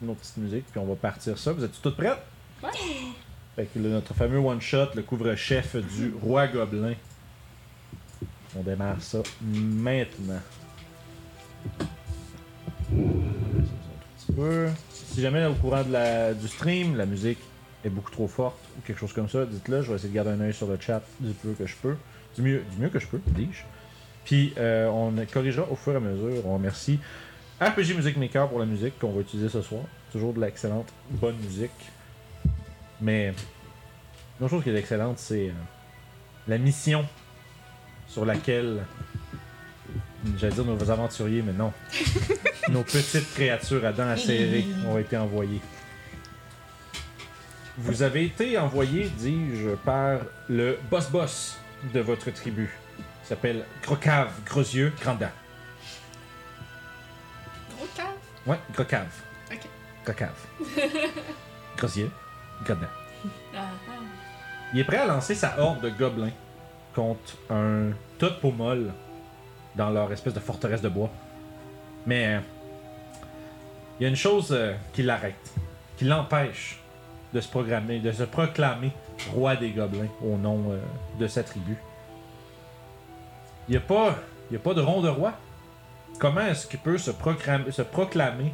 notre petite musique, puis on va partir ça. Vous êtes toutes prêtes? Fait que là, notre fameux one-shot, le couvre-chef du Roi Gobelin. On démarre ça maintenant. Un petit peu. Si jamais au courant de la- du stream, la musique est beaucoup trop forte ou quelque chose comme ça, dites-le. Je vais essayer de garder un œil sur le chat du peu que je peux. Du mieux, du mieux que je peux, dis-je. Puis euh, on corrigera au fur et à mesure. On remercie RPG Music Maker pour la musique qu'on va utiliser ce soir. Toujours de l'excellente, bonne musique. Mais une autre chose qui est excellente, c'est euh, la mission sur laquelle, j'allais dire nos aventuriers, mais non, nos petites créatures à dents acérées ont été envoyées. Vous avez été envoyés, dis-je, par le boss-boss de votre tribu. Il s'appelle Crocave, Grosieux, Grandin. Gros cave. Ouais, Crocave. Ok. Crocave. Grosieux, Grandin. Ah, ah. Il est prêt à lancer sa horde de gobelins contre un tot molle dans leur espèce de forteresse de bois. Mais euh, il y a une chose euh, qui l'arrête, qui l'empêche de se programmer, de se proclamer roi des gobelins au nom euh, de sa tribu. Il n'y a, pas- il y a pas de rond de roi. Comment est-ce qu'il peut se proclamer, se proclamer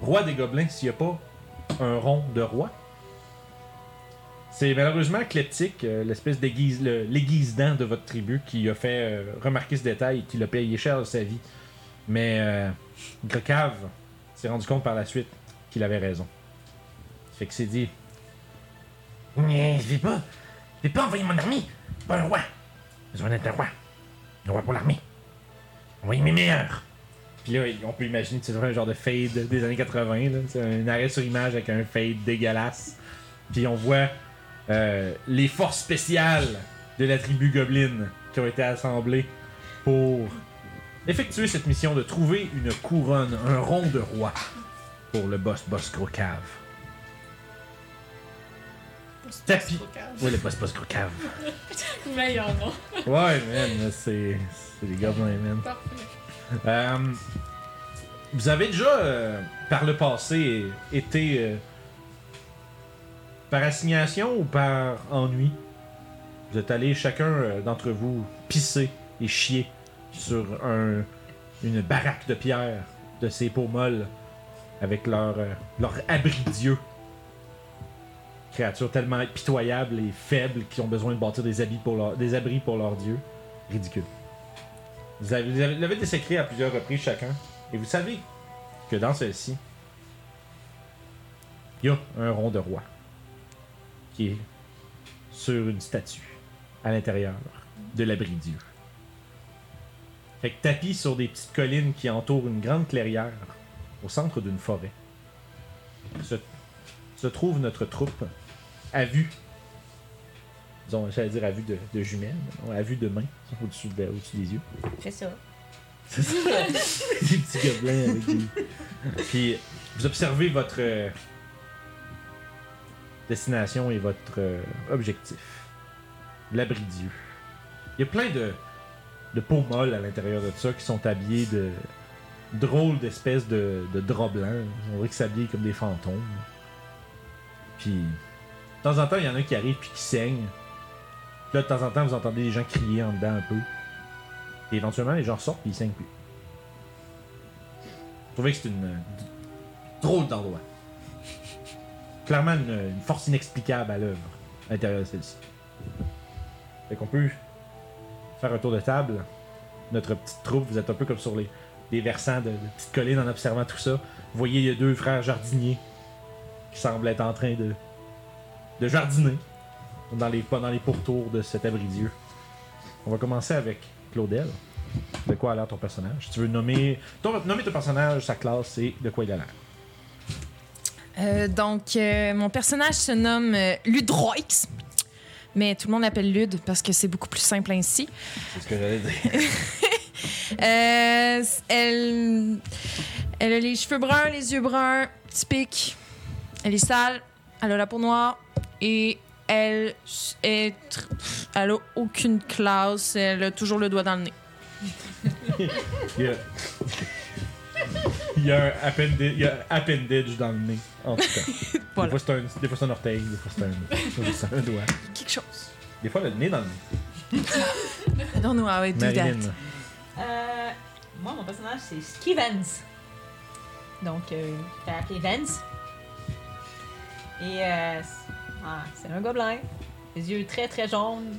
roi des gobelins s'il n'y a pas un rond de roi? C'est malheureusement Kleptic, euh, l'espèce d'aiguise- le- l'aiguisement de votre tribu, qui a fait euh, remarquer ce détail et qui l'a payé cher de sa vie. Mais euh, Grocave s'est rendu compte par la suite qu'il avait raison. Fait que c'est dit. Mais je vais pas. Je vais pas envoyer mon armée. Pas un roi. J'ai besoin d'être un roi. Un roi pour l'armée. Envoyez mes meilleurs. Puis là, on peut imaginer, tu sais, un genre de fade des années 80, là. C'est un arrêt sur image avec un fade dégueulasse. Puis on voit euh, les forces spéciales de la tribu Goblin qui ont été assemblées pour effectuer cette mission de trouver une couronne, un rond de roi pour le boss boss Crocave. Tapis. Gros cave. Oui, le boss boss Crocave. Meilleur nom. Ouais, man, c'est c'est les gobelins, man. Parfait. Euh, vous avez déjà, euh, par le passé, été euh, par assignation ou par ennui. Vous êtes allé chacun euh, d'entre vous pisser et chier sur un- une baraque de pierre de ces peaux molles avec leur, euh, leur abri-dieu. Créatures tellement pitoyables et faibles qui ont besoin de bâtir des, habits pour leur- des abris pour leur dieu. Ridicule. Vous avez- vous avez- l'avez désécrit à plusieurs reprises chacun. Et vous savez que dans celle-ci, il y a un rond de roi qui est sur une statue à l'intérieur de l'abri-dieu. Fait que tapis sur des petites collines qui entourent une grande clairière au centre d'une forêt, se, se trouve notre troupe à vue. Disons, j'allais dire à vue de, de jumelles, non, à vue de main, au-dessus de la- au-dessus des yeux. Fais ça. C'est ça. des petits gobelins avec des... Puis vous observez votre euh, destination et votre euh, objectif. L'abri Dieu. Il y a plein de, de peaux molles à l'intérieur de ça qui sont habillés de drôles d'espèces de, de draps blancs. On dirait qu'ils s'habillent comme des fantômes. Puis de temps en temps, il y en a qui arrivent puis qui saignent. Puis là, de temps en temps, vous entendez des gens crier en dedans un peu. Et éventuellement, les gens sortent et ils saignent plus. Je trouvais que c'est une euh, drôle d'endroit. Clairement, une, une force inexplicable à l'œuvre à l'intérieur de celle-ci. Fait qu'on peut faire un tour de table. Notre petite troupe, vous êtes un peu comme sur les, les versants de, de petites collines en observant tout ça. Vous voyez, il y a deux frères jardiniers qui semblent être en train de, de jardiner dans les, dans les pourtours de cet abri-dieu. On va commencer avec Claudel. De quoi a l'air ton personnage? Si tu veux nommer ton, nommer ton personnage, sa classe et de quoi il a l'air. Euh, donc, euh, mon personnage se nomme euh, Ludroix, mais tout le monde l'appelle Lud parce que c'est beaucoup plus simple ainsi. C'est ce que j'allais dire. Euh, elle, elle a les cheveux bruns, les yeux bruns, typique. Elle est sale, elle a la peau noire et elle est, elle a aucune classe, elle a toujours le doigt dans le nez. Il y a- Il y a un appendage, il y a un appendage dans le nez, en tout cas. Voilà. Des fois, c'est un- des fois, c'est un orteil, des fois, c'est un, des fois, c'est juste un doigt. Quelque chose. Des fois, le nez dans le nez. I don't know how I do that. Marilyn. Euh, moi, mon personnage, c'est Skivens. Donc, euh, je t'ai appelé Vens. Et euh, c'est- ah, c'est un gobelin. Les yeux très, très jaunes.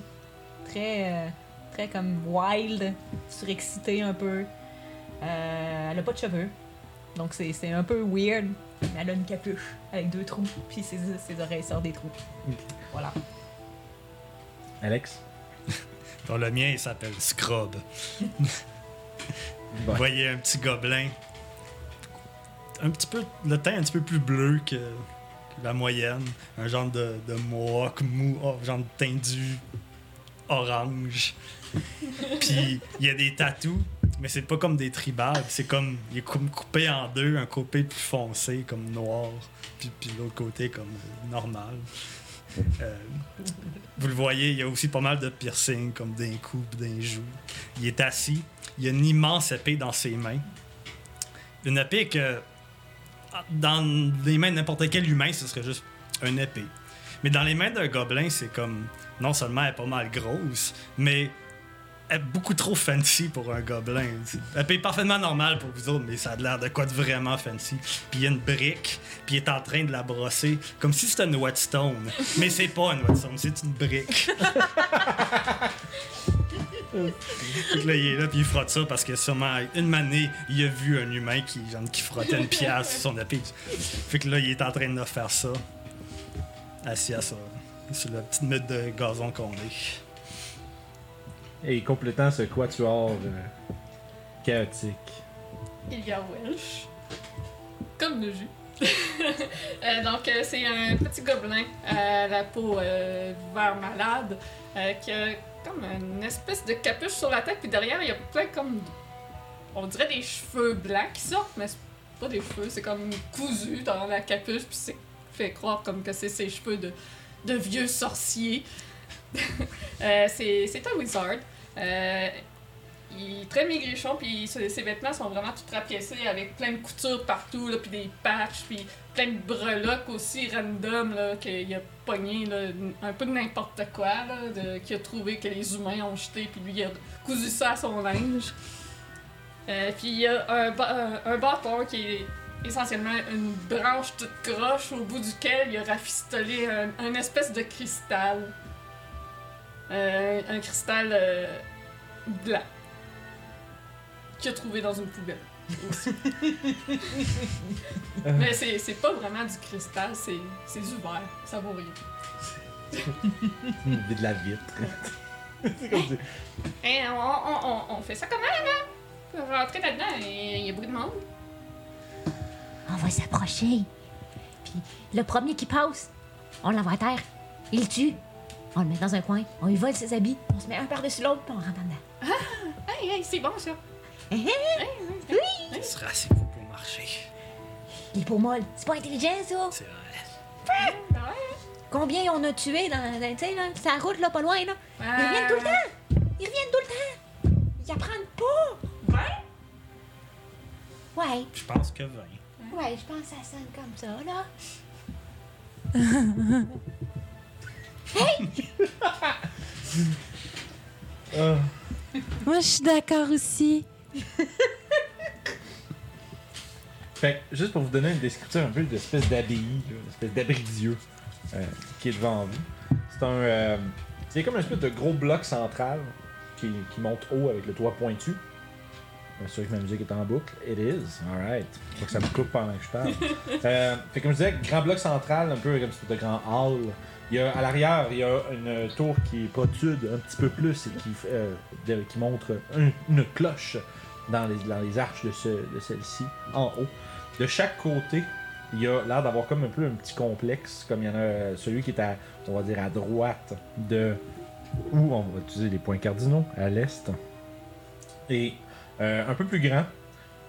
Très, euh, très comme wild. Surexcité un peu. Euh, elle a pas de cheveux. Donc, c'est c'est un peu weird. Mais elle a une capuche avec deux trous. Puis ses, ses oreilles sortent des trous. Voilà. Alex. Bon, le mien, il s'appelle Scrub. Bon. Vous voyez un petit gobelin. Un petit peu, le teint un petit peu plus bleu que, que la moyenne. Un genre de, de mohawk mou, oh, genre de teindu orange. Puis il y a des tatous, mais c'est pas comme des tribales. C'est comme, il est comme coupé en deux, un côté plus foncé, comme noir, puis, puis l'autre côté comme euh, normal. Euh, vous le voyez, il y a aussi pas mal de piercings, comme d'un coup, d'un joue. Il est assis. Il a une immense épée dans ses mains. Une épée que, dans les mains de n'importe quel humain, ce serait juste une épée. Mais dans les mains d'un gobelin, c'est comme. Non seulement elle est pas mal grosse, mais elle est beaucoup trop fancy pour un gobelin. C'est une épée parfaitement normale pour vous autres, mais ça a l'air de quoi de vraiment fancy. Puis il y a une brique, puis il est en train de la brosser, comme si c'était une whetstone. mais c'est pas une whetstone, c'est une brique. Fait que là, il est là, puis il frotte ça parce que sûrement, une manée, il a vu un humain qui, genre, qui frottait une pierre sur son épée. Fait que là, il est en train de faire ça. Assis à ça. Sur la petite meute de gazon qu'on est. Et complétant ce quatuor euh, chaotique. Il y a Welsh. Comme le jus. Euh, donc, euh, c'est un petit gobelin à la peau euh, vert malade euh, qui a comme une espèce de capuche sur la tête, puis derrière, il y a plein comme. On dirait des cheveux blancs qui sortent, mais c'est pas des cheveux, c'est comme cousu dans la capuche, puis c'est fait croire comme que c'est ses cheveux de, de vieux sorcier. Euh, c'est c'est un wizard. Euh, il est très maigrichon, puis se- ses vêtements sont vraiment tout rapiécés avec plein de coutures partout, là, puis des patchs, puis plein de breloques aussi random là, qu'il a pogné là, un peu de n'importe quoi, là, de- qu'il a trouvé que les humains ont jeté, puis lui il a cousu ça à son linge. Euh, puis il y a un, ba- euh, un- un bâton qui est essentiellement une branche toute croche au bout duquel il a rafistolé un, un espèce de cristal. Euh, un cristal euh, blanc qu'il a trouvé dans une poubelle. aussi. Mais c'est c'est pas vraiment du cristal, c'est c'est du verre, ça vaut rien. Hum, de la vitre. c'est comme du- Hein, on, on- on- on fait ça comment, là? Pour rentrer là-dedans, il y a beaucoup de monde. On va s'approcher. Puis le premier qui passe, on l'envoie à terre. Il le tue. On le met dans un coin. On lui vole ses habits. On se met un par-dessus l'autre, puis on rentre en dedans. Hey, hey, c'est bon, ça. Rassez-vous pour marcher. Il est pour molle. C'est pas intelligent, ça. C'est vrai. Ouais. Combien on a tué dans, dans tu sais, là, sa route, là, pas loin, là. Euh. Ils reviennent tout le temps. Ils reviennent tout le temps. Ils apprennent pas. Ouais. Ouais, Je pense que 20. ouais, je pense que ça sonne comme ça, là. Ah. Moi, je suis d'accord aussi. Fait que, juste pour vous donner une description un peu de l'espèce d'abbaye, là, une espèce d'abri Dieu euh, qui est devant vous. C'est un. euh, c'est comme un espèce de gros bloc central qui, qui monte haut avec le toit pointu. Je suis sûr que ma musique est en boucle. It is. Alright. Faut que ça me coupe pendant que je parle. Euh, fait que comme je disais, grand bloc central, un peu comme une espèce de grand hall. Il y a, à l'arrière, il y a une tour qui est potude un petit peu plus et qui, euh, de- qui montre un- une cloche dans les, dans les arches de, ce- de celle-ci, en haut. De chaque côté, il y a l'air d'avoir comme un peu un petit complexe, comme il y en a euh, celui qui est à, on va dire, à droite de où on va utiliser les points cardinaux, à l'est. Et euh, un peu plus grand,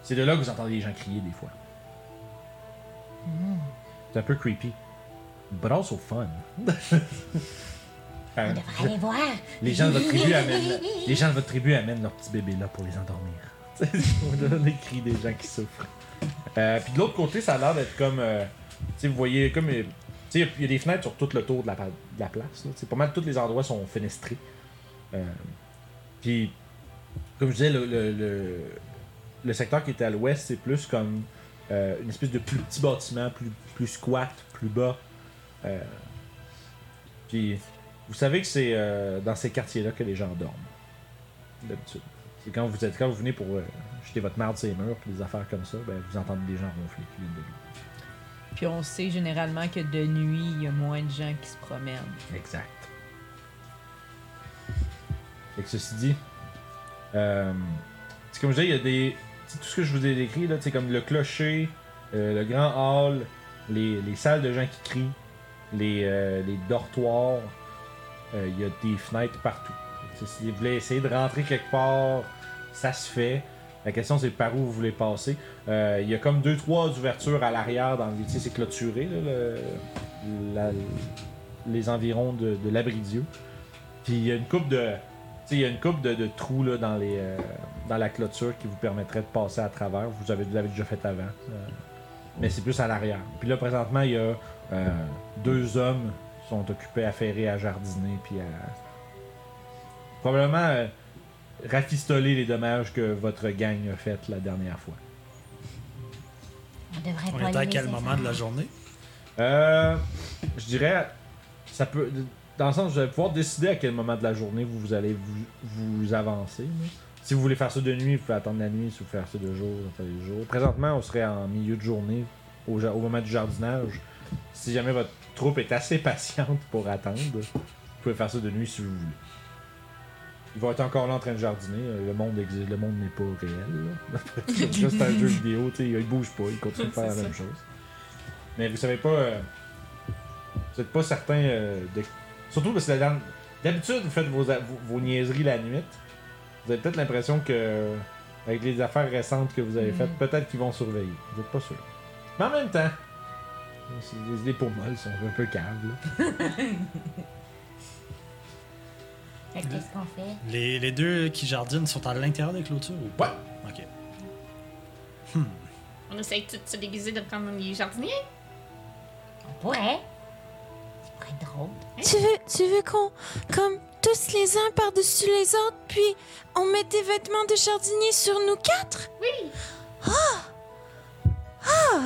c'est de là que vous entendez les gens crier des fois. C'est un peu creepy, but also fun. Euh, On devrait aller voir. les gens de votre tribu amènent, les gens de votre tribu amènent leur petit bébé là pour les endormir. On écrit des gens qui souffrent. Euh, Puis de l'autre côté, ça a l'air d'être comme. euh, tu sais, vous voyez, comme. euh, tu sais, il y a des fenêtres sur tout le tour de la, pa- de la place. là. Tu sais, Pas mal tous les endroits sont fenestrés. Euh, Puis, comme je disais, le, le, le- le secteur qui était à l'ouest, c'est plus comme euh, une espèce de plus petit bâtiment, plus, plus squat, plus bas. Euh, Puis, vous savez que c'est euh, dans ces quartiers-là que les gens dorment. D'habitude. C'est quand vous êtes quand vous venez pour euh, jeter votre marde sur les murs puis des affaires comme ça, ben vous entendez des gens ronfler qui viennent de lui. Puis on sait généralement que de nuit, il y a moins de gens qui se promènent. Exact. Fait que ceci dit, euh, c'est comme je disais, il y a des. tu sais, Tout ce que je vous ai décrit, là, c'est comme le clocher, euh, le grand hall, les, les salles de gens qui crient, les, euh, les dortoirs, euh, il y a des fenêtres partout. Fait que Si vous voulez essayer de rentrer quelque part, ça se fait. La question c'est par où vous voulez passer. Euh, il y a comme deux, trois ouvertures à l'arrière dans le. Tu sais, c'est clôturé, là, le- la, les environs de, de l'Abridieu. Puis il y a une coupe de, tu sais, il y a une coupe de, de trous là, dans, les, euh, dans la clôture qui vous permettrait de passer à travers. Vous avez, vous l'avez déjà fait avant. euh, mais c'est plus à l'arrière. Puis là, présentement, il y a euh, deux hommes qui sont occupés à ferrer, à jardiner, puis à. Probablement euh, rafistoler les dommages que votre gang a fait la dernière fois. On devrait On pas était à les quel laisser moment de la journée? Euh, je dirais, ça peut, dans le sens, vous allez pouvoir décider à quel moment de la journée vous, vous allez vous, vous avancer. là. Si vous voulez faire ça de nuit, vous pouvez attendre la nuit. Si vous voulez faire ça de jour, vous attendez le jour. Présentement, on serait en milieu de journée, au, ja- au moment du jardinage. Si jamais votre troupe est assez patiente pour attendre, vous pouvez faire ça de nuit si vous voulez. Ils vont être encore là en train de jardiner. Euh, Le monde existe, le monde n'est pas réel. là. Ça, c'est un jeu vidéo, tu sais, il bouge pas, il continue de faire la C'est même chose. Mais vous savez pas. euh, vous êtes pas certain euh, de. Surtout parce que la dernière- d'habitude, vous faites vos, a- vos, vos niaiseries la nuit. Vous avez peut-être l'impression que. euh, Avec les affaires récentes que vous avez faites, peut-être qu'ils vont surveiller. Vous êtes pas sûr. Mais en même temps, c'est- les idées pour moi, elles sont un peu caves. là. Fait que Qu'est-ce qu'on fait? Les, les deux qui jardinent sont à l'intérieur des clôtures ou pas? Ok. On essaye tout de se déguiser de prendre les jardiniers. On pourrait. Ça pourrait être drôle. Tu veux, tu veux qu'on, comme tous les uns par-dessus les autres, puis on met des vêtements de jardinier sur nous quatre Oui. Ah, ah,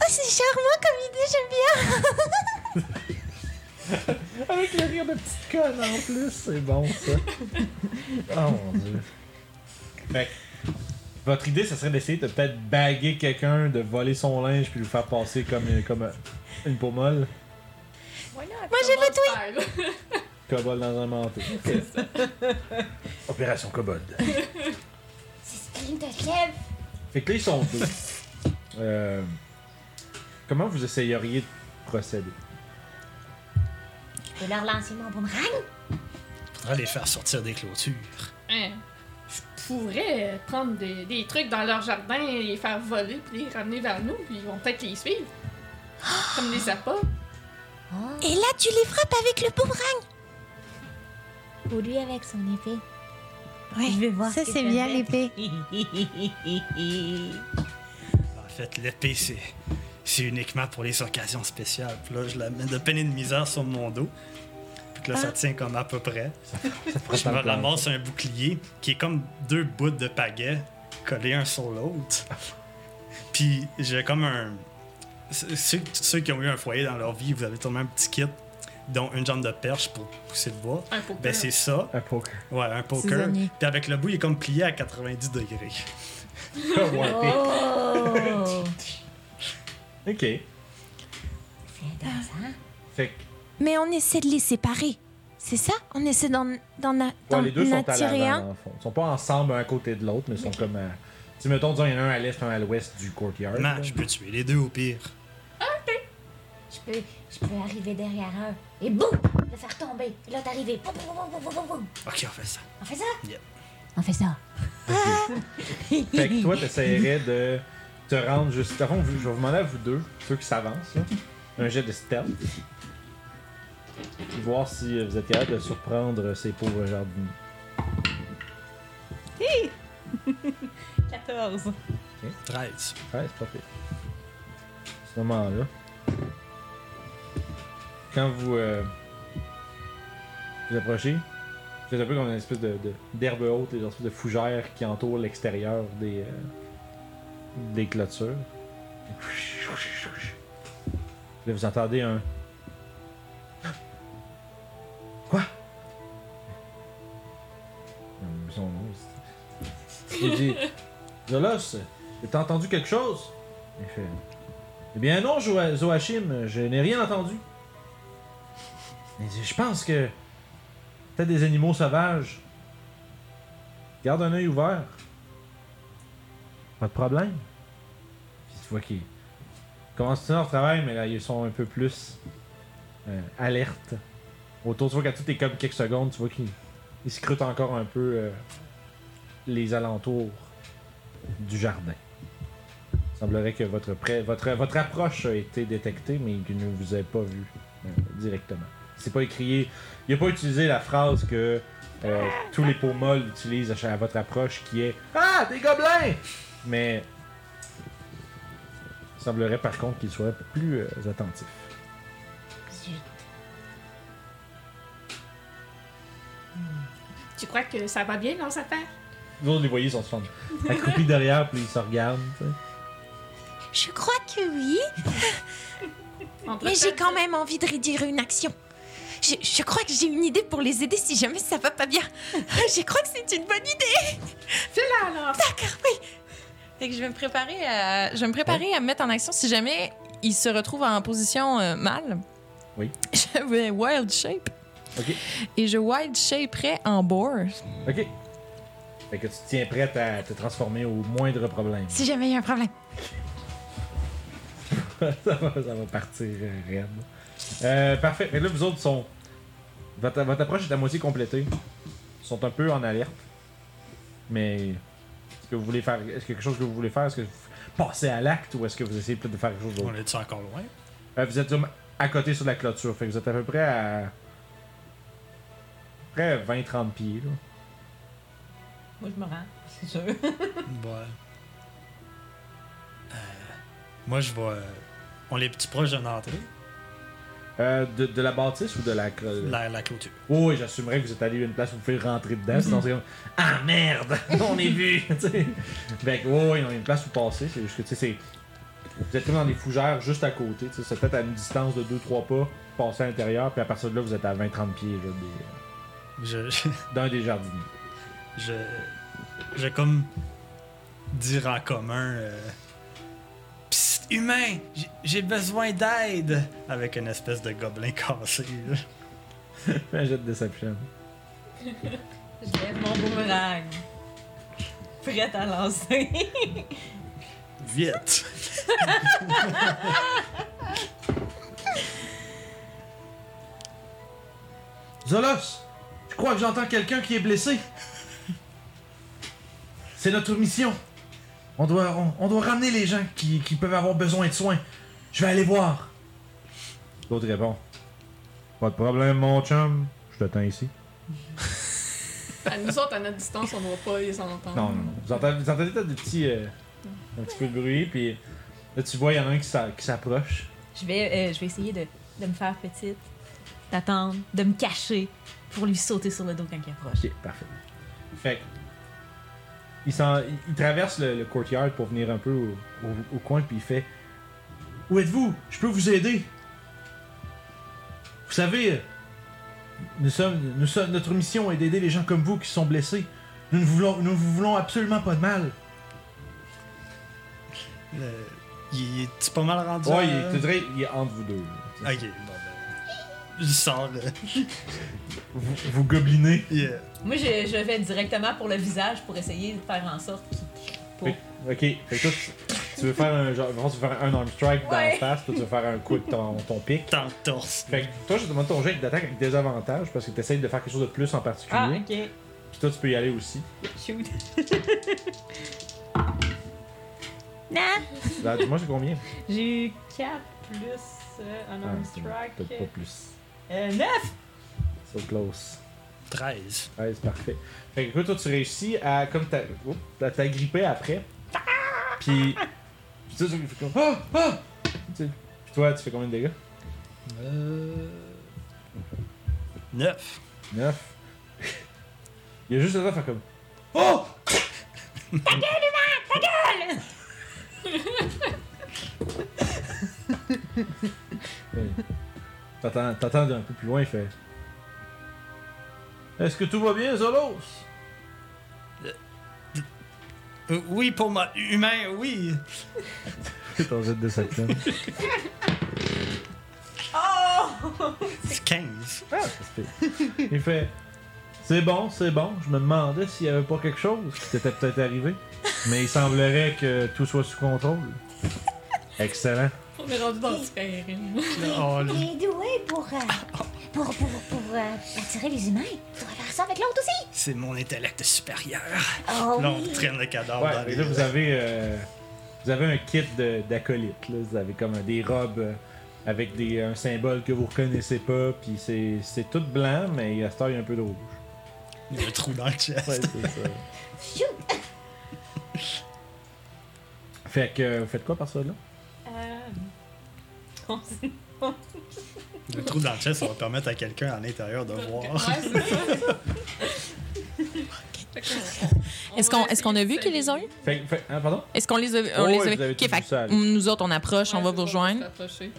Ah, c'est charmant comme idée, j'aime bien. Avec le rire de petite conne en plus, c'est bon ça. oh mon dieu. Fait que, votre idée, ce serait d'essayer de peut-être baguer quelqu'un, de voler son linge puis le faire passer comme, comme une peau molle, Moi, j'ai le tweet! cobalt dans un manteau. Opération cobalt. C'est ce crime de chèvre. Fait que là, ils sont deux. Euh, comment vous essayeriez de procéder Je peux leur lancer mon boomerang. Faudrait les faire sortir des clôtures. Hein, Je pourrais prendre des, des trucs dans leur jardin et les faire voler, puis les ramener vers nous, puis ils vont peut-être les suivre. Comme des appâts. Oh, Et là, tu les frappes avec le boomerang. ou lui avec son épée. Ouais, Je vais voir ça ce que c'est ça bien fait. l'épée. En fait, l'épée, c'est, c'est uniquement pour les occasions spéciales. Puis là, je la mets de peine et de misère sur mon dos. Puis que là, ça tient comme à peu près. Je me ramasse un bouclier qui est comme deux bouts de pagaie collés un sur l'autre. Puis j'ai comme un. Ceux, ceux qui ont eu un foyer dans leur vie, vous avez tourné un petit kit, dont une jambe de perche pour pousser le bois. Un poker. Ben, c'est ça. Un poker. Ouais, un poker. Saisonnier. Puis avec le bout, il est comme plié à 90 degrés. Ouais. Oh! Ok. c'est intéressant. Fait que Mais on essaie de les séparer. C'est ça On essaie d'en d'en a- Ouais, d'en les deux sont à attirer l'avant, un. dans le fond. Ils sont pas ensemble un à côté de l'autre, mais ils sont comme. à- Tu sais, mettons, disons, il y en a un à l'est, un à l'ouest du courtyard. là. Man, je peux tuer les deux au pire. Je peux, je peux arriver derrière un et boum! Le faire tomber. Et là, t'es arrivé. Boum, boum, boum, boum, boum, boum, boum. Ok, on fait ça. On fait ça? Yep. On fait ça. Fait que toi, t'essaierais de te rendre juste. Au fond, je vais vous demander à vous deux, ceux qui s'avancent, là, un jet de stealth. Puis voir si vous êtes capable de surprendre ces pauvres jardiniers. 14. 13. Ouais, c'est pas pire. ce moment-là, quand vous euh, vous approchez, vous êtes un peu comme une espèce de, de- d'herbe haute, une espèce de fougère qui entoure l'extérieur des, euh, des clôtures. Là, vous entendez un. Quoi? Hum, Son nom, c'est- Il dit Zolos, T'as entendu quelque chose? Il fait, Eh bien non, Zo- Zoachim, je n'ai rien entendu. Il dit, je pense que peut-être des animaux sauvages. Garde un œil ouvert. Pas de problème. Puis tu vois qu'ils commencent leur travail, mais là, ils sont un peu plus euh, alertes. Autour, tu vois qu'à toutes les comme quelques secondes, tu vois qu'ils ils scrutent encore un peu euh, les alentours du jardin. Il semblerait que votre, pré- votre, votre approche a été détectée, mais qu'il ne vous ait pas vu euh, directement. C'est pas écrit. Il n'a pas utilisé la phrase que euh, tous les peaux molles utilisent à, chaque- à votre approche qui est Ah, des gobelins Mais. Il semblerait par contre qu'il soit plus euh, attentif. Tu crois que ça va bien dans sa affaire? Vous autres, les voyez, ils sont sont accroupis derrière, puis ils se regardent. tu sais. Je crois que oui, Entre mais j'ai temps, quand même envie de réduire une action. Je, je crois que j'ai une idée pour les aider si jamais ça va pas bien. je crois que c'est une bonne idée. Fais-la alors! Fait que je vais me préparer à, je vais me, préparer à me mettre en action si jamais il se retrouve en position euh, mal. Oui. Je vais wild shape. Ok. Et je wild shaperai en boar. Ok. Fait que tu te tiens prête à te transformer au moindre problème. Si jamais il y a un problème. ça, va, ça va partir euh, raide. Euh, parfait. Fait que là, vous autres sont. Votre, votre approche est à moitié complétée. Ils sont un peu en alerte. Mais. Est-ce que vous voulez faire. Est-ce quelque chose que vous voulez faire Est-ce que vous passez à l'acte ou est-ce que vous essayez peut-être de faire quelque chose d'autre On est-tu encore loin? Euh, Vous êtes sur- à côté sur la clôture. Fait que vous êtes à peu près à. près 20-30 pieds. Là. Moi, je me rends, c'est sûr. Ouais. Euh, moi, je vais. euh, On est petit proche d'une entrée. Euh, de, de la bâtisse ou de la. clo- La, la clôture. Oh, oui, j'assumerais que vous êtes allé à une place où vous pouvez rentrer dedans, sinon c'est comme Ah merde, on est vu! tu sais. fait que, ouais, ouais, il y a une place où passer, c'est juste que, tu sais, c'est. Vous êtes comme dans des fougères juste à côté, tu sais, c'est peut-être à une distance de 2-3 pas, passer à l'intérieur, puis à partir de là, vous êtes à 20-30 pieds là, des- Je, je, d'un des jardiniers. je, je vais comme dire en commun. euh, Psst, humain, j'ai- j'ai besoin d'aide! Avec une espèce de gobelin cassé. là. Fais un jet de Deception. Je lève mon boomerang. Prête à lancer. Vite! Zolos, je crois que j'entends quelqu'un qui est blessé. C'est notre mission. On doit, on, on doit ramener les gens qui, qui peuvent avoir besoin de soins. Je vais aller voir. L'autre répond. Pas de problème, mon chum. Je t'attends ici. À nous autres, à notre distance, on ne va pas les entendre. Non, non, non. Vous entendez, vous entendez peut-être des petits, euh, un petit peu de bruit, puis là, tu vois, il y en a un qui s'a- qui s'approche. Je vais, euh, je vais essayer de, de me faire petite, d'attendre, de me cacher pour lui sauter sur le dos quand il approche. Ok, parfait. Fait que, il, s'en- il- il traverse le, le courtyard pour venir un peu au, au- au coin, puis il fait Où êtes-vous Je peux vous aider Vous savez, nous sommes, nous sommes, notre mission est d'aider les gens comme vous qui sont blessés. Nous ne voulons, nous vous voulons absolument pas de mal. Le- Euh, il est pas mal rendu. à- dirais, il est entre vous deux. Ok, bon ben. Je sors là. euh, Vous, vous gobelinez. Yeah. Moi, je, je vais directement pour le visage pour essayer de faire en sorte qu'il crie pas. Oui. Ok, fait que toi, tu, tu veux faire un genre, tu veux faire un arm strike dans la Ouais. face, puis tu veux faire un coup avec ton, ton pic. T'en torse. Fait que toi, je te demande ton jet d'attaque avec des avantages parce que tu essayes de faire quelque chose de plus en particulier. Ah, ok. Puis toi, tu peux y aller aussi. Shoot. Là, dis-moi, c'est combien J'ai eu 4 plus euh, un arm Ah, c'est bon. Peut-être pas strike. plus. Euh, 9! So close. 13. Ouais, c'est parfait. Fait que écoute, toi, tu réussis à, comme t'as, oups, t'as- t'as grippé après, Puis, puis tu sais, je fais comme Ah! Ah! Tu sais, Puis toi, tu fais combien de dégâts Euh... Neuf. 9. Il y a juste le temps de faire comme Oh! Ta gueule, Humain! Ta gueule! T'entends t'entends d'un peu plus loin, il fait Est-ce que tout va bien, Zolos? Euh, oui, pour moi, humain, oui. C'est ton jet de septembre. C'est 15. Ah, ça se fait. Il fait C'est bon, c'est bon. Je me demandais s'il y avait pas quelque chose qui t'était peut-être arrivé. Mais il semblerait que tout soit sous contrôle. Excellent. On est rendu dans Skyrim. Oh, Il est doué pour, euh, pour, pour, pour euh, attirer les humains. Tu dois faire ça avec l'autre aussi. c'est mon intellect supérieur. Oh, Là, on oui. traîne le cadavre dans Ouais, et les... là, vous avez, euh, vous avez un kit de- d'acolytes. là. Vous avez comme des robes euh, avec des, un symbole que vous reconnaissez pas. Puis c'est- c'est tout blanc, mais à cette heure, il y a un peu de rouge. Il y a un trou dans le chest. Ouais, c'est ça. Pfiou. Fait que euh, vous faites quoi par ça, là Euh, On Le trou dans le chest, ça va permettre à quelqu'un à l'intérieur de voir. Ouais, c'est ça. Fait qu'on- Est-ce on va qu'on- est-ce qu'on a vu essayer de qu'ils les ont s'aider. Fait, fait- hein, pardon Est-ce qu'on les a Oh, on les ouais, a vous avez Ok, tout fait vu ça, que là. nous autres, on approche, on Ouais, va c'est vous ça, rejoindre. On va s'approcher.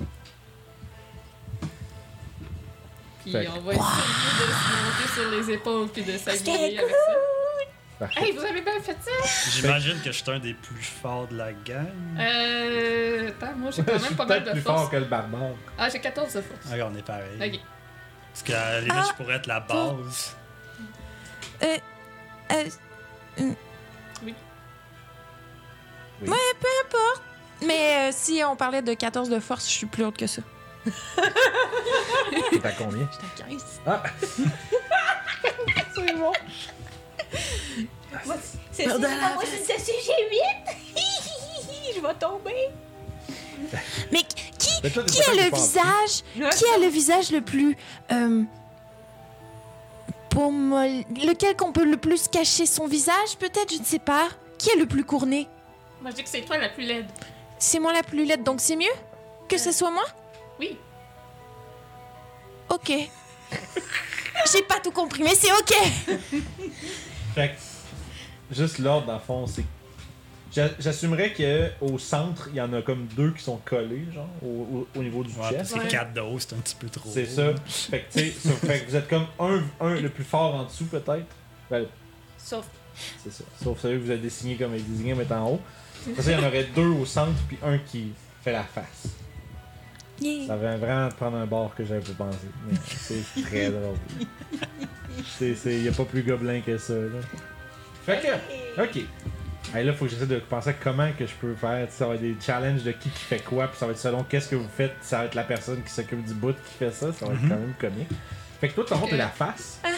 Puis Fait que- on va essayer de se monter sur les épaules puis de s'habiller avec ça. Parfait. Hey, vous avez bien fait ça? J'imagine que je suis un des plus forts de la gang. Euh. Attends, moi j'ai Je quand suis même pas mal peut-être de plus force. fort que le barbare. Ah, j'ai 14 de force. Ah, on est pareil. Ok. Parce qu'à la limite, je pourrais être la base. euh, Mais euh, si on parlait de 14 de force, je suis plus haute que ça. T'es à combien J'étais à 15. Ah Moi, C'est c'est- ah, moi, c'est c'est- c'est- j'ai 8! Je vais tomber! Mais qui, Mais toi, t'es qui pas a capable de le parler. visage Qui a le visage le plus. Euh, pommel- lequel qu'on peut le plus cacher son visage, peut-être, je ne sais pas. Qui est le plus courné Moi je dis que c'est toi la plus laide. C'est moi la plus laide, donc c'est mieux que ce soit moi Oui. Ok. J'ai pas tout compris, mais c'est ok Fait que, juste l'ordre, dans le fond, c'est. J'a- J'assumerais qu'au centre, il y en a comme deux qui sont collés, genre, au, au- au niveau du Ouais, parce chest. que Ouais. 4 de haut, c'est un petit peu trop. C'est ça. Fait que, tu sais, ça fait que vous êtes comme un, un le plus fort en dessous, peut-être. Ben, Sauf. c'est ça. Sauf celui que vous avez désigné comme désigné, mais en haut. Après ça, il y en aurait deux au centre, puis un qui fait la face. Ça vient vraiment de prendre un bord que j'avais pas pensé. Mais C'est très drôle. C'est, c'est, y a pas plus gobelin que ça, là. Fait que, ok. Hey, là, faut que j'essaie de penser à comment que je peux faire. Tu sais, Ça va être des challenges de qui qui fait quoi, puis ça va être selon qu'est-ce que vous faites. Ça va être la personne qui s'occupe du bout qui fait ça. Ça va être Mhm. quand même comique. Fait que toi, ton monde, t'es la face. Ouais,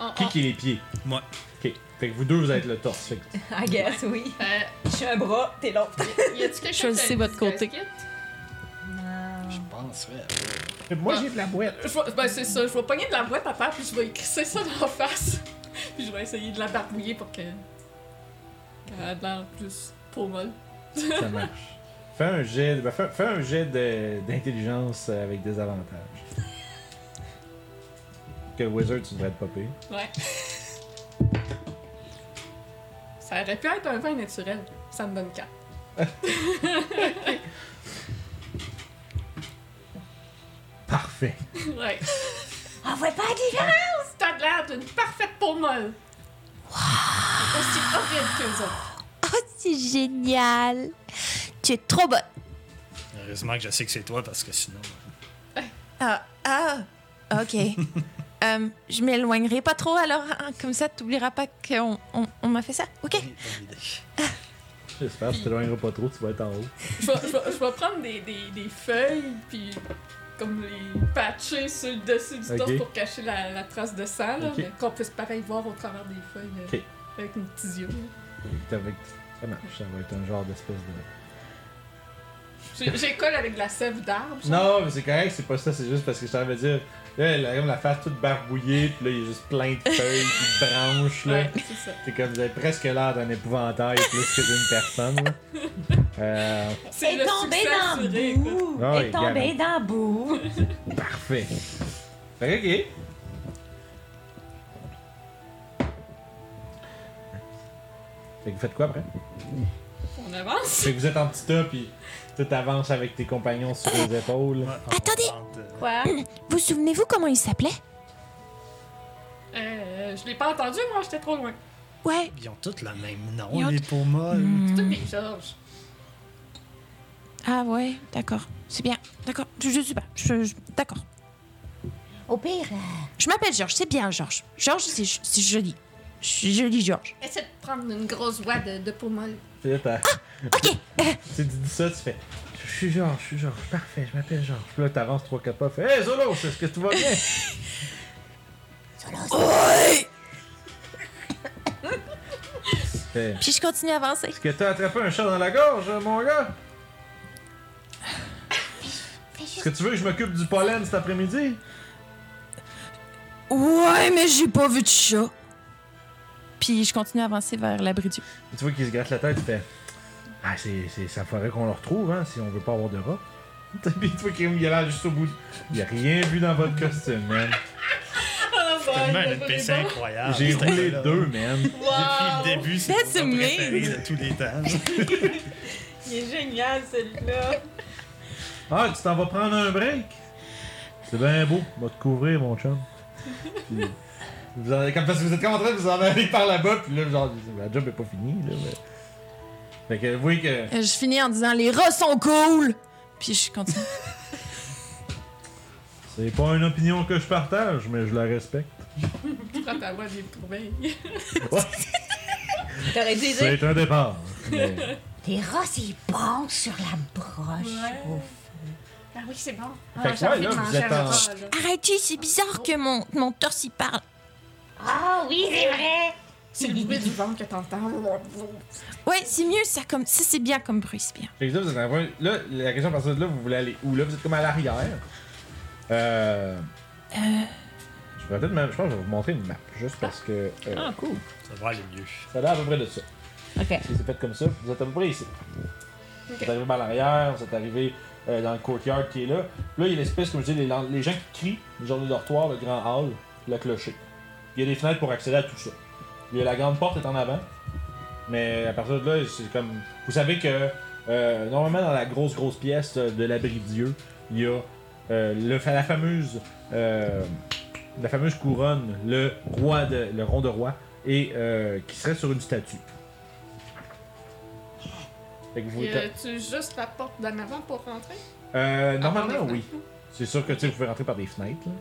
on. Ah. Qui on- qui est les pieds? Moi. Ok. Fait que vous deux, vous êtes le torse. Fait que- I guess, oui. Euh, Je suis un bras, t'es l'autre. y a-tu quelqu'un qui a Choisissez le votre côté. discasquette? Je pense, ouais. Moi, j'ai de la boîte. Je vais- ben c'est ça, je vais pogner de la boîte à terre puis je vais écrisser ça dans la face. puis je vais essayer de la barbouiller pour que. qu'elle a de l'air plus peau molle. Ça marche. Fais un jet, ben, fais, fais un jet de- d'intelligence euh, avec des avantages. Que Wizard, tu devrais être pas pire. Ouais. ça aurait pu être un vin naturel. Ça me donne 4. Parfait. Ouais. On voit Ah, pas des gens. T'as de l'air d'une parfaite peau molle. Aussi horrible que les autres. Oh, c'est génial Tu es trop bonne Heureusement que je sais que c'est toi, parce que sinon. euh, Ah, ah, ok. Euh, je m'éloignerai pas trop, alors hein, comme ça, t'oublieras pas qu'on on, on m'a fait ça. Ok. Bonne idée. J'espère que tu t'éloigneras pas trop, tu vas être en haut. Je vais- je vais- je vais prendre des, des, des feuilles puis comme les patcher sur le dessus du Ok. torse pour cacher la, la trace de sang, là, Ok. mais qu'on puisse pareil voir au travers des feuilles euh, Ok. avec nos petits yeux. là. Avec... Ça marche, ça va être un genre d'espèce de. J'ai- J'ai colle avec de la sève d'arbre. genre. Non, mais c'est correct, c'est pas ça, c'est juste parce que je t'avais dire. Là, elle a comme la face toute barbouillée, puis là, il y a juste plein de feuilles, puis de branches, là. Ouais, c'est ça. C'est comme, vous avez presque l'air d'un épouvantail plus que d'une personne, là. Euh, C'est C'est le tombé succès dans le assuré, quoi. boue! Ah oui, est tombé dans le boue! parfait. Fait que, ok. Fait que vous faites quoi après? On avance. Fait que vous êtes en petit tas, puis tout avance avec tes compagnons sur les épaules. Attendez! euh, Quoi? Vous souvenez-vous comment il s'appelait? Euh, je l'ai pas entendu, moi, j'étais trop loin. Ouais. Ils ont tous le même Ils ont nom, les pour moi. Hmm. Hmm. Tout Hmm. des Georges. Ah ouais, d'accord. C'est bien. D'accord. Je, je sais pas. Je- je- d'accord. Au pire, euh, Je m'appelle Georges. C'est bien, Georges. Georges, c'est, c'est joli. Je suis joli, Georges. Essaie de prendre une grosse voix de, de pommel. Puis là, t'as- Ok. tu dis dis ça, tu fais Je suis Georges, je suis Georges, parfait, je m'appelle Georges. Puis là, t'avances 3-4 pas, fais Hey Zolo, est-ce que tout va bien Zolo, Puis je continue à avancer. Est-ce que t'as attrapé un chat dans la gorge, mon gars fais Est-ce juste. que tu veux que je m'occupe du pollen cet après-midi Ouais, mais j'ai pas vu de chat. Puis je continue à avancer vers l'abri du. Puis Tu vois qu'il se gratte la tête, tu fais Ah, c'est, c'est, ça faudrait qu'on le retrouve, hein, si on veut pas avoir de rat. Puis tu vois qu'il y a l'air juste au bout. Il a rien vu dans votre costume, man. Ah, C'est bah, tellement il un avait NPC des bons. incroyable. J'ai ce roulé gars-là. deux, man. Wow. Depuis le début, c'est That's mon préféré amazing. de tous les temps. Il est génial, celui-là. Ah, tu t'en vas prendre un break? C'est bien beau. Va te couvrir, mon chum. Puis, vous en, comme, parce que vous êtes comme en train de vous en aller par là-bas, puis là, genre, la job est pas finie, là. mais- Fait que vous voyez que. Euh, Je finis en disant les rats sont cool. Puis je continue. C'est pas une opinion que je partage, mais je la respecte. Tu prends ta voix des poubelles. T'aurais dû dire. C'est un départ. mais- Tes rats, ils bon sur la broche. Ouais. Ouf. Ah oui, c'est bon. Fait Ah, que j'ai ouais, envie là, de vous manger êtes un en- rat, là. Arrêtez, c'est bizarre que mon, mon torse y parle. Ah oui, c'est vrai! C'est le bruit du ventre que t'entends. Ouais, c'est mieux ça comme ça, c'est bien comme bruit, c'est bien. Fait que là, vous êtes en train- Là, la question à partir de là, vous voulez aller où? Là, vous êtes comme à l'arrière. Euh. Je pourrais peut-être même. Je pense que je vais vous montrer une map, juste parce que. euh, cool. Ça va aller mieux. Ça a l'air à peu près de ça. Ok. C'est fait comme ça, puis vous êtes à peu près ici. Vous êtes arrivé par l'arrière, vous êtes arrivé euh, dans le courtyard qui est là. Puis là, il y a l'espèce, comme je dis, les, lan- les gens qui crient, les gens du dortoir, le grand hall, le clocher. Il y a des fenêtres pour accéder à tout ça. Il y a la grande porte est en avant. Mais à partir de là, c'est comme. Vous savez que euh, normalement dans la grosse grosse pièce euh, de l'abri Dieu, il y a euh, le, fa- la fameuse euh, la fameuse couronne, le roi de le rond de roi, et euh, qui serait sur une statue. Fait que vous- Y a-tu juste la porte d'en avant pour rentrer? Euh, Ah, normalement non, oui. C'est sûr que tu sais, vous pouvez rentrer par des fenêtres. là.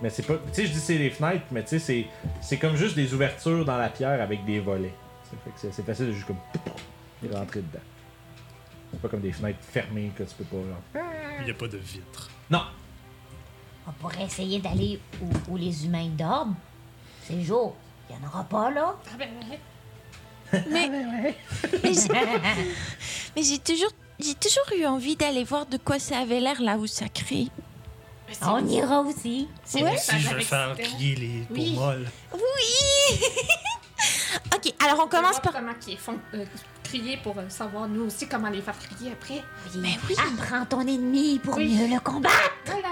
Mais c'est pas. Tu sais, je dis c'est des fenêtres, mais tu sais, c'est, c'est comme juste des ouvertures dans la pierre avec des volets. Ça fait que c'est, c'est facile de juste comme. et rentrer dedans. C'est pas comme des fenêtres fermées que tu peux pas. genre- Il n'y a pas de vitre. Non! On pourrait essayer d'aller où, où les humains dorment. C'est jour. Il n'y en aura pas, là. Ah ben, ouais. Mais j'ai, mais j'ai toujours j'ai toujours eu envie d'aller voir de quoi ça avait l'air là où ça crie. Mais Ben, c'est- On ira aussi. c'est Ouais. bon, ça Si je va veux faire exciter. crier les Oui. pommes Oui. ok, alors on commence Voir par Comment qu'ils font euh, crier pour euh, savoir nous aussi comment les faire crier après. Mais oui. Apprends ton ennemi pour Oui. mieux le combattre. Voilà.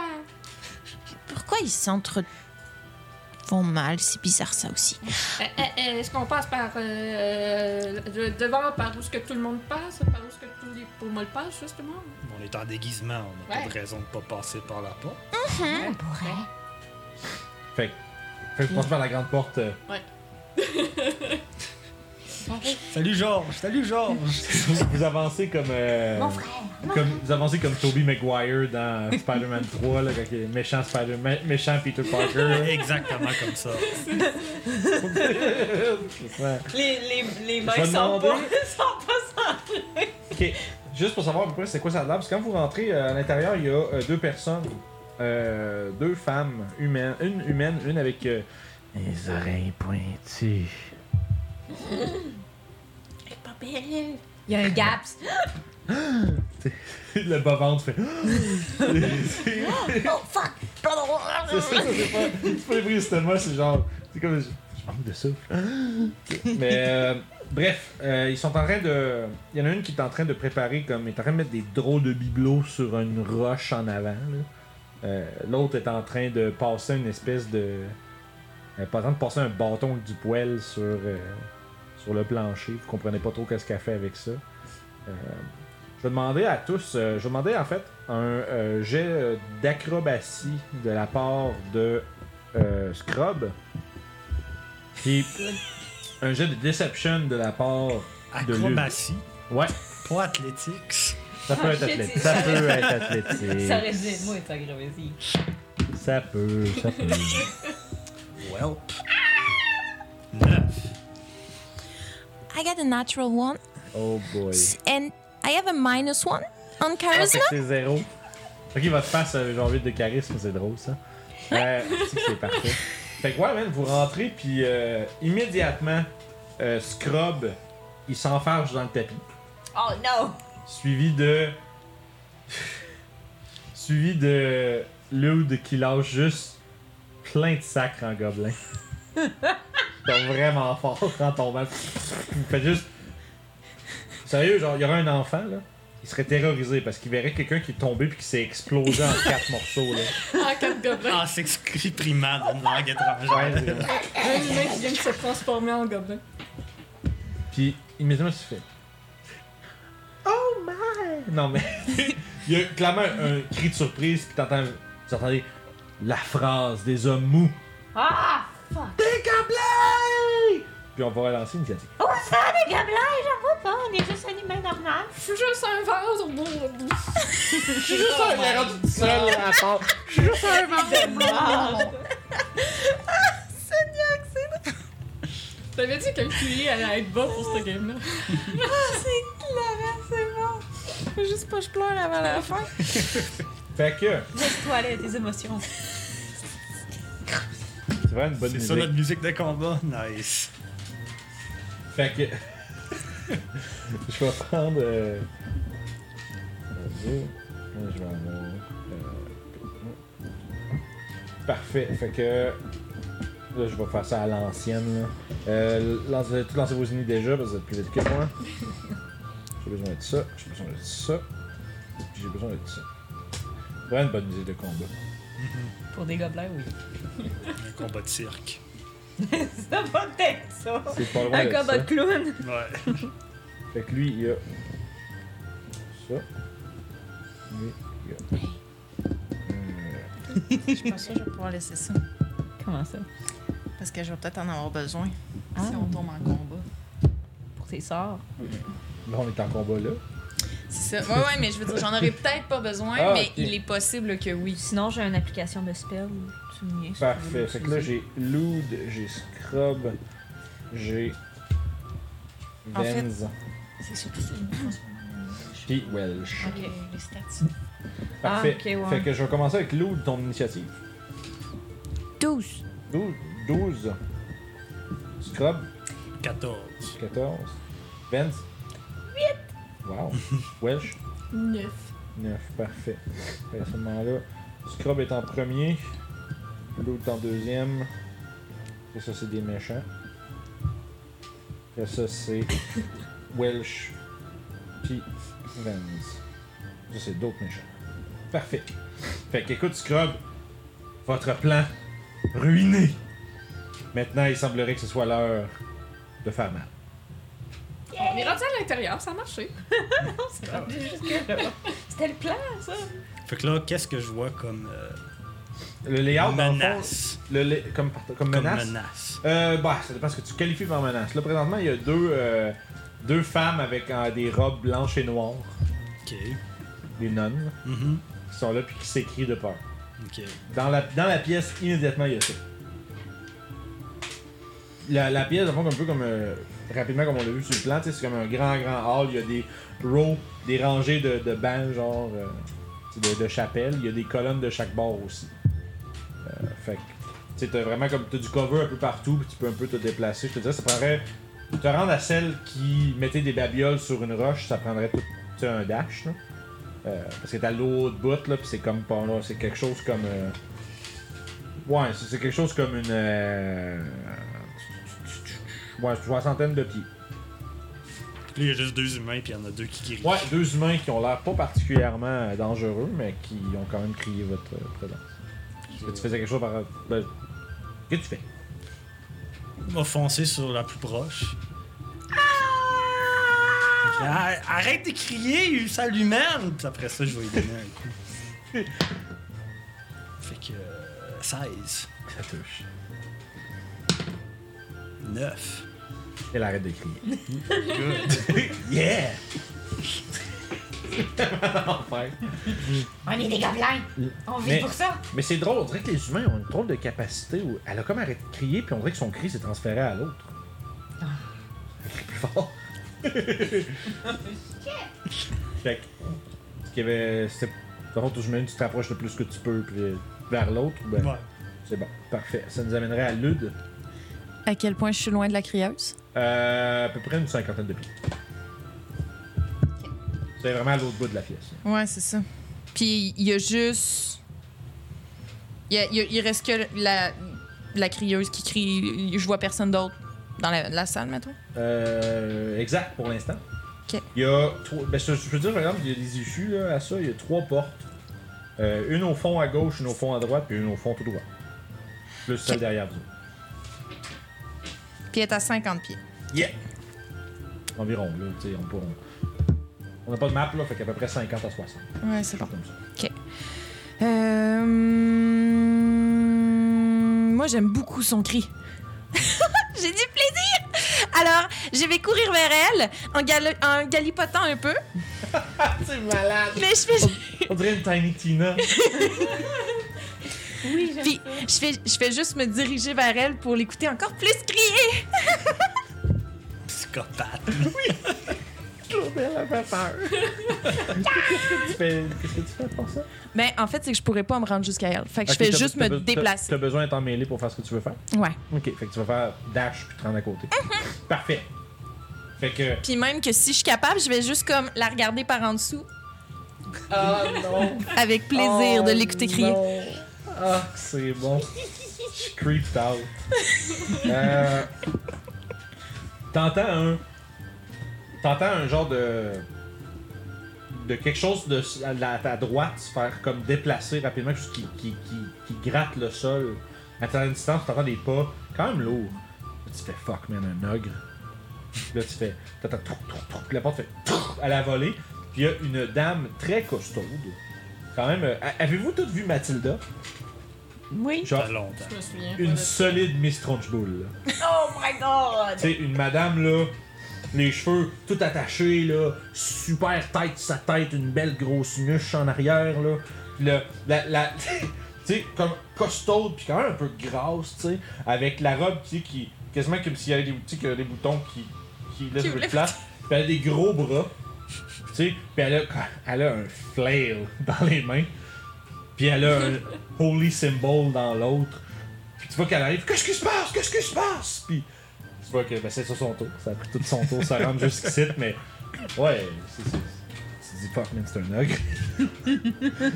pourquoi ils s'entre font mal, c'est bizarre ça aussi. Euh, euh, euh, Est-ce qu'on passe par euh, le devant, par où ce que tout le monde passe, par où ce que tous les poumons passent justement? On est en déguisement, on n'a Ouais. pas de raison de pas passer par la porte. hein, On pourrait. Fait que. Fait que je pense par la grande porte. euh, Salut Georges, salut Georges. vous avancez comme. euh, Mon frère. comme vous avancez comme Tobey Maguire dans euh, Spider-Man 3, là, quand il est méchant Spider-Man, méchant Peter Parker. là. Exactement comme ça. Je sens- Les, les, les Je mains vais sont pas, demander. sont pas sans. Ok, juste pour savoir à peu près c'est quoi ça a l'air, parce que quand vous rentrez euh, à l'intérieur, il y a euh, deux personnes, euh, deux femmes humaines, une humaine, une avec euh, les oreilles pointues. Il y a un gaps. Le bas-ventre fait. Oh, fuck. pas drôle. C'est ça, c'est pas, c'est pas les bruits d'estomac, c'est genre. C'est comme. Je, je manque de souffle. Mais euh, bref, euh, ils sont en train de. Il y en a une qui est en train de préparer, comme. est en train de mettre des drôles de bibelots sur une roche en avant. là. Euh, L'autre est en train de passer une espèce de. euh, pas en train de passer un bâton avec du poêle sur, euh, sur le plancher. Vous comprenez pas trop qu'est-ce qu'elle fait avec ça. Euh, je vais demander à tous, euh, je vais demander en fait un euh, jet euh, d'acrobatie de la part de euh, Scrub. Puis un jet de Deception de la part. De lune. Acrobatie, Ouais, pas athlétique. ça peut Ah, être shit, athlétique. il- Ça ça- peut être athlétique. Ça reste bien, moi, t'as gravesi. Ça peut, ça peut. Welp. Neuf. I got a natural one, Oh boy. and I have a minus one on Ah, charisma. fait que c'est zéro. Ok, votre face, euh, genre 8 de charisme, c'est drôle ça. Ouais, c'est que c'est parfait. Fait que ouais, man, vous rentrez, puis euh, immédiatement, euh, Scrub, il s'enfarge dans le tapis. Oh non! Suivi de. suivi de. Lude qui lâche juste plein de sacres en gobelin. Genre vraiment fort en tombant. Vous faites juste. Sérieux, genre, il y aurait un enfant là. Il serait terrorisé parce qu'il verrait quelqu'un qui est tombé puis qui s'est explosé en quatre morceaux là. En quatre gobelins. Ah, c'est exprimant d'une langue étrangère. Ouais, c'est- Un humain qui vient de se transformer en gobelin. Puis immédiatement, tu fais. Oh my! Non, mais. Il y a clairement un, un cri de surprise, puis t'entends. Vous entendez la phrase des hommes mous. Ah! Des gobelins! Puis on va relancer une initiative. Où ça, les gobelins? J'en vois pas. On est juste un humain normal. Je suis juste un verre. Je suis juste un rendu tout seul à part. Je suis juste un T'avais dit que le QI allait être bas pour ce game-là. Faut Juste pas que je pleure avant la fin. Fait que, Laisse-toi aller à tes émotions. c'est vraiment une bonne C'est ça musique. notre musique de combat? Nice. Fait que. je vais prendre. euh, euh, Je vais en avoir, euh, Parfait. Fait que. Là, je vais faire ça à l'ancienne. là. Euh, lance- vous avez tous lancé vos unis déjà parce que vous êtes plus vite que moi. J'ai besoin de ça. J'ai besoin de ça. puis J'ai besoin de ça. Vraiment une bonne musique de combat. Oh. Pour des gobelins, oui. Un combat de cirque. Ça va être ça! C'est pas loin Un de combat ça. de clown! Ouais. Fait que lui, il a. Ça. Lui, il a. Euh, Je pense que je vais pouvoir laisser ça. Comment ça? Parce que je vais peut-être en avoir besoin Ah. si on tombe en combat. Pour tes sorts. Là, on est en combat là. C'est ça. Ouais, ouais, mais je veux dire, j'en aurais peut-être pas besoin, Ah, mais ok. il est possible que oui. Euh, Sinon, j'ai une application de spell. Tu me niaises, tu veux Parfait. Fait que là, l'utiliser. j'ai Loud, j'ai Scrub, j'ai. En fait- Venz, C'est surtout ça. Ah, puis Welsh. Ok, les stats. Parfait. ok, ouais. Fait que je vais commencer avec Loud, ton initiative. 12. 12. 12. Scrub, 14. 14. Venz. 8. Wow. Welsh. Neuf. 9, parfait. Fait, À ce moment-là, Scrub est en premier, l'autre en deuxième. Et ça, c'est des méchants. Et ça, c'est Welsh, puis Vans. Ça, c'est d'autres méchants. Parfait. Fait qu'écoute, Scrub, votre plan ruiné. Maintenant, il semblerait que ce soit l'heure de faire mal. On est rendu à l'intérieur, ça a marché. Non, c'est rendu jusque-là. C'était le plan, ça! Fait que là, qu'est-ce que je vois comme euh, Le layout, dans le fond, menace? le lay- comme, comme Comme menace. menace. Euh, bah, ça dépend ce que tu qualifies par menace. Là, présentement, il y a deux, euh, deux femmes avec euh, des robes blanches et noires, Ok. des nonnes, Mhm. qui sont là puis qui s'écrient de peur. Ok. Dans la, dans la pièce, immédiatement, il y a ça. La, la pièce, en fond, un peu comme. euh, rapidement, comme on l'a vu sur le plan, tu sais, c'est comme un grand, grand hall. Il y a des rows, des rangées de, de bancs, genre. euh, tu sais, de, de chapelles. Il y a des colonnes de chaque bord aussi. Euh, fait que. Tu sais, t'as vraiment comme. T'as du cover un peu partout, puis tu peux un peu te déplacer. Je te dirais, ça prendrait. Te rendre à celle qui mettait des babioles sur une roche, ça prendrait tout tu sais, un dash, là. Euh, parce que t'as l'autre bout, là, puis c'est comme. pas- là, C'est quelque chose comme. euh, Ouais, c'est c'est quelque chose comme une. euh, Ouais, soixantaine de pieds. Là, il y a juste deux humains, puis il y en a deux qui guérissent. Ouais, deux humains qui ont l'air pas particulièrement euh, dangereux, mais qui ont quand même crié votre euh, présence. Est-ce que tu faisais quelque chose par. ben, Qu'est-ce que tu fais Il m'a foncé sur la plus proche. Ah! Fait que, Ah, Arrête de crier, ça l'humaine! Puis après ça, je vais lui donner un coup. fait que. euh, 16, Ça touche. 9. Elle arrête de crier. Good. yeah C'est tellement d'enfer. On est des gobelins. On vit Mais- pour ça. Mais c'est drôle, on dirait que les humains ont une drôle de capacité où elle a comme arrêté de crier, puis on dirait que son cri s'est transféré à l'autre. Ah. Elle crie plus fort. fait que- qu'il y avait. C'était. Par contre, je me dis, tu te rapproches le plus que tu peux, puis vers l'autre, ben. Ouais. C'est bon, parfait. Ça nous amènerait à Lude, À quel point je suis loin de la crieuse? euh, à peu près une cinquantaine de pieds. C'est vraiment à l'autre bout de la pièce. Ouais, c'est ça. Puis il y a juste. Il, y a- il y a- il reste que la, la crieuse qui crie. Je vois personne d'autre dans la, la salle, mettons. Euh, exact pour l'instant. Ok. Il y a trois. Ben, je, je peux dire, par exemple, il y a des issues là, à ça. Il y a trois portes. Euh, une au fond à gauche, une au fond à droite, puis une au fond tout droit. Plus celle Ok. derrière vous. Puis elle est à 50 pieds. Yeah! Environ, là, tu sais, on peut. On n'a pas de map, là, fait qu'à peu près 50 à 60. Ouais, c'est bon. Comme ça. Euh, Moi, j'aime beaucoup son cri. J'ai du plaisir! Alors, je vais courir vers elle en, gal- en galipotant un peu. Mais je fais, On dirait une Tiny Tina. Oui, j'aime Puis- ça. je, fais, je fais juste me diriger vers elle pour l'écouter encore plus crier. Psychopathe. Elle fait peur. Qu'est-ce que tu fais Qu'est-ce que tu fais pour ça? Ben, en fait, c'est que je pourrais pas me rendre jusqu'à elle. Fait que Ok, je fais t'as- juste t'as me be- t'as- déplacer. T'as besoin d'être mêlé pour faire ce que tu veux faire? Ouais. Ok, fait que tu vas faire dash puis te rendre à côté. Mm-hmm. Parfait. Fait que. Puis même que si je suis capable, je vais juste comme la regarder par en dessous Ah non! avec Oh, plaisir de l'écouter crier. Ah, c'est bon. Je suis creeped out. Euh, T'entends un. T'entends un genre de. De quelque chose de, à, la- à ta droite se faire comme déplacer rapidement, quelque chose qui, qui, qui, qui gratte le sol. À certaines distance, t'entends des pas quand même lourds. Là, tu fais fuck, man, un ogre. Là, tu fais. T'entends trou, trou, trou, puis la porte fait trou à la volée. Puis il y a une dame très costaude. Quand même. euh, a- Avez-vous toutes vu Mathilda? Oui. Genre, Pas longtemps. Je me souviens. pas une de- solide Miss Trunchbull. là. Oh my god! Tu sais, une madame, là, les cheveux tout attachés, là, super tête sa tête, une belle grosse nuche en arrière, là. Puis le- la, la- tu sais, comme costaude, puis quand même un peu grasse, tu sais, avec la robe, tu sais, qui, quasiment comme s'il y avait des, tu sais, que des boutons qui, qui laissent un peu de place. Puis elle a des gros bras, tu sais, puis elle a, elle a un flail dans les mains. Puis elle a un holy symbol dans l'autre. Puis tu vois qu'elle arrive, qu'est-ce qui se passe, qu'est-ce qui se passe? Puis tu vois que ben, c'est sur son tour. Ça a pris tout son tour, ça rentre jusqu'ici, mais ouais, c'est c'est- Tu te dis fuck, man, c'est un ogre.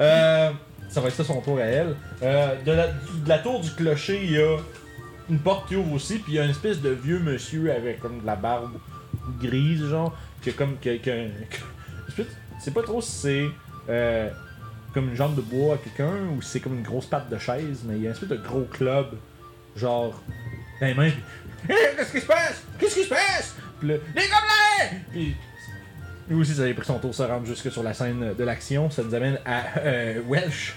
Euh, ça va être ça son tour à elle. Euh, de, la, de la tour du clocher, il y a une porte qui ouvre aussi, puis il y a une espèce de vieux monsieur avec comme de la barbe grise, genre, qui a comme. qui a- qui a- je sais- je sais pas trop si c'est. euh, comme une jambe de bois à quelqu'un ou si c'est comme une grosse patte de chaise, mais il y a une espèce de gros club, genre, dans les mains, puis, Hey, qu'est-ce qui se passe? Qu'est-ce qui se passe? Puis là, les gobelins! Puis, lui aussi, ça avait pris son tour, ça rentre jusque sur la scène de l'action. Ça nous amène à euh, Welsh.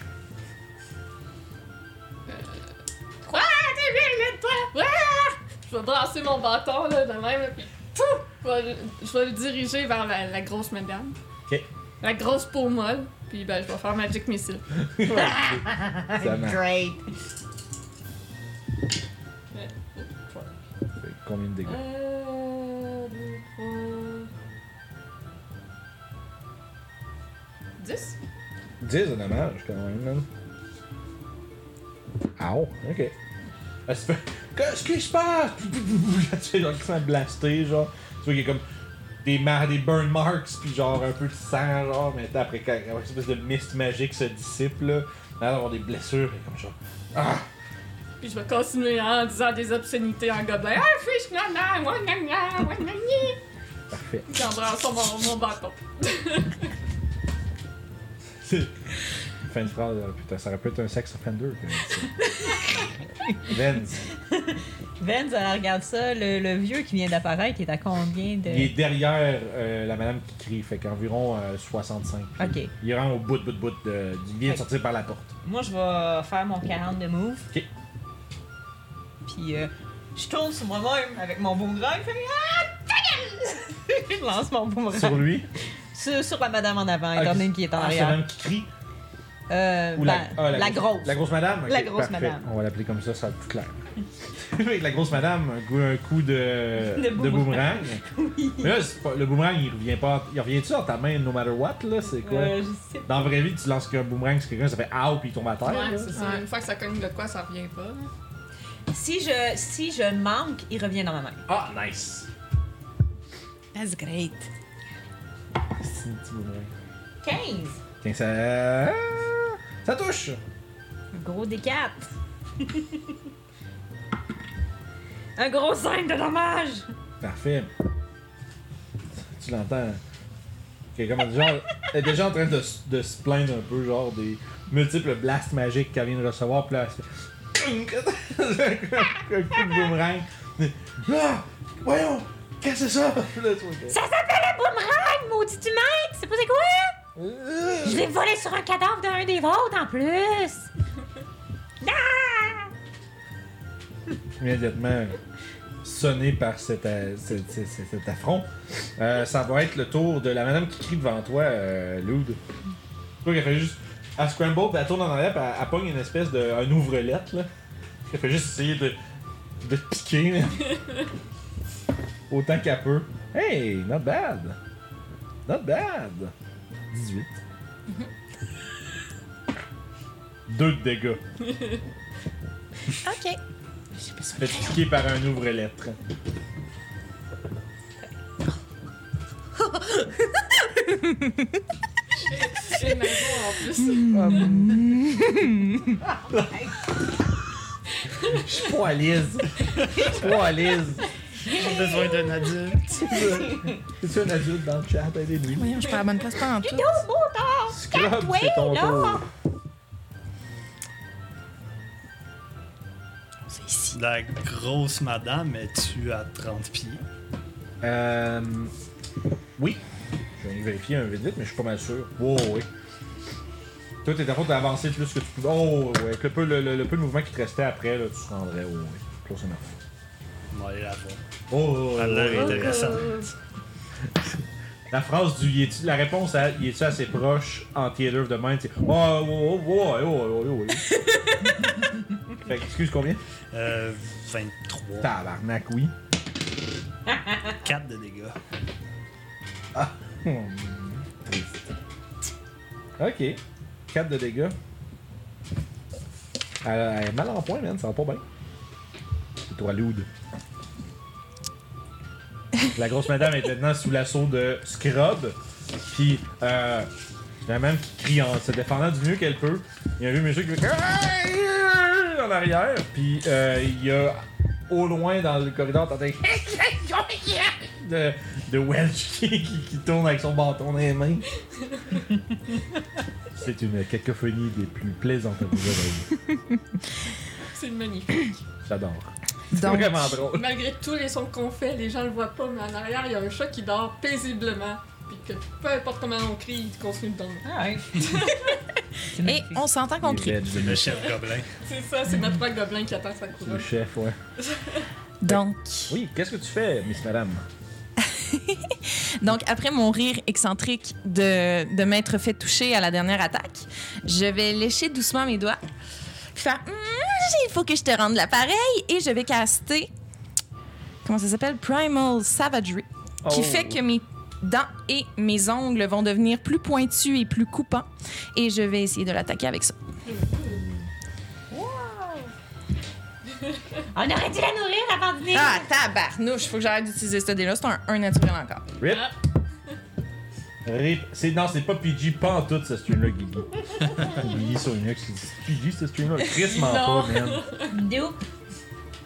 Ouais, Ah, t'es bien, de toi Ouais! Je vais brasser mon bâton, là, de même, là, puis pouf! Je vais, je vais le diriger vers la, la grosse madame. Ok. La grosse peau molle, puis ben, je vais faire Magic Missile. Ça marche. Great. Fait Combien de dégâts? Euh. deux, trois. 10? 10 de dommage, quand même, man. Ow! Ok. Elle se fait. Qu'est-ce qui se passe? tu fais genre qui s'est blasté, genre. Tu vois qu'il est comme. des, mar- des burn marks, puis genre un peu de sang, genre, mais t'as- après, quand une espèce de mist magique se dissipe, là, elle va avoir des blessures, et comme genre, ah, Puis je vais continuer hein, en disant des obscénités en gobelin. Ah, fish, nan, nan, ouin, nan, nan, ouin, nan, nan. parfait. Puis en brassant mon, mon bâton. Fin de phrase, ah, putain, ça aurait pu être un sex offender. Que, ça. Vens, Venz, elle regarde ça, le, le vieux qui vient d'apparaître, il est à combien de. il est derrière euh, la madame qui crie, fait qu'environ euh, 65. pieds. Ok. Il rentre au bout, bout, bout, de, il vient de sortir par la porte. Moi, je vais faire mon 40 de move. Ok. Puis, euh, je tourne sur moi-même avec mon boomerang. Puis, ah, ta gueule! je lance mon Sur boomerang. lui, Sur, sur la madame en avant, étant Ah, donné qu'il est en ah, c'est la arrière. madame qui crie. Euh, Ou ben, ah, la grosse. La grosse madame? Ok, La grosse parfait. madame. On va l'appeler comme ça, ça va être plus clair. Avec la grosse madame, un coup, un coup de, De de boomerang. Mais là, c'est pas- le boomerang, il revient pas. Il revient-tu dans ta main, no matter what, là? C'est quoi? Euh, je sais Dans la vraie vie, tu lances un boomerang sur quelqu'un, ça fait out puis il tombe à terre. là. Ouais, c'est ça. Une fois que ça cogne de quoi, ça revient pas. pas. Si je, si je le manque, il revient dans ma main. Ah, nice! That's great. C'est un petit boomerang. 15! Tiens, ça. Ça touche! Un gros D4. Un gros 5 de dommage! Parfait. Tu l'entends. qui est comme déjà, elle est déjà en train de, s- de se plaindre un peu, genre des multiples blasts magiques qu'elle vient de recevoir. Puis là, elle se fait. un coup de boomerang. Ah! Voyons! Qu'est-ce que c'est ça? Puis là, tu vois que- Ça s'appelle un boomerang, maudit humain! Tu sais pas c'est quoi? Euh, Je l'ai volé sur un cadavre d'un des vôtres en plus! immédiatement sonné par cet, euh, cet- cet- cet- cet affront. Euh, ça va être le tour de la madame qui crie devant toi, euh, Lude. Toi, elle fait juste. Elle scramble, puis elle tourne en arrière, puis elle, elle pogne une espèce de. un ouvrelette, là. Elle fait juste essayer de. de te piquer, là. Autant qu'elle peut. Hey, not bad! Not bad! 18. 2 de dégâts. OK. Fait piquer par un ouvre-lettre. J'ai une raison en plus. Je poilise. Je poilise. J'ai besoin d'un adulte. C'est un adulte dans le chat, aidez-lui. Voyons, je suis pas la bonne place, pas en tout. Scrub, c'est ton tour. C'est ici. La grosse madame es-tu à 30 pieds? Euh, oui. Je vais aller vérifier un vite, vite, mais je suis pas mal sûr. Wow, oui. Toi, t'es en train d'avancer plus que tu peux. Oh, ouais. Avec le peu, le, le- le peu de mouvement qui te restait après, là, tu te rendrais. Oh, oui. Close enough. On va aller la voir. Oh, Elle a l'air ouais. intéressante. La phrase du y est-tu- la réponse à y est-tu assez proche en theater of the mind, c'est oh oh oh oh oh oh oh, oh. Fait que, excuse combien Euh, 23. Tabarnak, oui. 4 de dégâts. Hmm, triste. Ok, 4 de dégâts. Elle, elle est mal en point, man, ça va pas bien. C'est toi, Loud. La grosse madame est maintenant sous l'assaut de Scrub. Puis, euh, la même qui crie en se défendant du mieux qu'elle peut. Il y a un vieux monsieur qui fait Aïe en arrière. Puis, euh, il y a au loin dans le corridor, t'entends de, de Welch qui, qui- qui tourne avec son bâton dans les mains. C'est une cacophonie des plus plaisantes à vous oreilles. C'est magnifique. J'adore. C'est Donc, vraiment drôle. Malgré tous les sons qu'on fait, les gens le voient pas, mais en arrière, il y a un chat qui dort paisiblement. Puis que peu importe comment on crie, il continue de dormir. Ah ouais. et on s'entend qu'on crie. Il est raide, C'est le chef gobelin. C'est ça, c'est notre roi gobelin qui attend sa Le couronne. chef, ouais. Donc, Oui, qu'est-ce que tu fais, Miss Madame? donc, après mon rire excentrique de, de m'être fait toucher à la dernière attaque, je vais lécher doucement mes doigts, faire Hum, il faut que je te rende l'appareil et je vais caster. Comment ça s'appelle Primal Savagery, qui Oh. fait que mes dents et mes ongles vont devenir plus pointus et plus coupants. Et je vais essayer de l'attaquer avec ça. On aurait dû la nourrir avant de venir. Ah, tabarnouche, faut que j'arrête d'utiliser ce dé-là. C'est un 1 naturel encore. Rip. Ah. Rip. C'est, non, c'est pas PG, pas en tout ce stream-là, Guigui. Guigui sur Linux, il dit PG ce stream-là. Tristement Non. pas, man. D'où?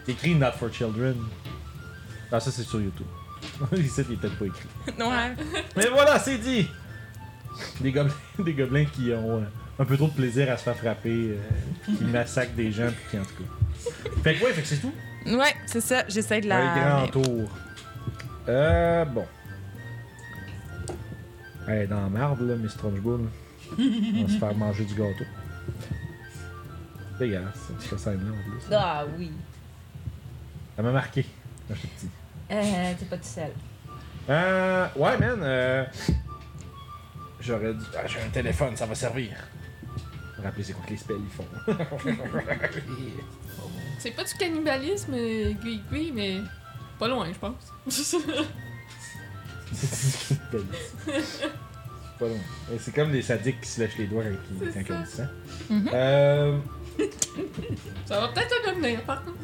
Écrit Not for Children. Ah, ça, c'est sur YouTube. Ici, il est peut-être pas écrit. Non, hein? Mais voilà, c'est dit! Des gobelins, des gobelins qui ont euh, un peu trop de plaisir à se faire frapper, euh, qui massacrent des gens, puis qui, en tout cas. Fait que ouais, fait que c'est tout. Ouais, c'est ça, j'essaie de Un la. grand tour. Euh, bon. Elle est dans la marde, là, Miss Trunchbull. On va se faire manger du gâteau. Dégueulasse, cette scène-là, en plus. Ah oui. Elle m'a marqué quand j'étais petit. Euh, t'es pas tout seul. Euh, ouais, man. Euh, J'aurais dû. Ah, j'ai un téléphone, ça va servir. Rappelez, c'est quoi que les spells ils font. C'est pas du cannibalisme, euh, Gui Gui, mais pas loin, je pense. C'est pas long. Mais C'est comme des sadiques qui se lèchent les doigts quand ils- C'est quand ils disent ça. Mhm. Euh, Ça va peut-être le devenir, par contre.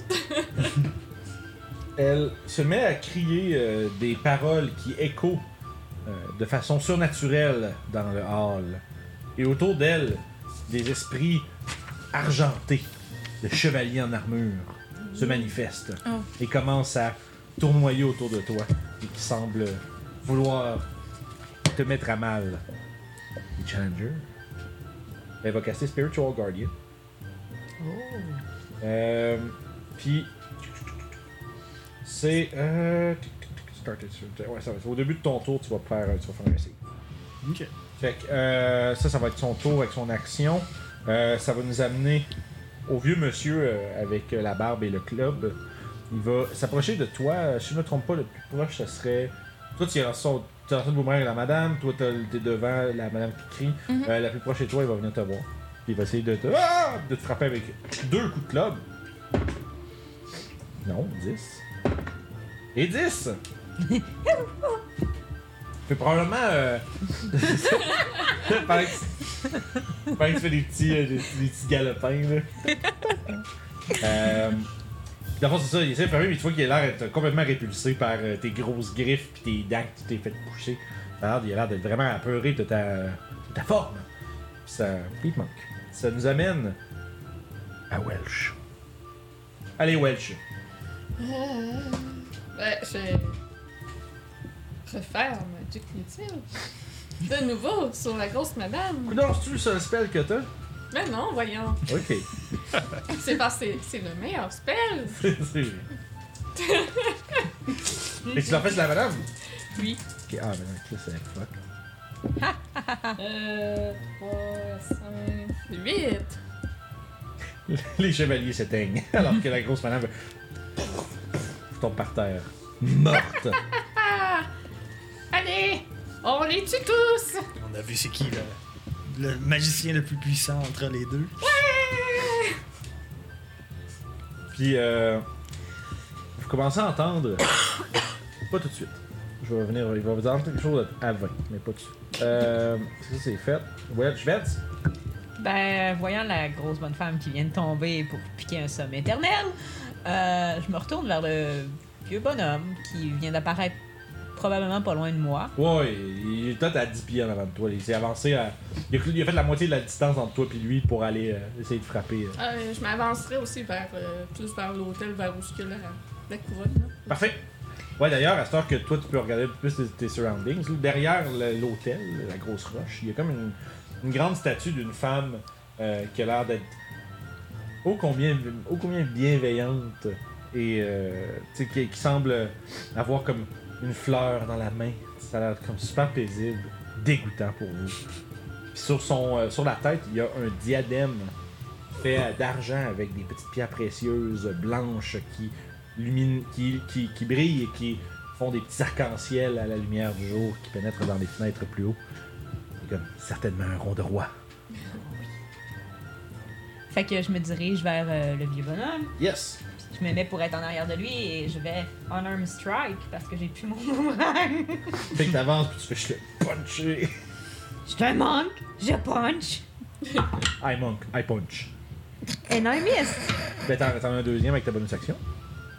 elle se met à crier euh, des paroles qui échoent euh, de façon surnaturelle dans le hall. Et autour d'elle, des esprits argentés, de chevaliers en armure, se manifestent Oh. et commencent à tournoyer autour de toi et qui semblent vouloir te mettre à mal. Les Challenger, elle va caster Spiritual Guardian. Euh, Puis c'est. Euh... tic, tic, tic, started sur- Ouais, ça va être- Au début de ton tour, tu vas faire, euh, tu vas faire un save. Ok. Fait que euh, ça, ça va être son tour avec son action. Euh, ça va nous amener au vieux monsieur euh, avec euh, la barbe et le club. Il va s'approcher de toi. Euh, Si je ne me trompe pas, le plus proche, ce serait. Toi, tu es en son- tu es en train de boomerang la madame. Toi, t'as- t'es devant la madame qui crie. Euh, la plus proche de toi, il va venir te voir. Puis il va essayer de te, Ah! de te frapper avec deux coups de club. Non, 10. Et 10! Fait probablement. Euh... pendant, que tu... pendant que tu fais des petits, euh, des, des petits galopins, là. euh... puis D'abord, c'est ça, il essaie de frapper, mais tu vois qu'il a l'air d'être complètement répulsé par euh, tes grosses griffes puis tes dents que tu t'es fait pousser. Ça a l'air- Il a l'air d'être vraiment apeuré de ta, de ta forme. Puis ça. Il te manque. Ça nous amène à Welsh. Allez, Welsh. Euh, Ouais, je. Refaire ma duc inutile. De nouveau, sur la grosse madame. Non, c'est-tu le seul spell que t'as? Mais non, voyons. Ok. C'est parce que c'est- c'est le meilleur spell. C'est vrai. Et tu l'as fait de la madame? Oui. Ok, ah, mais non, Chris, c'est fuck. Euh. 3, 5, 8. Les chevaliers s'éteignent, alors que la grosse madame tombe par terre. Morte! Allez, on les tue tous. On a vu c'est qui le, le magicien le plus puissant entre les deux. Puis, euh, vous commencez à entendre. pas tout de suite. Je vais revenir, il va vous entendre quelque chose à 20, mais pas tout de suite. Euh, ça, c'est fait. Wedge Vets, Ben, voyant la grosse bonne femme qui vient de tomber pour piquer un somme éternel, euh, je me retourne vers le vieux bonhomme qui vient d'apparaître probablement pas loin de moi. Ouais, il est peut-être à 10 pieds en avant de toi. Il s'est avancé à. Il a, il a fait la moitié de la distance entre toi et lui pour aller euh, essayer de frapper. euh. Euh, je m'avancerai aussi vers. euh, plus vers l'hôtel, vers où est-ce que la, la couronne, là. Parfait! Ouais, d'ailleurs, à cette heure que toi tu peux regarder un peu plus tes, tes surroundings, derrière le- l'hôtel, la grosse roche, il y a comme une, une grande statue d'une femme euh, qui a l'air d'être ô combien, ô combien bienveillante et euh, tu sais, qui, qui semble avoir comme une fleur dans la main. Ça a l'air comme super paisible, dégoûtant pour vous. Puis sur, son, euh, sur la tête, il y a un diadème fait euh, d'argent avec des petites pierres précieuses blanches qui, luminent, qui, qui, qui brillent et qui font des petits arcs-en-ciel à la lumière du jour qui pénètre dans les fenêtres plus haut. C'est comme certainement un rond de roi. Fait que je me dirige vers euh, le vieux bonhomme. Yes! Je me mets pour être en arrière de lui et je vais Unarmed Strike parce que j'ai plus mon boomerang. Fait que t'avances puis tu fais je le puncher. Je te manque, je punch. I monk, I punch. And I miss. Ben t'en t'en as un deuxième avec ta bonus action.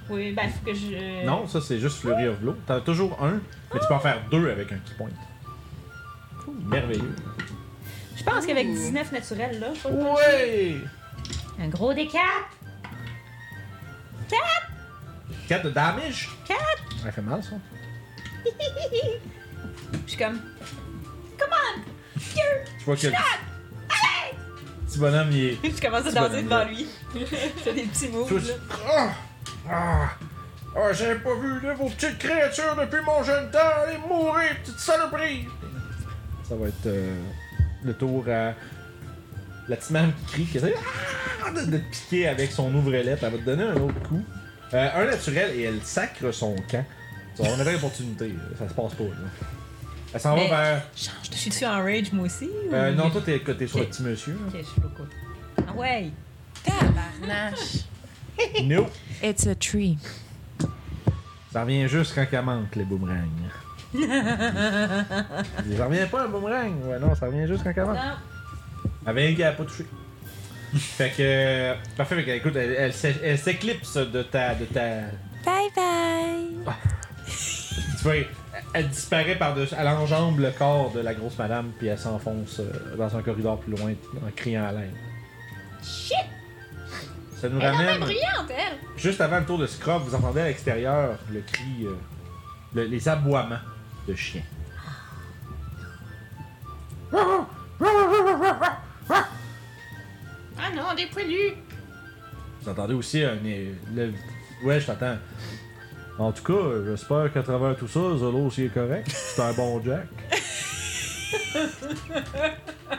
Oui, ben, faut que je. Non, ça c'est juste Flurry of Blow. T'en as toujours un, mais tu peux en faire deux avec un key point. Merveilleux. Je pense qu'avec 19 naturels, là, je vais le Ouais! Un gros décap! 4 de damage? Quatre. Ça fait mal ça. puncher. Je suis comme. Tu vois que. le Petit bonhomme, il est. Je commence à Tu vas danser devant lui. Je fais des petits moves, Tous- là. Ah! Ah! Ah, j'avais pas vu de vos petites créatures depuis mon jeune temps! Allez mourir, petite saloperie! Ça va être euh, le tour à la petite mère qui crie, qui essaie ah, de, de te piquer avec son ouvrelette. Elle va te donner un autre coup. Euh, un naturel et elle sacre son camp. Ça, on avait l'opportunité, euh, ça se passe pas. là. Elle s'en Mais- va vers. Je suis-tu en rage, moi aussi? ou- Euh, non, toi, t'es côté sur le petit monsieur. Ok, je suis beaucoup. Ah ouais! Tabarnache. là. Nope! It's a tree. Ça revient juste quand elle manque, les boomerangs. ça revient pas, un boomerang. Ouais, non, ça revient juste quand elle manque. Non! Elle vient qu'elle a pas touché. fait que. euh, Parfait, fait que, écoute, elle, elle s'é- elle s'éclipse de ta, de ta. Bye bye. Tu vois, elle- elle disparaît par-dessus. Elle enjambe le corps de la grosse madame, puis elle s'enfonce euh, dans un corridor plus loin en criant à l'aide. Shit! Ça nous Elle est ramène. même brillante, elle! Juste avant le tour de Scrub, vous entendez à l'extérieur le cri, euh, le- les aboiements de chiens. Ah non, des poilus! Vous entendez aussi un. é- le- Ouais, je t'entends. En tout cas, euh, j'espère qu'à travers tout ça, Zolo aussi est correct. C'est un bon Jack.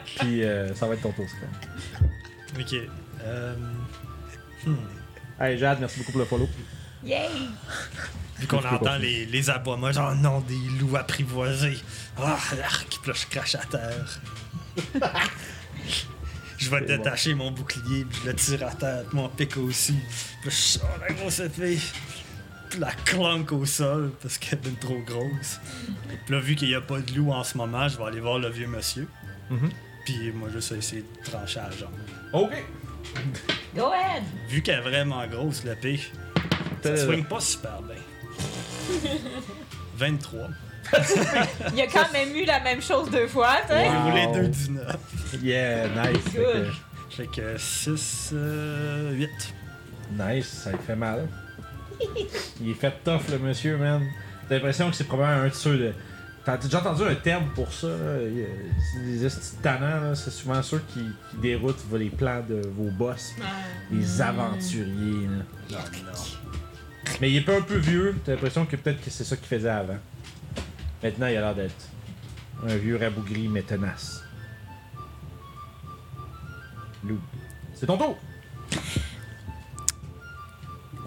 Puis euh, ça va être ton tour, Scrub. Ok. Euh, hmm. Hey Jade, merci beaucoup pour le follow. Yay! Vu qu'on Je peux pas entend les, les aboiements, genre non, des loups apprivoisés. Ah, l'arc, puis là, je crache à terre. je vais C'est détacher mon bouclier, puis je le tire à terre, puis mon pic aussi. Puis je sors la grosse épée, puis la clanque au sol, parce qu'elle est trop grosse. Puis là, vu qu'il n'y a pas de loup en ce moment, je vais aller voir le vieux monsieur. Mhm. Puis moi, je vais essayer de trancher à la jambe. Ok. Go ahead! Vu qu'elle est vraiment grosse, l'épée, ça swing pas super bien. 23. Il y a quand même eu la même chose deux fois, tu sais. Wow. Vous les deux 19. Yeah, nice. Fait que- Fait que euh, 6, 8. Nice, ça lui fait mal. Il est fait tough, le monsieur, man. T'as l'impression que c'est probablement un de ceux de. T'as t'as déjà entendu un terme pour ça? là? Il y a- C'est des estis de tannants, là. C'est souvent ceux qui, qui déroutent vos- les plans de vos boss, Euh, les aventuriers, là. Non, non. Mais il est pas un peu vieux, t'as l'impression que peut-être que c'est ça qu'il faisait avant. Maintenant, il a l'air d'être un vieux rabougri mais tenace. Lou. C'est ton tour!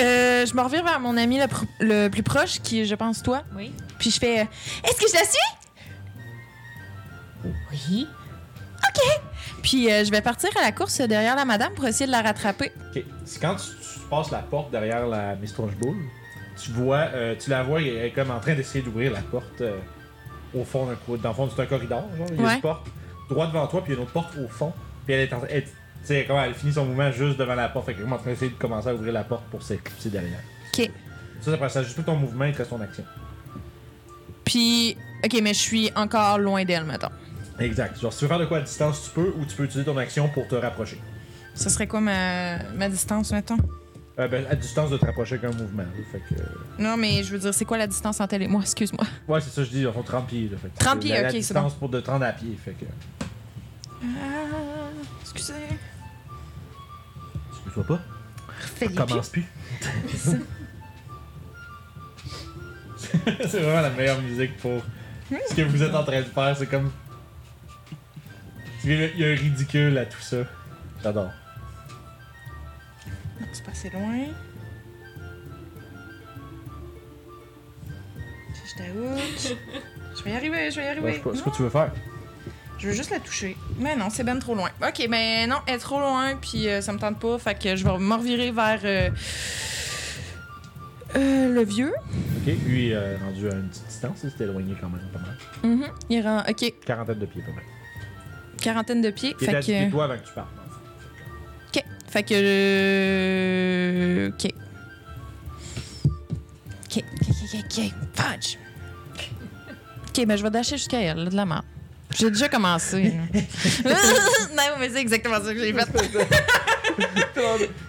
Euh, je me reviens vers mon ami le, pr- le plus proche, qui est, je pense, toi. Oui. Puis je fais euh, Est-ce que je la suis Oui. Puis euh, je vais partir à la course derrière la madame pour essayer de la rattraper. Ok, c'est quand tu, tu passes la porte derrière la Miss Trunchbull, tu vois, euh, tu la vois, elle est comme en train d'essayer d'ouvrir la porte euh, au fond d'un cou- dans le fond c'est un corridor, genre il y a Ouais. une porte droit devant toi, puis il y a une autre porte au fond, puis elle est en train, elle- tu sais, comme elle finit son mouvement juste devant la porte, fait qu'elle est en train d'essayer de commencer à ouvrir la porte pour s'éclipser derrière. Ok. Ça, ça prend ça juste tout ton mouvement et que ton action. Puis, ok, mais je suis encore loin d'elle, mettons. Exact. Genre, si tu veux faire de quoi à distance, tu peux, ou tu peux utiliser ton action pour te rapprocher. Ça serait quoi ma, ma distance, mettons Euh, ben, à distance de te rapprocher qu'un mouvement, là, fait que. euh, Non, mais je veux dire, c'est quoi la distance entre elle et moi Excuse-moi. Ouais, c'est ça, je dis, ils font 30 pieds. Là, fait que 30 pieds, la- la ok, c'est distance pour de 30 à pied. Fait que. Ah, excusez. Excuse-toi pas. Fais des Commence plus. c'est vraiment la meilleure musique pour ce que vous êtes en train de faire. C'est comme. Il y a- il y a un ridicule à tout ça. J'adore. Non, c'est pas assez loin. Je t'avoue. Je vais y arriver, je vais y Ouais, je arriver. sais pas, ce Non. que tu veux faire. Je veux juste la toucher. Mais non, c'est ben trop loin. Ok, ben non, elle est trop loin, puis euh, ça me tente pas. Fait que je vais me revirer vers euh, euh, le vieux. Ok, lui il est rendu à une petite distance, il s'est éloigné quand même pas mal. Mhm. Il est rend... Ok, Quarantaine de pieds pas mal. quarantaine de pieds. Il Fait était à dix pieds que... de toi avant que tu partes. Ok. Fait que... euh, Ok. ok, fudge. Ok, ben je vais dasher jusqu'à elle, là, de la merde. J'ai déjà commencé. là. non, mais c'est exactement ça que j'ai fait.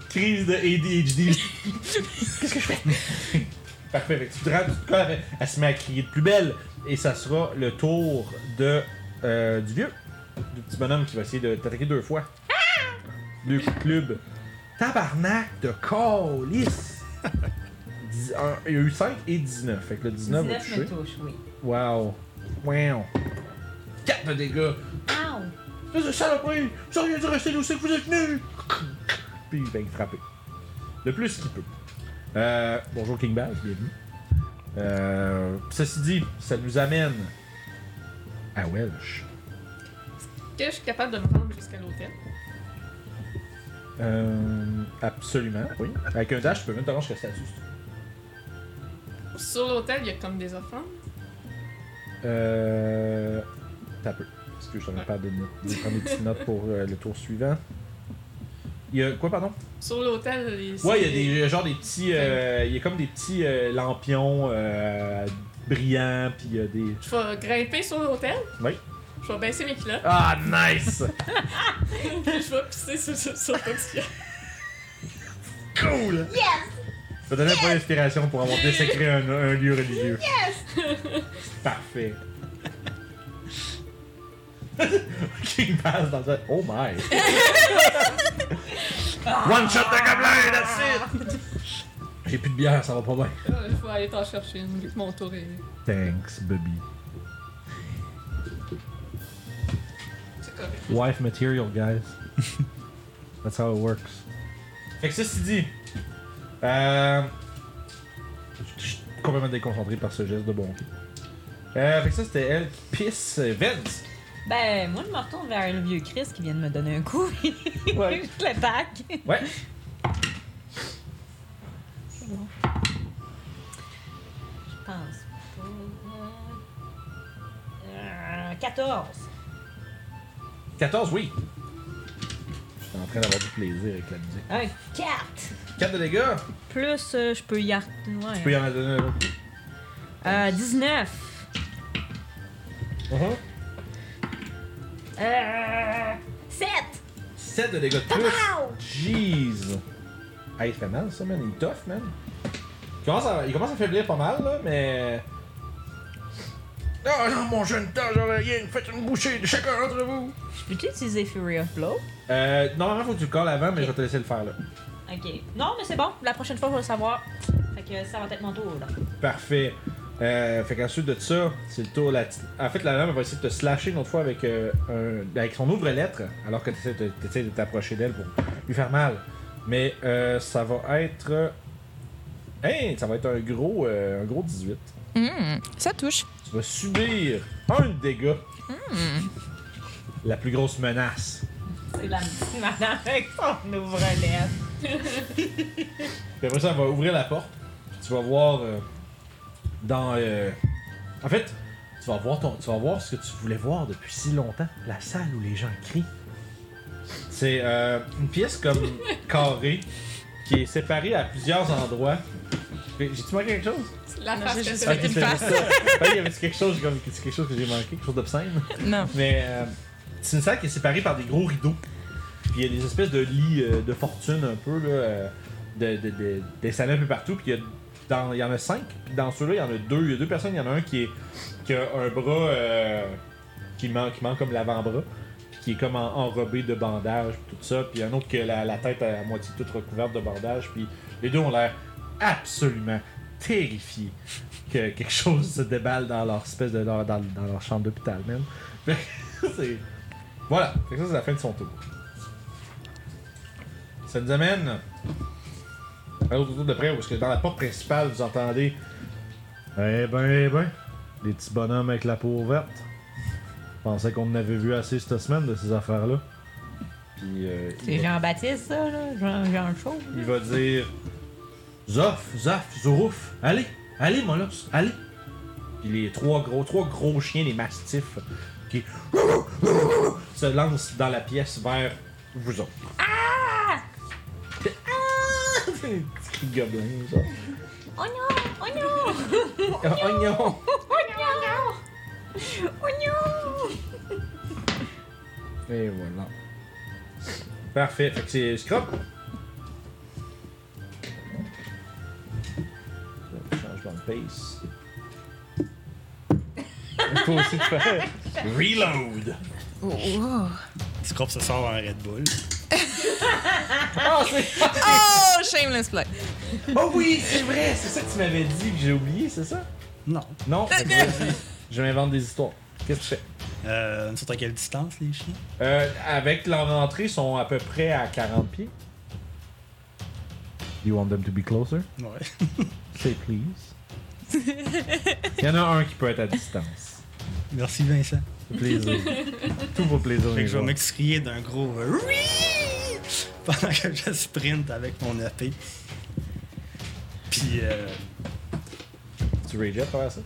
Crise de ADHD. Qu'est-ce que je fais? Parfait, fait que tu te rends, tu te colles, elle se met à crier de plus belle. Et ça sera le tour de euh, du vieux. Du petit bonhomme qui va essayer de t'attaquer deux fois. Ah! Le club. Tabarnak de colis! Il y a eu 5 et 19. Fait que le 19 va 19 me toucher. touche, oui. Wow. Wow. 4 de dégâts. Ow! Espèce de saloperie! Ça aurait dû rester où c'est que vous êtes venus! Puis il va être frappé. Le plus qu'il peut. Euh, bonjour King Bass, bienvenue. Euh, ceci dit, ça nous amène à Welsh. que je suis capable de me rendre jusqu'à l'hôtel? Euh, absolument, oui. Avec un dash, tu peux même te rendre jusqu'à Status. Sur l'hôtel, il y a comme des offrandes. Euh. T'as peu. Parce que je suis en train de, de- de prendre des petites notes pour euh, le tour suivant. Il y a quoi, pardon? Sur l'hôtel, les- Ouais, il y a des il y a genre des petits. euh, il y a comme des petits euh, lampions euh, brillants, puis il y a des. Je vais grimper sur l'hôtel. Oui. Je vais baisser mes culottes. Ah, nice! puis je vais pisser sur, sur, sur ton petit culotte. cool! Yes! Ça donnait pas d'inspiration pour avoir désécré un, un lieu religieux. Yes! Parfait. King passe dans un. Oh my! One shot de gobelin, that's it! J'ai plus de bière, ça va pas bien. Euh, Je vais aller t'en chercher une vu que mon tour est. Thanks, baby. C'est correct. Wife material, guys. That's how it works. Fait que ceci dit, euh, je suis complètement déconcentré par ce geste de bonté. Euh, fait que ça, c'était elle qui pisse euh, Vince. Ben, moi, je me retourne vers le vieux Chris qui vient de me donner un coup. Ouais. je l'attaque. Ouais. Je pense. pas. Euh, 14. 14, oui. J'étais en train d'avoir du plaisir avec la musique. Un 4. 4 de dégâts. Plus, euh, je peux y art- ouais. Tu peux y en donner un autre. Euh, 19. Mhm. Euh, 7. 7 de dégâts de plus. Jeez. Ah, il fait mal ça, man. Il est tough, man. Il commence à, il commence à faiblir pas mal, là, mais. Ah non, mon jeune tas, j'aurais rien. Faites une bouchée de chacun d'entre vous. Je peux-tu utiliser Fury of Blow? Euh, normalement, faut que tu le colles avant, mais je vais te laisser le faire, là. Ok. Non, mais c'est bon. La prochaine fois, je vais le savoir. Fait que ça va être mon tour, là. Parfait. Euh, fait qu'ensuite de ça, c'est le tour. La... En fait, la lame elle va essayer de te slasher une autre fois avec, euh, un- avec son ouvre-lettre, alors que tu essaies de t'essaies de t'approcher d'elle pour lui faire mal. Mais euh, ça va être. Hey, ça va être un gros, euh, un gros 18. Hmm, ça touche. Tu vas subir un de dégâts. La plus grosse menace. C'est la petite madame avec son ouvre-lèvre. Puis après ça, elle va ouvrir la porte. Puis tu vas voir euh, dans. euh, En fait, tu vas, voir ton... tu vas voir ce que tu voulais voir depuis si longtemps. La salle où les gens crient. C'est euh, une pièce comme carrée qui est séparée à plusieurs endroits. J'ai-tu manqué quelque chose? Ah, La Non, face j'ai que juste ça fait fait. une c'est face. ça. Ouais, Il y avait quelque chose, comme... c'est quelque chose que j'ai manqué, quelque chose d'obscène. Non. Mais euh, c'est une salle qui est séparée par des gros rideaux. Puis il y a des espèces de lits euh, de fortune un peu, là, euh, de, de, de- des salons un peu partout. Puis il y, a dans- il y en a cinq. Puis dans ceux-là, il y en a deux. Il y a deux personnes. Il y en a un qui, est, qui a un bras euh, qui, manque, qui manque comme l'avant-bras. Puis qui est comme en- enrobé de bandages, puis tout ça. Puis un autre qui a la, la tête à, moitié toute recouverte de bandages. Puis les deux ont l'air absolument terrifiés que quelque chose se déballe dans leur espèce de leur- dans, dans leur chambre d'hôpital même. Fait que c'est- Voilà, Fait que ça c'est la fin de son tour. Ça nous amène à l'autre tour de près, parce que dans la porte principale, vous entendez Eh ben, eh ben, les petits bonhommes avec la peau verte. Je pensais qu'on en avait vu assez cette semaine de ces affaires-là. Puis euh, il, C'est va, Jean-Baptiste, ça, là. Jean, Jean Chaud. il va dire Zof, Zaf, Zourouf, allez, allez, Molos, allez. Puis les trois gros, trois gros chiens, les mastifs, qui se lancent dans la pièce vers vous autres. Ah! Ah! C'est un petit cri de gobelin, ça. oh Oh, Oignon! oh Et voilà. Parfait. Fait que c'est Scrop. Je change dans le pace. Faut aussi te faire. Reload! Scrop se sort un Red Bull. Ah, c'est- Oh, shameless play. oh oui, c'est vrai! C'est ça que tu m'avais dit que j'ai oublié, c'est ça? Non. Non? Fait que vas-y, Je m'invente des histoires. Qu'est-ce que tu fais? Euh, ils sont à quelle distance, les chiens? Euh, avec leur entrée, ils sont à peu près à 40 pieds. You want them to be closer? Ouais. Say please. Il y en a un qui peut être à distance. Merci, Vincent. Plaisir. Tout pour plaisir. Fait les que je vais gens. m'excrier d'un gros euh, oui pendant que je sprint avec mon épée. Puis, euh, Tu rage à travers ça?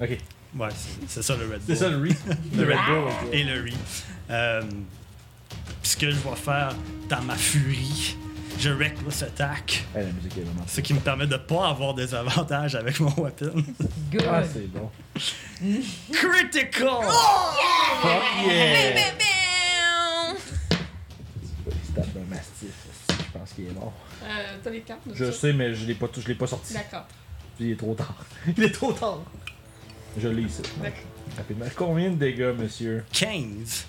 Ok. ouais, c'est- c'est ça le Red Bull. C'est ça le re. le Red Ah, Bull et le riz. Euh, puis ce que je vais faire dans ma furie, je reckless attack, Eh, la musique est vraiment. ce qui me permet de pas avoir des avantages avec mon weapon. Good. Ah, c'est bon. Critical! Fuck yeah! Bam, bam. Il se tape d'un mastif. Je pense qu'il est mort. Euh, T'as les cartes, de Je ça? sais, mais je l'ai pas, tou- je l'ai pas sorti. D'accord. Il est trop tard. Il est trop tard. Je l'ai ici. D'accord. Rapidement. Combien de dégâts, monsieur? 15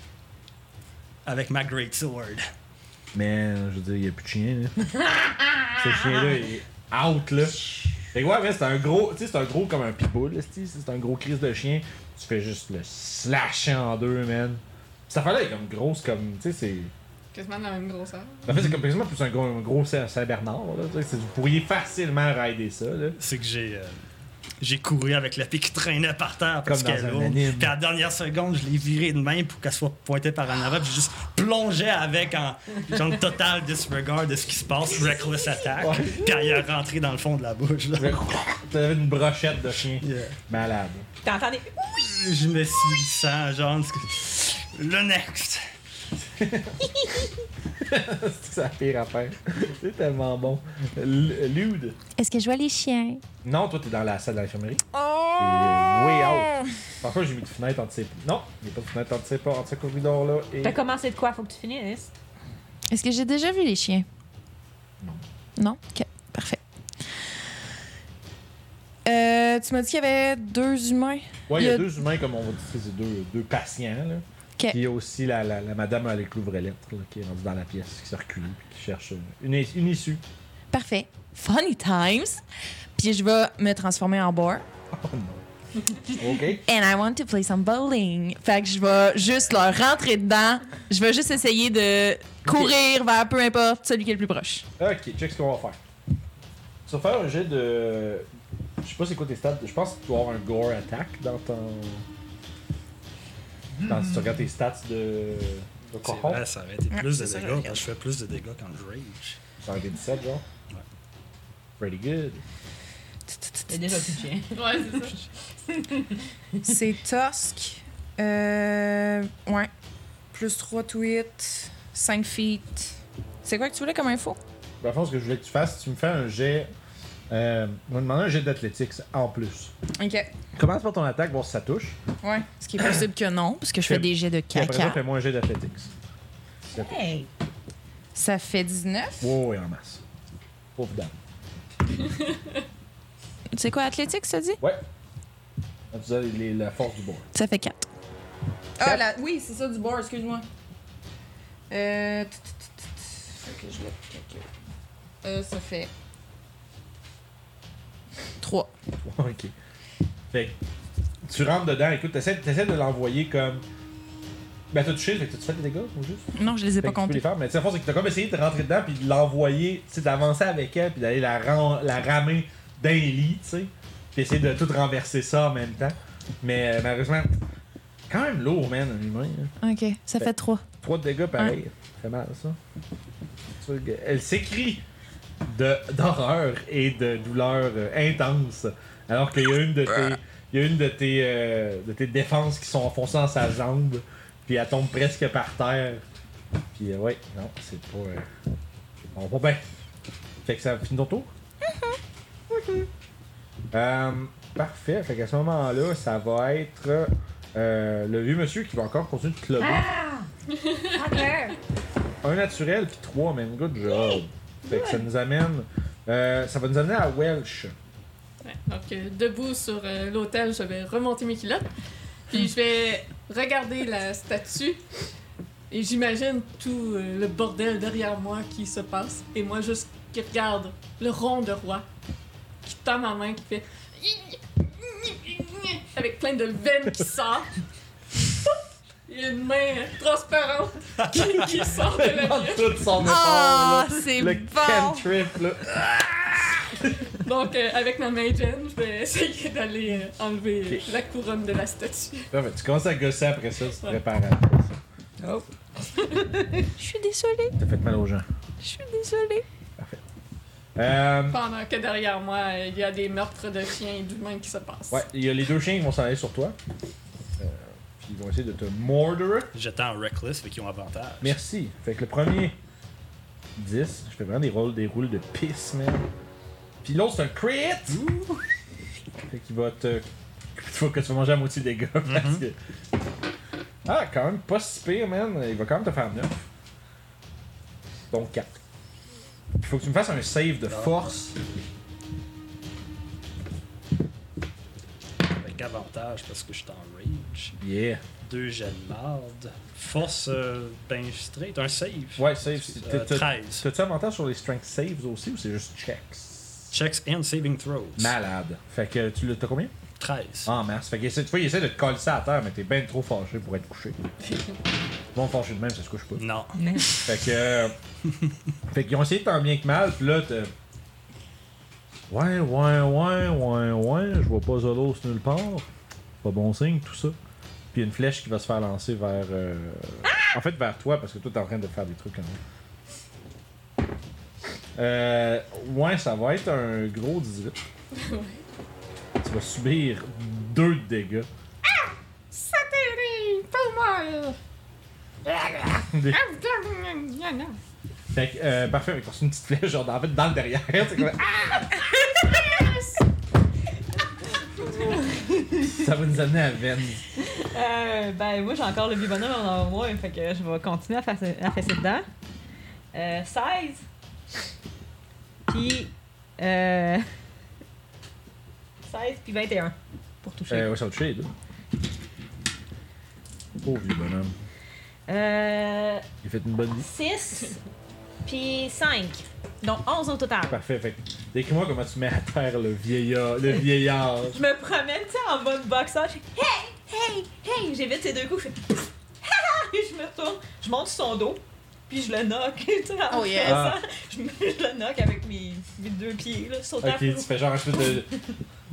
avec ma Great Sword. Mais euh, je veux dire, il n'y a plus de chien. Là. Ce chien-là, il est out. Là. Fait que ouais, mais c'est un gros, tu sais, c'est un gros comme un pitbull. là, c'ti, C'est un gros crise de chien. Tu fais juste le slasher en deux, man. Ça affaire-là est comme grosse, comme. Tu sais, c'est. Quasiment de la même grosseur. En fait, c'est comme quasiment plus un gros, un gros Saint- Saint-Bernard. là, tu sais, c'est- Vous pourriez facilement rider ça. Là. C'est que j'ai. euh, j'ai couru avec l'épée qui traînait par terre parce Comme dans qu'elle un est lourde. anime. Puis à la dernière seconde, je l'ai virée de main pour qu'elle soit pointée par en avant. Puis j'ai juste plongé avec en genre total disregard de ce qui se passe, reckless attack. Ouais. Puis elle est rentrée dans le fond de la bouche. là. T'avais une brochette de chien. Yeah. Malade. Puis t'entends des. Je me suis sans genre. parce que- Le next! C'est la pire affaire. C'est tellement bon. L- Lude. Est-ce que je vois les chiens? Non, toi, t'es dans la salle de l'infirmerie. Oh! way out. Parfois, j'ai mis une fenêtre entre ces. Non, il n'y a pas de fenêtre entre ces portes, entre ce corridor-là. Et... T'as commencé de quoi? Faut que tu finisses. Est-ce que j'ai déjà vu les chiens? Non. Non? Ok, parfait. Euh, tu m'as dit qu'il y avait deux humains. Ouais, il y a il y a- deux humains, comme on va dire, c'est deux, deux patients. Là. Puis il y a aussi la, la, la madame avec l'ouvrelette là, qui est rendue dans la pièce, qui s'est reculée, puis qui cherche euh, une, is- une issue. Parfait. Funny times. Puis je vais me transformer en boar. Oh non. OK. And I want to play some bowling. Fait que je vais juste leur rentrer dedans. Je vais juste essayer de courir vers peu importe celui qui est le plus proche. OK, check ce qu'on va faire. Tu vas faire un jet de. Je sais pas c'est quoi tes stats. Je pense que tu dois avoir un gore attack dans ton. Dans, si tu regardes tes stats de. de C'est cochon. vrai, ça aurait été plus c'est de ça, dégâts. je regarde. parce que je fais plus de dégâts quand je rage. Ça aurait été 17, genre. Ouais. Pretty good. T'as déjà plus de chien. Ouais, c'est ça. C'est Tusk. Euh, ouais. Plus 3 tweets. 5 feet. C'est quoi que tu voulais comme info? Dans le fond, ce que je voulais que tu fasses, tu me fais un jet. Euh, on va demander un jet d'athlétique en plus. Ok. Commence par ton attaque, voir si ça touche. Ouais. Ce qui est possible que non, parce que je fais Fais- des jets de Puis après ça, caca. fais-moi un jet d'athlétique. Hey! Ça fait 19. Wow, et en masse. Pauvre dame. C'est quoi, athlétique, ça dit? Ouais. Ah, Tu as les- la force du bois. Ça fait 4. Ah, la... oui, c'est ça du bar, excuse-moi. Euh. tut, tut, tut, tut. Faut que je le calcule. Euh, ça fait. 3. ok. Fait que tu rentres dedans, écoute, t'essaies, t'essaies de l'envoyer comme. Ben, t'as touché, fait que tu fais des dégâts, ou juste? Non, je les ai Fait pas que tu peux les comptés. faire, mais tu sais, la force, c'est que t'as comme essayé de rentrer dedans, puis de l'envoyer, tu sais, d'avancer avec elle, puis d'aller la, ran- la ramer d'un lit, tu sais, puis essayer de tout renverser ça en même temps. Mais euh, malheureusement, quand même lourd, man, un humain. hein. Ok, ça fait 3. 3 de dégâts, pareil. Très mal, ça. Tu sais, Elle s'écrie de- d'horreur et de douleur euh, intense. Alors qu'il y a une de tes, il y a une de tes, euh, de tes défenses qui sont enfoncées dans sa jambe. Puis elle tombe presque par terre. Puis euh, ouais, non, c'est pas. Ben, euh, on va pas bien. Fait que ça finit ton tour? Ok. Euh, parfait. Fait qu'à ce moment-là, ça va être euh, le vieux monsieur qui va encore continuer de clubber. Un naturel, puis trois, même good job. Fait que ça nous amène. euh, ça va nous amener à Welsh. Ouais, donc, euh, debout sur euh, l'autel, je vais remonter mes culottes. Puis je vais regarder la statue. Et j'imagine tout euh, le bordel derrière moi qui se passe. Et moi, juste qui regarde le rond de roi qui tend ma main, qui fait. Avec plein de veines qui sortent. Il y a une main hein, transparente qui, qui sort de la mienne. Tout son Ah, c'est le bon! cantrip, là. Donc, euh, avec ma main Jen, je vais essayer d'aller euh, enlever euh, Ok. la couronne de la statue. Parfait. Tu commences à gosser après ça, tu te Ouais. prépares à Je suis désolée, T'as fait mal aux gens. je suis désolée. Euh, Pendant que derrière moi, euh, il y a des meurtres de chiens et d'humains qui se passent. ouais, il y a les deux chiens qui vont s'en aller sur toi. Euh, puis ils vont essayer de te murderer. J'étais en reckless, fait qu'ils ont avantage. Merci. Fait que le premier 10, je fais vraiment des rôles, des roules de pisse, man. Puis l'autre, c'est un crit! Fait qu'il va te. Faut que tu vas manger à moitié des gars. parce que- Ah, quand même, pas si pire, man. Il va quand même te faire 9. Donc 4. Il faut que tu me fasses un save de force. Avec avantage parce que j'étais en rage. Yeah. Deux jets de marde. Force, euh, ben straight. Un save. Ouais, save. Euh, T'as- t'as- 13. T'as-tu avantage sur les strength saves aussi ou c'est juste checks? Checks and saving throws. Malade. Fait que tu l'as t'as combien? 13. En masse. Fait qu'il essaie, tu vois, il essaie de te coller ça à terre, mais t'es bien trop fâché pour être couché. Bon, fâché de même, ça se couche pas. Non. Fait que. euh, fait qu'ils ont essayé tant bien que mal, pis là, t'es. Ouais, ouais, ouais, ouais, ouais, je vois pas Zolos nulle part. Pas bon signe, tout ça. Puis une flèche qui va se faire lancer vers. euh, En fait, vers toi, parce que toi, t'es en train de faire des trucs quand même. Euh, ouais, ça va être un gros 18. Tu vas subir deux de dégâts. Ça terrible pour moi! Des- Ah, non. Fait que, euh, parfait, mais c'est une petite flèche, genre, en fait, dans le derrière, c'est comme... Ah! Ça va nous amener à Venn. Euh, ben, moi, j'ai encore le bibonhomme en moi, fait que je vais continuer à faire à fesser dedans. Euh, 16. Puis. Euh, 16 puis 21 pour toucher. Euh, ouais, ça va toucher les deux. Pauvre Oh, vieux bonhomme. Euh, Il a fait une bonne vie. 6 puis 5. Donc 11 au total. Parfait, fait que, décris-moi comment tu mets à terre le vieillard, le vieillard. Je me promène, tu sais, en mode boxeur. Je fais Hey! Hey! Hey! J'évite ces deux coups. Je fais Pouf! Et je me retourne. Je monte sur son dos. Puis je le knock. tu sais, en Oh, yes. faisant- Ah, je, me- je le knock avec mes, mes deux pieds. Là, sautant. ok, tu fais genre un espèce de...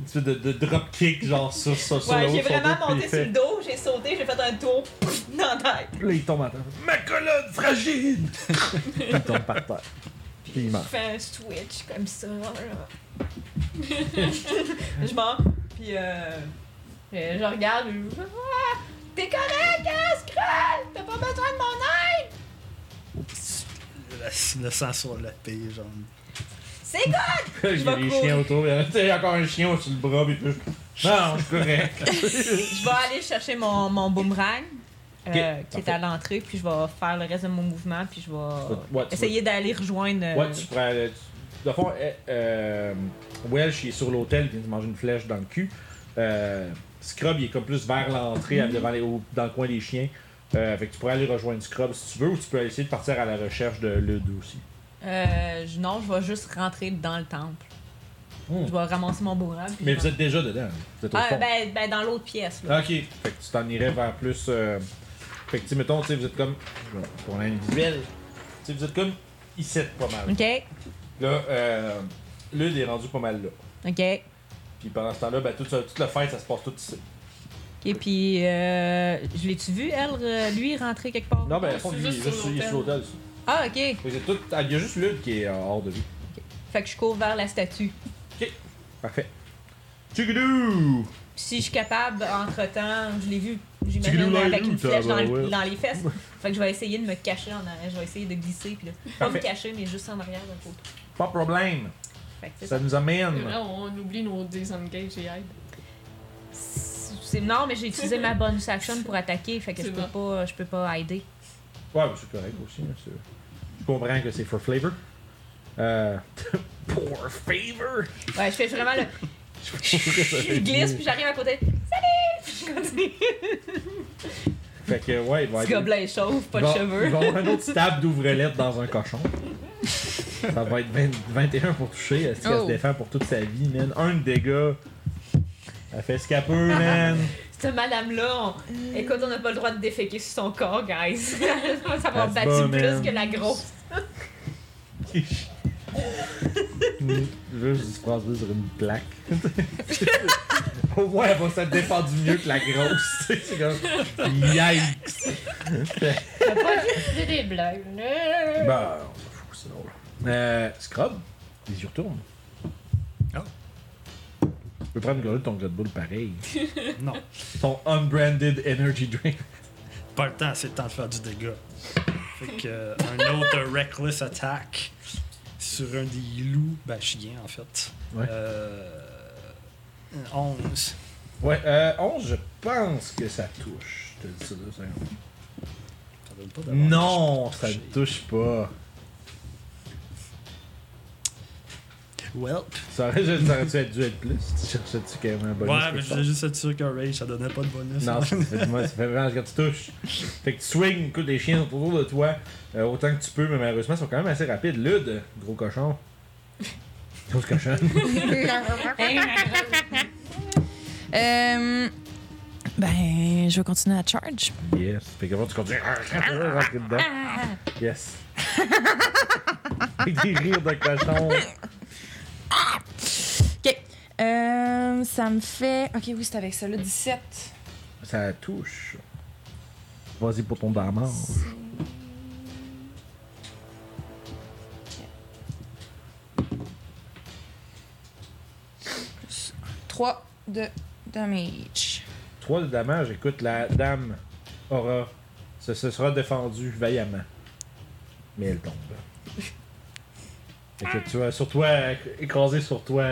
Une espèce de, de dropkick, genre, sur, sur, sur Ouais, le haut de j'ai son vraiment dos, puis monté il sur fait- le dos. J'ai sauté. J'ai fait un tour. Pouf! Dans la tête. Là, il tombe à terre. Ma colonne fragile! il tombe par terre. Puis il Je meurt. fais un switch comme ça. là. je mens. Puis euh, euh, je regarde. je- Ah, T'es correct, hein, Skrull? T'as pas besoin de mon aide? Le, le sang sur le pied, genre. C'est quoi? Il y a vais des courir. chiens autour. Il y a- tu sais, il y a encore un chien sur le bras. Puis tout. Non, je suis correct. Je vais aller chercher mon, mon boomerang. euh, Ok, qui est parfait. à l'entrée, puis je vais faire le reste de mon mouvement, puis je vais Ouais, tu essayer d'aller rejoindre. euh, Ouais, tu prends. le- tu- Dans le fond, euh, euh, Welsh il est sur l'hôtel. Il vient de manger une flèche dans le cul. Euh, Scrub, il est comme plus vers l'entrée, à- devant les, au- dans le coin des chiens. Euh, fait que tu pourrais aller rejoindre Scrub si tu veux, ou tu peux aller essayer de partir à la recherche de Lud aussi. euh, je- non, je vais juste rentrer dans le temple. Hmm. Je vais ramasser mon boomerang. puis Mais je vous vais- êtes déjà dedans. Vous êtes au Ah, fond. ben, ben, dans l'autre pièce. là. Ok. Fait que tu t'en irais vers plus. euh, Fait que, tu sais, mettons, tu sais, vous êtes comme. Pour un individuel. Tu sais, vous êtes comme. Ici, pas mal. Ok, Là, euh, l'une est rendu pas mal là. ok. Puis pendant ce temps-là, ben, toute, ça- toute la fête, ça se passe tout ici. Et puis, euh, je l'ai-tu vu, elle, euh, lui, rentrer quelque part? Non, ben, au Je fond, suis lui, il est juste juste sur sur- il est sur l'hôtel. ça. Ah, ok. Fait que c'est tout- ah, Il y a juste l'une qui est euh, hors de vie. Fait que je cours vers la statue. Parfait. Tchigidou! Si je suis capable, entre-temps, je l'ai vu, Tu j'imagine, nous l'as avec vu, une flèche dans, le- tabarouette. dans les fesses. Fait que je vais essayer de me cacher en arrière. Je vais essayer de glisser, puis là, pas Parfait. me cacher, mais juste en arrière d'un côté. Pas de problème. Fait que, tu sais, Ça nous amène. Là, on oublie nos disengage et aide. c'est- c'est- non, mais j'ai utilisé ma bonus action pour attaquer, fait que je C'est peux, bon. pas, je peux pas aider. Ouais, mais c'est correct aussi. là, c'est- Je comprends que c'est for flavor. Euh... for flavor! Ouais, je fais vraiment le. Je glisse, puis j'arrive à côté. Salut! Puis Fait que, ouais, il je va Petit être. gobelin chauve, pas Bon, de cheveux. Ils vont avoir un autre stab d'ouvrelette dans un cochon. Ça va être 20 21 pour toucher. Est-ce qu'elle Oh. se défend pour toute sa vie, man? Un de dégâts. Elle fait ce qu'elle Ah. peut, man. Cette madame-là, on- écoute, on n'a pas le droit de déféquer sur son corps, guys. Ça m'a That's battu bon, plus man. que la grosse. Je veux juste phraser sur une plaque. Au moins, elle va se défendre du mieux que la grosse. tu sais, C'est comme. Yikes! T'as pas juste dit des blagues. là. Bah, on s'en fout, c'est drôle. Euh, Scrub, les yeux retournent. Ah. Tu peux prendre une gorgée de ton Red Bull pareil. Non. Ton unbranded energy drink. Pas le temps, c'est le temps de faire du dégât. Fait que euh, un autre reckless attack sur un des loups, ben chien en fait. Ouais. Euh, 11. Ouais, euh, 11, je pense que ça touche. Je te dis ça deux secondes. Ça donne pas d'avantage Non, pour ça toucher. ne touche pas. Welp. Ça aurait juste ça aurait dû être dû être plus. Tu cherchais-tu quand même un bonus? Ouais, quelque mais je part? voulais juste être sûr qu'un rage, ça donnait pas de bonus. Non, ça fait, moi, ça fait vraiment quand tu touches. Fait que tu swings, écoute, les chiens sont autour de toi euh, autant que tu peux, mais malheureusement, ils sont quand même assez rapides. Lude, gros cochon. Grosse cochonne. Euh, ben, je vais continuer à charge. Yes. Fait que avant, tu continues. Rentrer dedans. Yes. Avec des rires de cochon. Euh, ça me fait. Ok, oui, c'est avec ça, là, 17. Ça touche. Vas-y pour ton damage. Plus 3 de damage. 3 de damage. Écoute, la dame aura. Se, se sera défendue vaillamment. Mais elle tombe. Fait que tu vas sur toi, écraser sur toi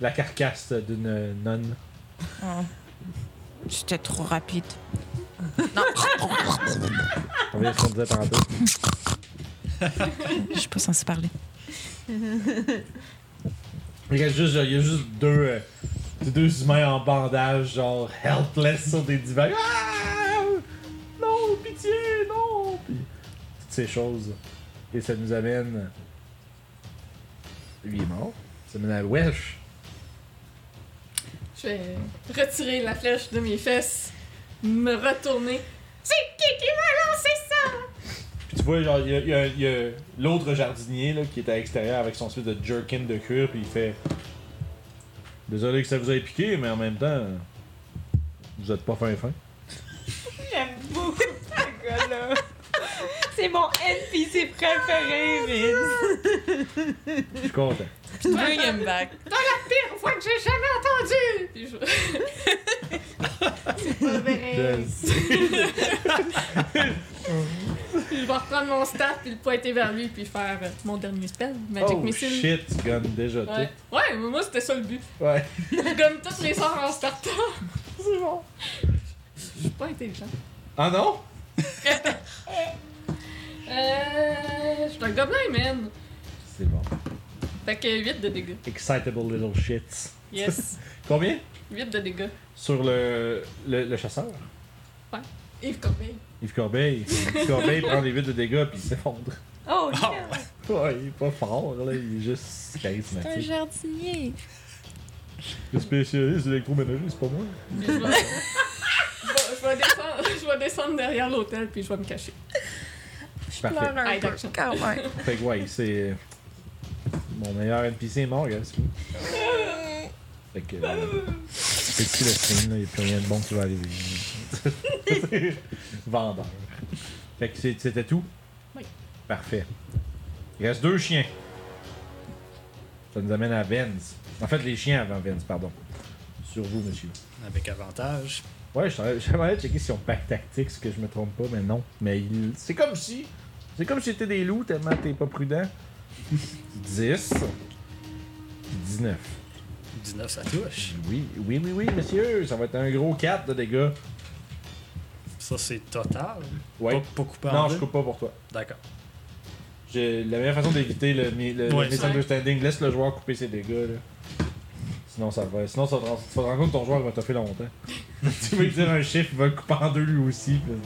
la carcasse d'une nonne. Oh. J'étais trop rapide. On vient de ce qu'on disait tantôt. Je suis pas censée parler. Il reste juste, genre, il y a juste deux, euh, deux humains en bandage, genre helpless sur des divans. Ah! Non, pitié, non! Puis, toutes ces choses. Et ça nous amène. Lui est mort. Ça mène à Wesh. Je vais retirer la flèche de mes fesses, me retourner. C'est qui qui m'a lancé ça? Puis tu vois, genre, il y a, il y a- il y a l'autre jardinier là, qui est à l'extérieur avec son espèce de jerkin de cuir, puis il fait. Désolé que ça vous ait piqué, mais en même temps, vous êtes pas fin fin. J'aime beaucoup ce gars-là. C'est mon NPC préféré, Vince. Je suis content. Bring him back. Pire fois que j'ai jamais entendu! Puis je- Je vais reprendre mon staff, puis le pointer vers lui, puis faire euh, mon dernier spell, Magic oh Missile. shit, tu gagnes déjà Ouais. ouais, mais moi c'était ça le but. tout. Ouais. Je gomme tous les sorts en startant. C'est bon. Je suis pas intelligent. Ah non? Euh. Je suis un gobelin, man. C'est bon. Fait que 8 de dégâts. Excitable little shits. Yes. Combien? 8 de dégâts. Sur le, le, le chasseur. Yves Corbeil. Yves Corbeil. Yves Corbeil prend les 8 de dégâts puis il s'effondre. Oh, Ah, yeah. ouais. Ouais, il est pas fort, là. Il est juste un charismatique. jardinier. Le spécialiste de l'électroménager, c'est pas moi. Puis je vais- je vais- je vais descendre- Je vais descendre derrière l'hôtel, puis je vais me cacher. Parfait. Hey, d'action. Quand même. Fait que ouais, c'est. euh, Mon meilleur NPC est mort, gars, c'est fini. Fait que. euh, C'est qui le stream, là? Y'a plus rien de bon qui va arriver. Vendeur. Fait que c'est- c'était tout? Oui. Parfait. Il reste deux chiens. Ça nous amène à Venz. En fait, les chiens avant Venz, pardon. Sur vous, monsieur. Avec avantage. Ouais, je t'aurais- j'aimerais aller checker si on pack tactique, ce que je me trompe pas, mais non. Mais il- c'est comme si. C'est comme si c'était des loups tellement t'es pas prudent. 10. 19. 19, ça touche. Oui, oui, oui, oui, monsieur. Ça va être un gros 4 de dégâts. Ça, c'est total. Ouais. Pas, pas coupé en Non, deux? je coupe pas pour toi. D'accord. J'ai- La meilleure façon d'éviter le, mi- le, le Ouais, ça. misunderstanding, laisse le joueur couper ses dégâts. là. Sinon, ça va. Sinon, ça te rend- tu vas te rendre compte que ton joueur va te faire longtemps. tu veux lui dire un chiffre, il va le couper en deux lui aussi. puis Il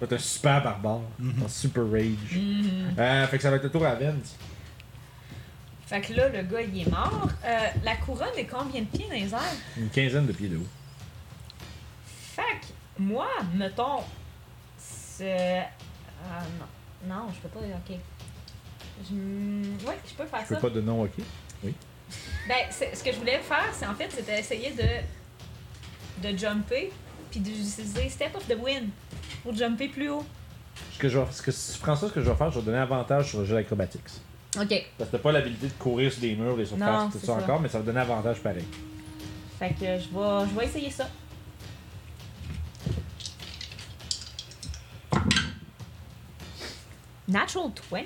va être un super barbare. Mhm. Un super rage. Mhm. Euh, fait que ça va être le tour à Vent. Fait que là, le gars, il est mort. Euh, la couronne est combien de pieds dans les airs? Une quinzaine de pieds de haut. Fait que moi, mettons, c'est. Ah non. Non, je peux pas. Ok. Je... Oui, je peux faire Je ça. peux pas de nom, ok? Ben, c'est- ce que je voulais faire, c'est en fait, c'était essayer de. de jumper, puis d'utiliser Step of the Wind pour jumper plus haut. Ce que je vais, ce que, si tu prends ça, ce que je vais faire, je vais donner avantage sur le jeu d'acrobatics. Ok. Parce que t'as pas l'habilité de courir sur des murs, des surfaces, Non, tout c'est ça ça. encore, mais ça va donner avantage pareil. Fait que je vais, je vais essayer ça. Natural 20.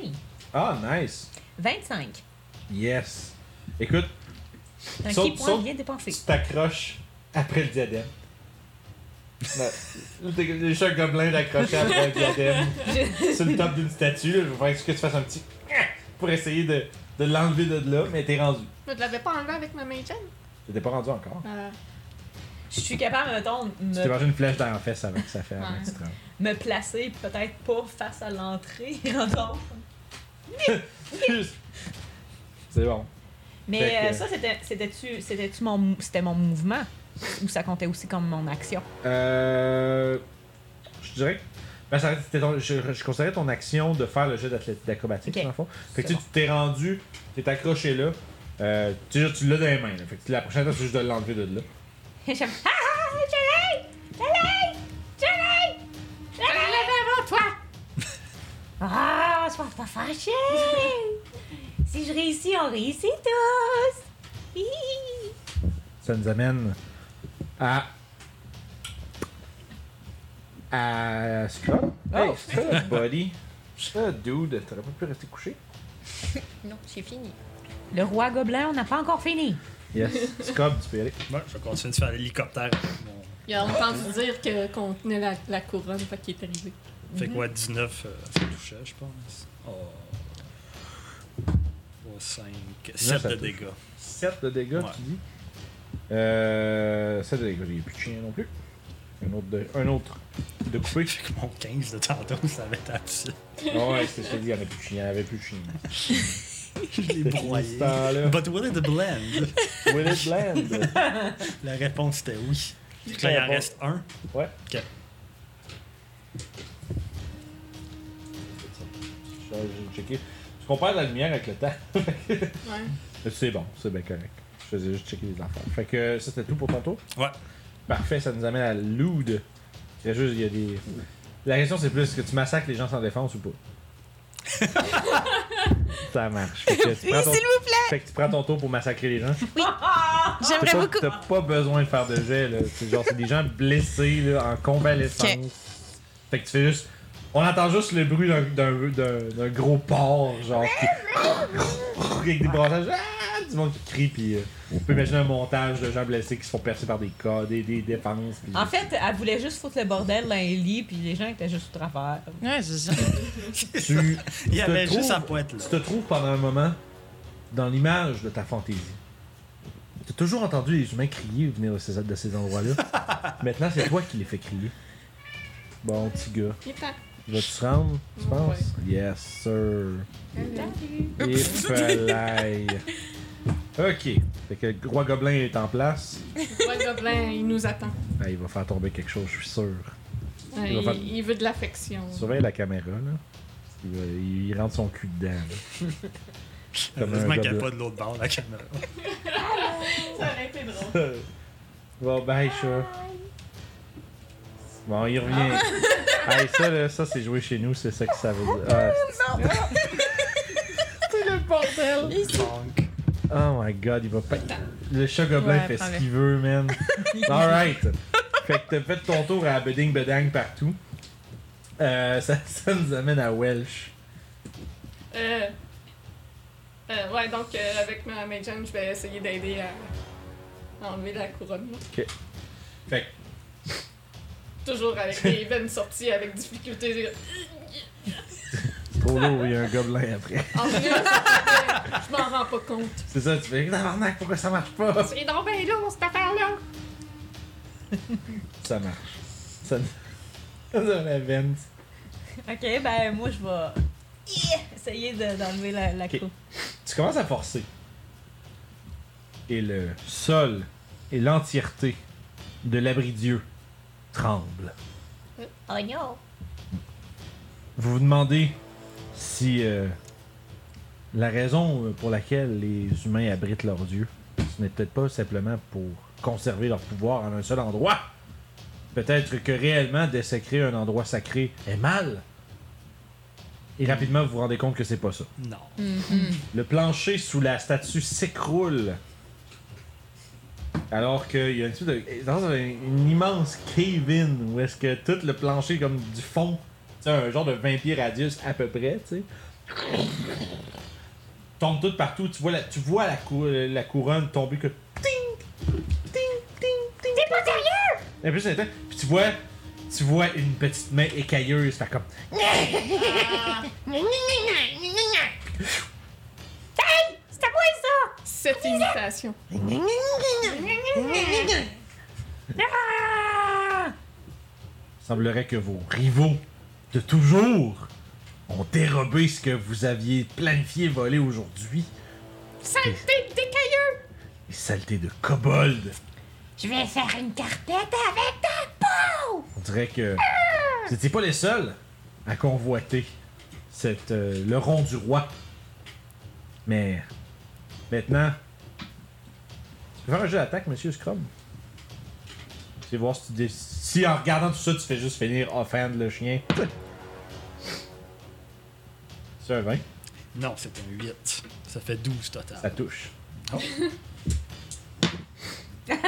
Ah, nice! 25. Yes! Écoute, Un Saute, key point saute. bien dépensé. tu t'accroches après le diadème. Ouais. Le chat gobelin d'accrocher après le diadème sur le top d'une statue. là. Je vais faire que tu fasses un petit pour essayer de, de l'enlever de là, mais t'es rendu. Mais tu l'avais pas enlevé avec ma main chain? T'étais pas rendu encore. Euh, Je suis capable, mettons, Tu t'es me, mangé une flèche dans la fesse avant que ça fait avant Ouais. que tu te rendes. me placer peut-être pas face à l'entrée, rendu. C'est bon. Fait Mais que- euh, ça, c'était- c'était-tu c'était-tu mon, mou- c'était mon mouvement ou ça comptait aussi comme mon action? Euh, je dirais que. ben, ça, c'était ton- je, je considérais ton action de faire le jet d'athlète- d'acrobatique, Ok. dans le fond. Fait que C'est tu sais, tu t'es rendu, t'es accroché là. Euh, tu, tu l'as dans les mains. là. Fait que la prochaine fois, c'est juste de l'enlever de là. J'aime- ah, ah, je l'ai! Je l'ai! Je l'ai! avant toi! Ah, sois pas fâché! si je réussis, on réussit tous! Hi, hi, hi. Ça nous amène à. À Scott. Hey, Scott, buddy. Scott, Oh! dude, t'aurais pas pu rester couché? Non, c'est fini. Le roi gobelin, on n'a pas encore fini. Yes. Scott, tu peux y aller. Bon, je vais continuer de faire l'hélicoptère avec mon. Il a entendu dire que- qu'on tenait la, la couronne, fait qu'il est arrivé. Fait que ouais, 19, euh, ça touchait, je pense. Oh. 5, 7 ça de touche. dégâts. 7 de dégâts, Ouais. tu dis. Euh, 7 de dégâts, j'ai plus de chien non plus. Un autre de, un autre de coupé. Fait que mon 15 de tantôt, ça avait tapé. Ah ouais, c'est ce que je dis, il n'y avait plus de chien, il n'y avait plus de chien. Je l'ai Depuis broyé. ce temps-là. But will it blend? Will it land? La réponse était oui. Fait que là, il en Bon. reste un. Ouais. Ok. Je vais checker. Je compare la lumière avec le temps. Ouais. C'est bon, c'est bien correct. Je faisais juste checker les affaires. Fait que ça, c'était tout pour ton tour. Ouais. Parfait, ça nous amène à Lude. Il y a juste, il y a des. La question, c'est plus est-ce que tu massacres les gens sans défense ou pas Ça marche. Fait que tu Oui, prends s'il vous ton- plaît! Fait que tu prends ton tour pour massacrer les gens. T'as J'aimerais pas, beaucoup. t'as pas besoin de faire de jet, là. C'est genre, c'est des gens blessés, là, en convalescence. Ok. Fait que tu fais juste. On entend juste le bruit d'un- d'un- d'un d'un gros porc, genre. Qui... avec des brassages. Ah! Du monde qui crie, puis. euh, on peut imaginer un montage de gens blessés qui se font percer par des cas, des, des dépenses. puis- En fait, elle voulait juste foutre le bordel dans les lits, puis les gens étaient juste au travers. Ouais, c'est ça. tu, Il y te avait juste trouves- à poète là. tu te trouves pendant un moment dans l'image de ta fantaisie. T'as toujours entendu les humains crier ou venir de ces, de ces endroits-là. Maintenant, c'est toi qui les fais crier. Bon, petit gars. Il est temps. Vas-tu se rendre, tu Ouais. penses? Yes, sir. Et falaille. Ok. Fait que le roi gobelin est en place. Le roi gobelin, il nous attend. Ben, il va faire tomber quelque chose, je suis sûr. Ouais, Il il, va faire- il veut de l'affection. Surveille la caméra, là. Il, va- il rentre son cul dedans. là. Comme un Heureusement qu'il n'y a gobelin. pas de l'autre bord, la caméra. Ça aurait été drôle. Bon, bye, chat. Bon, il revient. Hey, ça, là, ça c'est joué chez nous, c'est ça que ça veut dire. Ah, Bonk. Oh my god, il va pas. Le chat gobelin Ouais, fait prends-le. ce qu'il veut, man. Alright. Fait que t'as fait ton tour à Beding Bedang partout. Euh, ça, ça nous amène à Welsh. Euh, Euh, ouais, donc euh, avec ma Magen, je vais essayer d'aider à... à enlever la couronne. là. Ok. Fait Toujours avec les veines sorties avec difficulté. Trop lourd, il y a un gobelin après. En plus, je m'en rends pas compte. C'est ça, tu fais tabarnak, pourquoi ça marche pas C'est donc bien lourd cette affaire-là! Ça marche. Ça. Ça la veine. Ok, ben moi je vais essayer de- d'enlever la, la Ok. coupe. Tu commences à forcer. Et le sol et l'entièreté de l'abri-dieu tremblent. Oh non! Vous vous demandez si euh, la raison euh, pour laquelle les humains abritent leurs dieux, ce n'est peut-être pas simplement pour conserver leur pouvoir en un seul endroit. Peut-être que réellement désacrer un endroit sacré est mal. Et rapidement, vous vous rendez compte que c'est pas ça. Non. Le plancher sous la statue s'écroule. Alors qu'il y a une espèce de. Dans un- une immense cave-in où est-ce que tout le plancher, comme du fond, tu sais, un genre de 20 pieds radius à peu près, tu sais, tombe tout partout. Tu vois la, tu vois la, cou- la couronne tomber que. Ting! Ting! Ting! Ting! T'es pas sérieux! Et puis, c'est- puis tu vois. Tu vois une petite main écailleuse faire comme. Cette imitation. semblerait que vos rivaux de toujours ont dérobé ce que vous aviez planifié voler aujourd'hui. Saleté d'écailleux! Les saletés de kobold. Je vais faire une carpette avec On dirait que vous n'étiez pas les seuls à convoiter cette, euh, le rond du roi. Mais maintenant, je vais faire un jeu d'attaque, monsieur Scrum. C'est voir si tu dé- si en regardant tout ça, tu fais juste finir offhand le chien. C'est un 20, Non, c'est un 8. Ça fait 12 total. ça touche. Fait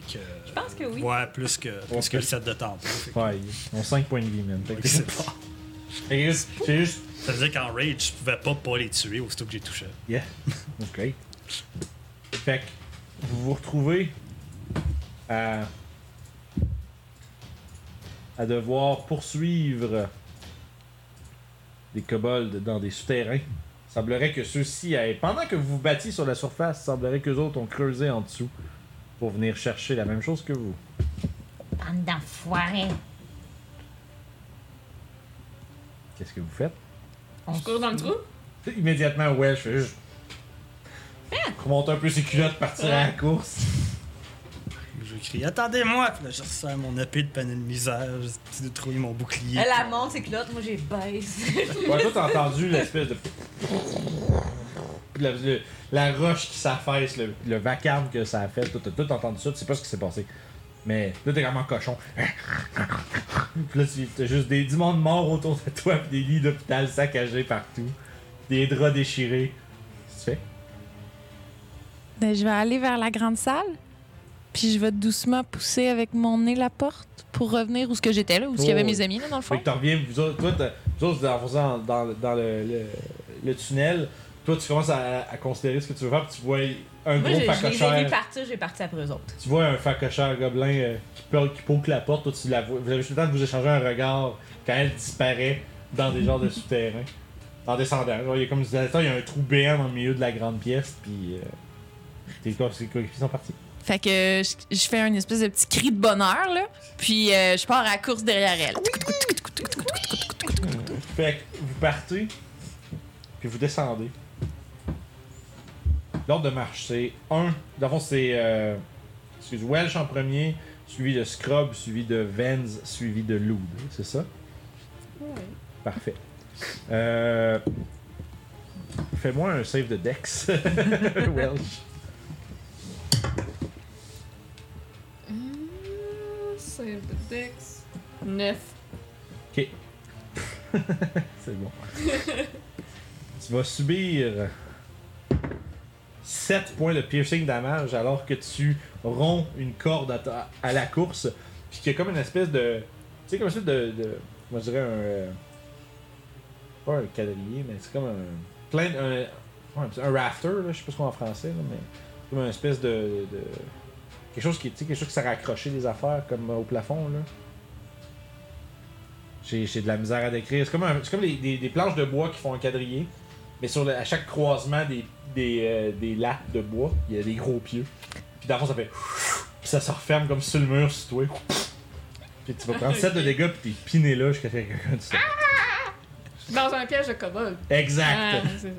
que, je pense que oui. Ouais, plus que, plus que le 7 de temple. Fait que- Ouais, ils ont 5 points de vie, man. Fait fait que que c'est- c'est bon. Fait que juste- c'est juste. Ça veut dire qu'en rage, je pouvais pas pas les tuer aussitôt que j'ai touché. Yeah. Ok. Fait que vous vous retrouvez à. à devoir poursuivre des kobolds dans des souterrains. Semblerait que ceux-ci aient. Pendant que vous vous battiez sur la surface, semblerait que les autres ont creusé en dessous pour venir chercher la même chose que vous. Bande d'enfoirés. Qu'est-ce que vous faites? Je cours dans le trou. Immédiatement, ouais, je fais juste. Remonter un peu ses culottes, partir à la course. Je crie Attendez-moi Puis là, je resserre mon épée de panier de misère. J'ai trouvé mon bouclier. Elle la monte, c'est que l'autre, moi j'ai baisse. Ouais, toi, t'as entendu l'espèce de. Puis La, le- la roche qui s'affaisse, le, le vacarme que ça a fait, tout, tout entendu ça, tu sais pas ce qui s'est passé. Mais là, t'es vraiment cochon. Puis là, tu- t'as juste des, du monde mort autour de toi, puis des lits d'hôpital saccagés partout, des draps déchirés. Qu'est-ce que tu fais? Ben, je vais aller vers la grande salle, puis je vais doucement pousser avec mon nez la porte pour revenir où ce que j'étais là, où ce qu'il y avait Oh. mes amis là dans le Fait fond. que t'en reviens, vous autres, toi, t'as- vous autres, vous avancez dans, dans, dans le, le, le tunnel. Toi, tu commences à, à considérer ce que tu veux faire, puis tu vois un gros Moi, je, je les ai facochère. vus partir, j'ai parti après eux autres. Tu vois un facocheur gobelin euh, qui, peut, qui poke la porte, toi tu la vois. Vous avez juste le temps de vous échanger un regard quand elle disparaît dans des genres de souterrains. En descendant. Genre, il y a comme je disais tantôt, il y a un trou béant dans le milieu de la grande pièce, puis. Euh, tes co- tes coéquipiers sont partis. Fait que je, je fais une espèce de petit cri de bonheur, là. Puis euh, je pars à la course derrière elle. Fait que vous partez, puis vous descendez. L'ordre de marche, c'est un. Dans le fond, c'est. Euh, excuse, Welsh en premier, suivi de Scrub, suivi de Venz, suivi de Loud. C'est ça? Parfait. Euh, Fais-moi un save de Dex. Welsh. Mmh. Save the Dex. 9. C'est bon. tu vas subir 7 points de piercing damage alors que tu romps une corde à, ta- à la course. Puis qu'il y a comme une espèce de. Tu sais, comme une espèce de. de- moi, je dirais un. euh, pas un quadrillé, mais c'est comme un. Plein. un- ouais, c'est un rafter, là, je sais pas ce qu'on dit en français, là, mais c'est comme une espèce de, de- quelque chose qui, tu sais, quelque chose qui sert à accrocher les affaires comme euh, au plafond là. J'ai j'ai de la misère à décrire. C'est comme, un- c'est comme des, des- des planches de bois qui font un quadrillé, mais sur le- à chaque croisement des des, euh, des lattes de bois, il y a des gros pieux. Puis dans le fond, ça fait puis ça se referme comme sur le mur sur toi. Puis tu vas prendre 7 de dégâts puis t'es piné là jusqu'à ce que quelqu'un te sorte. Dans un piège de kobold. Ah, Exact. c'est ça.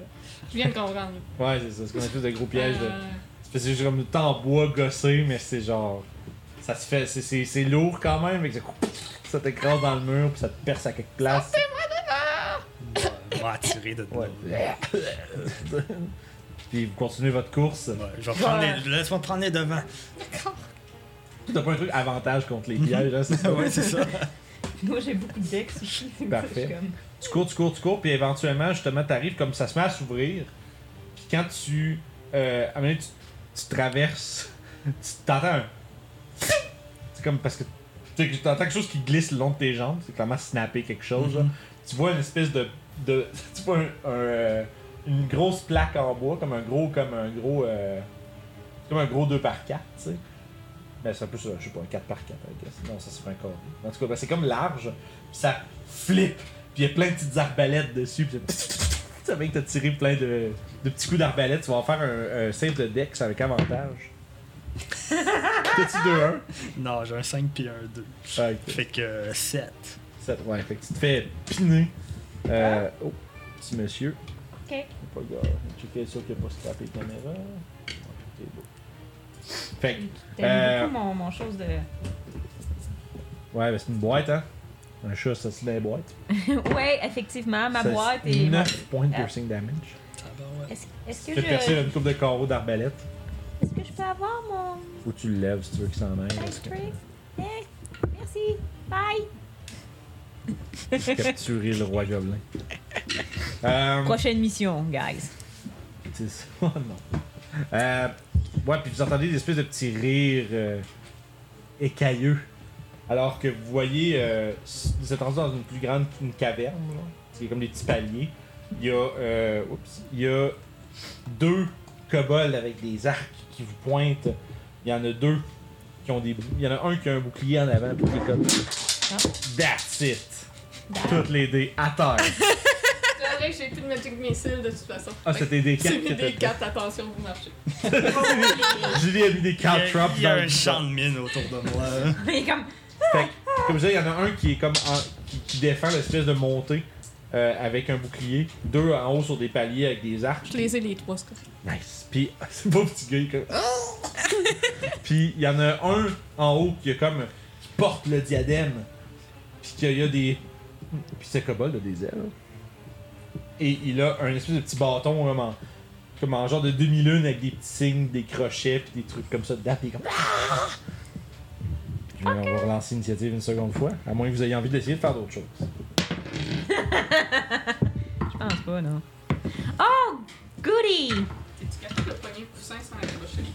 Je viens de comprendre. Ouais, c'est ça. C'est comme un espèce de gros piège de. Euh, C'est juste comme tout en bois gossé, mais c'est genre. Ça se fait. c'est- C'est c'est lourd quand même, mais que ça, ça t'écrase dans le mur, puis ça te perce à quelques places. On va attirer de Ouais. Ouais, puis vous continuez votre course. je vais prendre les... Laisse-moi prendre les devants. T'as pas un truc avantage contre les pièges, hein, c'est ça? ouais, c'est ça. Moi, j'ai beaucoup de decks. aussi. Parfait. Je suis comme- Tu cours, tu cours, tu cours, puis éventuellement, justement, t'arrives comme ça se met à s'ouvrir. Puis quand tu. Euh, à un moment donné, tu, tu traverses, tu t'entends un. C'est comme parce que. Tu sais, que t'entends quelque chose qui glisse le long de tes jambes, c'est clairement snapper quelque chose. là. Mhm. Tu vois une espèce de. de tu vois un- un, euh, une grosse plaque en bois, comme un gros. Comme un gros. euh, comme un gros 2x4, tu sais. Ben, c'est un peu ça, je sais pas, un 4x4, I guess. Non, ça c'est pas un carré. En tout cas, ben, c'est comme large, pis ça flippe, puis il y a plein de petites arbalètes dessus, pis ça fait que t'as tiré plein de, de petits coups d'arbalète. Tu vas en faire un, un save de dex avec avantage. T'as-tu 2-1? Non, j'ai un 5 puis un 2. Ouais, ok. Fait que 7. Sept, ouais, fait que tu te fais piner. Euh, oh, petit monsieur. Ok. Pas grave. Checker sûr qu'il n'y a pas scrappé de caméra. Ok, beau. Fait que, T'aimes Euh, beaucoup mon, mon chose de. ouais, ben c'est une boîte, hein? Un chat, ça se met dans les boîtes. ouais, effectivement, ma Ça, boîte c'est et. mon- 9 points de Ah. piercing damage. Est-ce est-ce que, Tu fais percer je... une coupe de carreau d'arbalète. est-ce que je peux avoir mon Ou tu le lèves si tu veux qu'il s'en aille. parce ice que- tray? Eh, Merci. Bye. Capturer le roi gobelin. euh, Prochaine mission, guys. c'est ça. Oh non. Euh, ouais, puis vous entendez des espèces de petits rires euh, écailleux. Alors que vous voyez, euh, s- vous êtes rendu dans une plus grande une caverne. là. C'est comme des petits paliers. Il y a, euh, oups, il y a deux kobolds avec des arcs qui vous pointent. Il y en a deux qui ont des. bou- Il y en a un qui a un bouclier en avant puis qui est comme. That's it! Ah. Toutes les dés à terre. C'est vrai que j'ai plus de magic missile de toute façon. Ah, Fait que c'était des J'ai cartes que mis des t'as- cartes, attention, vous marchez. Julie a mis des Il y cartes a, traps il y a dans un le- champ de mine autour de moi. hein. Il est comme. Fait que, comme je disais, il y en a un qui est comme en- qui, qui défend l'espèce de montée euh, avec un bouclier. Deux en haut sur des paliers avec des arcs. Je les ai les trois, c'est correct. Nice. Puis c'est pas petit gars il est comme. Puis il y en a un en haut qui est comme qui porte le diadème. Puis qu'il y a des. Puis ce kobold a des ailes. Et il a un espèce de petit bâton comme en, comme en genre de demi-lune avec des petits signes, des crochets, puis des trucs comme ça dedans. Puis il est comme. Je vais- On va relancer l'initiative une seconde fois, à moins que vous ayez envie d'essayer de faire d'autres choses. Je pense pas, non. Oh! Goody! T'es-tu capable de pogner le coussin sans accrocher les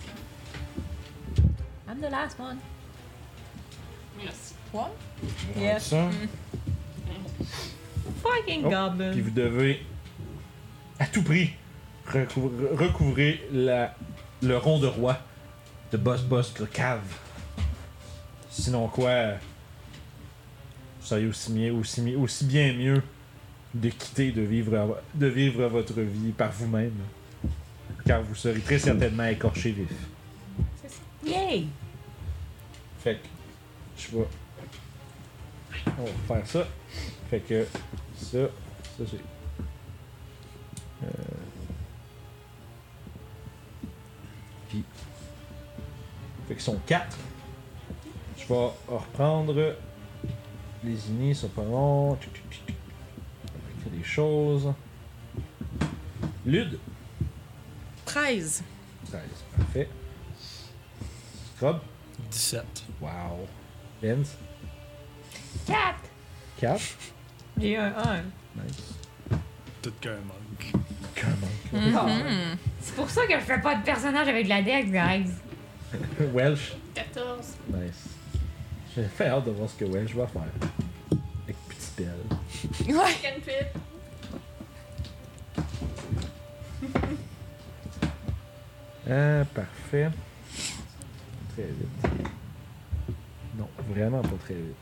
cartes? I'm the last one. Merci. Yes. Ça. Fucking Oh, goblin. Puis vous devez, à tout prix, recou- recouvrer la, le rond de roi de Boss Boss de Cave. Sinon quoi, euh, vous seriez aussi, mieux, aussi, mieux- aussi bien mieux de quitter, de vivre, de vivre votre vie par vous-même. Car vous serez très certainement écorché vif. Yay! Fait que je vais. On va faire ça. Fait que ça, ça c'est. Euh. Puis. Fait qu'ils sont 4. Je vais reprendre les unis sont pas longs. Tic, tic, tic, tic. On va écrire des choses. Lude. 13. 13. Parfait. Rob. 17. Wow. Benz. 4! 4. J'ai un 1. Nice. Tout qu'un monk. Comment? C'est pour ça que je fais pas de personnage avec de la deck, guys. Mm. Welsh. 14. Nice. J'ai fait hâte de voir ce que Welsh va faire. Avec petite pelle. Ouais. Cantrip. Ah, parfait. Très vite. Non, vraiment pas très vite.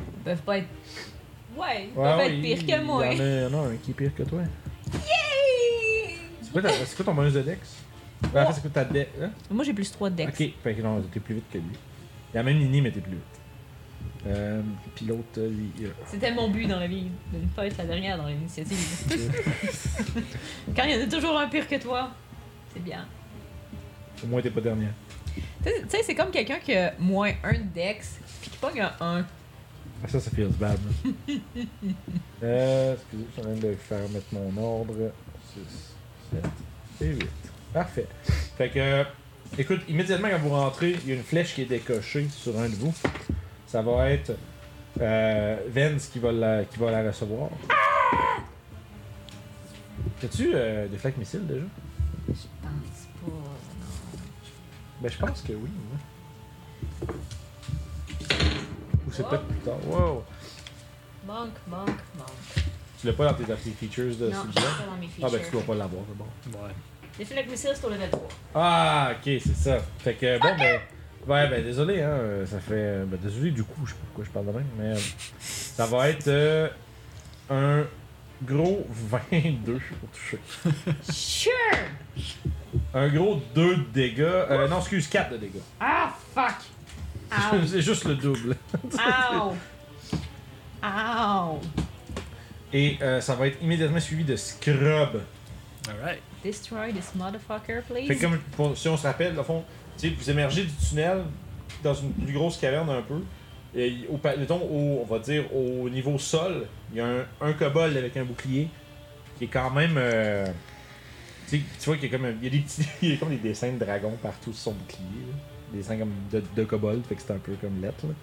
Ils peuvent pas être. Ouais, ils peuvent Ah être oui, pires que moi. Il y en a- il y en a un qui est pire que toi. C'est quoi, ta- c'est quoi ton bonus de Dex Ah, c'est quoi ta Dex hein? Moi, j'ai plus 3 de dex. Ok, fait que non, t'es plus vite que lui. La même lignée, mais t'es plus vite. Euh, puis l'autre, lui. euh, C'était mon but dans la vie, de ne pas être la dernière dans l'initiative. Quand il y en a toujours un pire que toi, c'est bien. au moins, t'es pas dernière. Tu sais- tu sais, c'est comme quelqu'un qui a moins un de dex, puis qui pogne un 1. Ah, ça, ça feels bad. là. euh, excusez, je suis en train de faire mettre mon ordre. 6, 7 et 8. Parfait. Fait que, euh, écoute, immédiatement quand vous rentrez, il y a une flèche qui est décochée sur un de vous. Ça va être euh, Vens qui va la, qui va la recevoir. Ah! As-tu euh, des flaques missiles déjà? Je pense pas. Ben, je pense que oui, moi. Ou Oh! c'est peut-être plus tard. Wow! Manque, manque, manque. Tu l'as pas dans tes dans tes features de Non, Subjet? je suis pas dans Ah, mes features. ben, tu dois pas l'avoir, c'est bon. Ouais. Les flags missiles, c'est au level 3. Ah, ok, c'est ça. Fait que, bon, ben. Ouais, ben, désolé, hein. euh, Ça fait. euh, Ben, désolé, du coup, je sais pas pourquoi je parle de même, mais. euh, ça va être. euh, un gros 22 pour toucher. Sure! Un gros 2 de dégâts. Euh, non, excuse, 4 de dégâts. Ah, fuck! Ah Ow! c'est juste le double. Ow! Ow! Et euh, ça va être immédiatement suivi de Scrub. Alright. Destroy this motherfucker, Fait please. que comme pour- si on se rappelle, au fond, tu sais, vous émergez du tunnel dans une plus grosse caverne un peu. Et au, pa- mettons, au- on va dire au niveau sol, il y a un, un kobold avec un bouclier qui est quand même. euh, tu sais, tu vois qu'il y a comme, un- il y a des petits- il y a comme des dessins de dragons partout sur son bouclier. là. Des dessins comme de, de kobold, fait que c'est un peu comme lettre. là.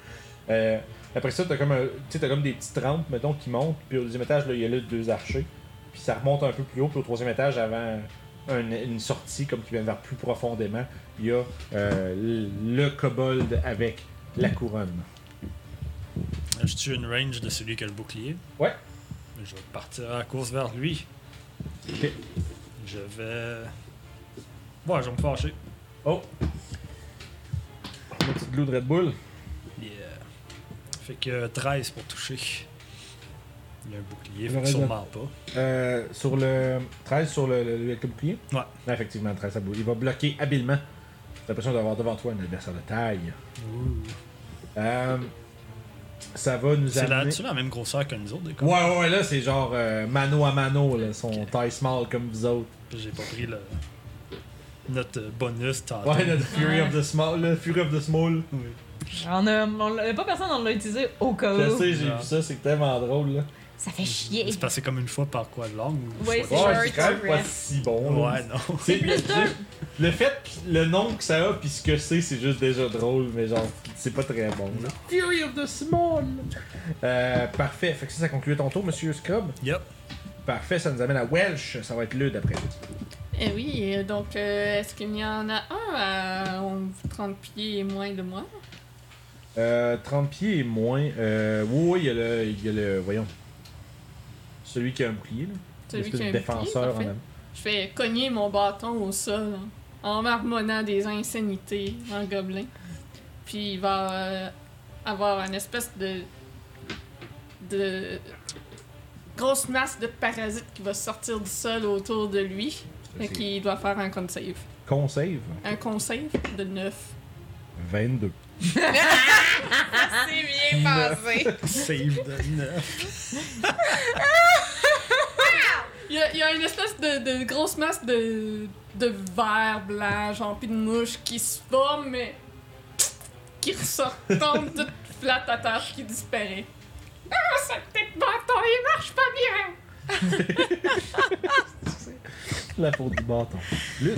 Euh, après ça, t'as comme, un- tu sais, t'as comme des petites rampes, mettons, qui montent. Puis au deuxième étage, là, il y a là deux archers. Puis ça remonte un peu plus haut. Puis au troisième étage, avant un- une sortie comme qui vient vers plus profondément, il y a euh, le kobold avec la couronne. Je tue une range de celui qui a le bouclier. Ouais. Je vais partir à la course vers lui. Ok. Je vais. Ouais, je vais me fâcher. Oh! Un petit glue de Red Bull. Yeah. Fait que 13 pour toucher. Il y a un bouclier, Le fait que reste de- sûrement pas. Euh, sur le 13 sur le, le, le bouclier? Ouais. Ouais, effectivement, 13 à bouclier. Il va bloquer habilement. T'as l'impression d'avoir devant toi un adversaire de taille. Ouh. Euh, ça va nous C'est la, amener... c'est la même grosseur que nous autres, des Ouais, cons. ouais, ouais, là, c'est genre euh, mano à mano, là, son taille small comme vous autres. J'ai pas pris le... notre euh, bonus tantôt. Ouais, notre Fury of the Small, le Fury of the Small. Oui. On a, on a pas personne, on l'a utilisé au cas Je où. sais, j'ai Non. vu ça, c'est tellement drôle, là. Ça fait chier. C'est passé comme une fois par quoi de langue ou Ouais, fois- Ouais, Short c'est quand même pas rest. si bon. là. Ouais, non. C'est plus juste- Le fait, que le nom que ça a, puis ce que c'est, c'est juste déjà drôle, mais genre, c'est pas très bon. là. Fury of the Small! Euh, parfait. Fait que ça, ça conclut ton tour, monsieur Scrub. Yup. Parfait, ça nous amène à Welsh. Ça va être le d'après. Eh oui, euh, donc euh, est-ce qu'il y en a un à on- 30 pieds et moins de moi? Euh, 30 pieds et moins. Euh, oui, oui, il y a le. Il y a le voyons. Celui qui a un bouclier, là. Celui L'espèce qui a de un défenseur hein. bouclier, en parfait. Je vais cogner mon bâton au sol hein, en marmonnant des insanités en gobelin. Puis il va euh, avoir une espèce de. de. grosse masse de parasites qui va sortir du sol autour de lui. Fait C'est qu'il doit faire un con save. Con save. Un con save de 9. 22. C'est bien passé. Save de 9. Il y, a, il y a une espèce de, de grosse masse de, de verre blanc, genre pis de mouche qui se forme, mais qui ressort, tombe toute flat à terre, qui disparaît. Ah, ça peut-être bâton, il marche pas bien! La peau du bâton. Lude.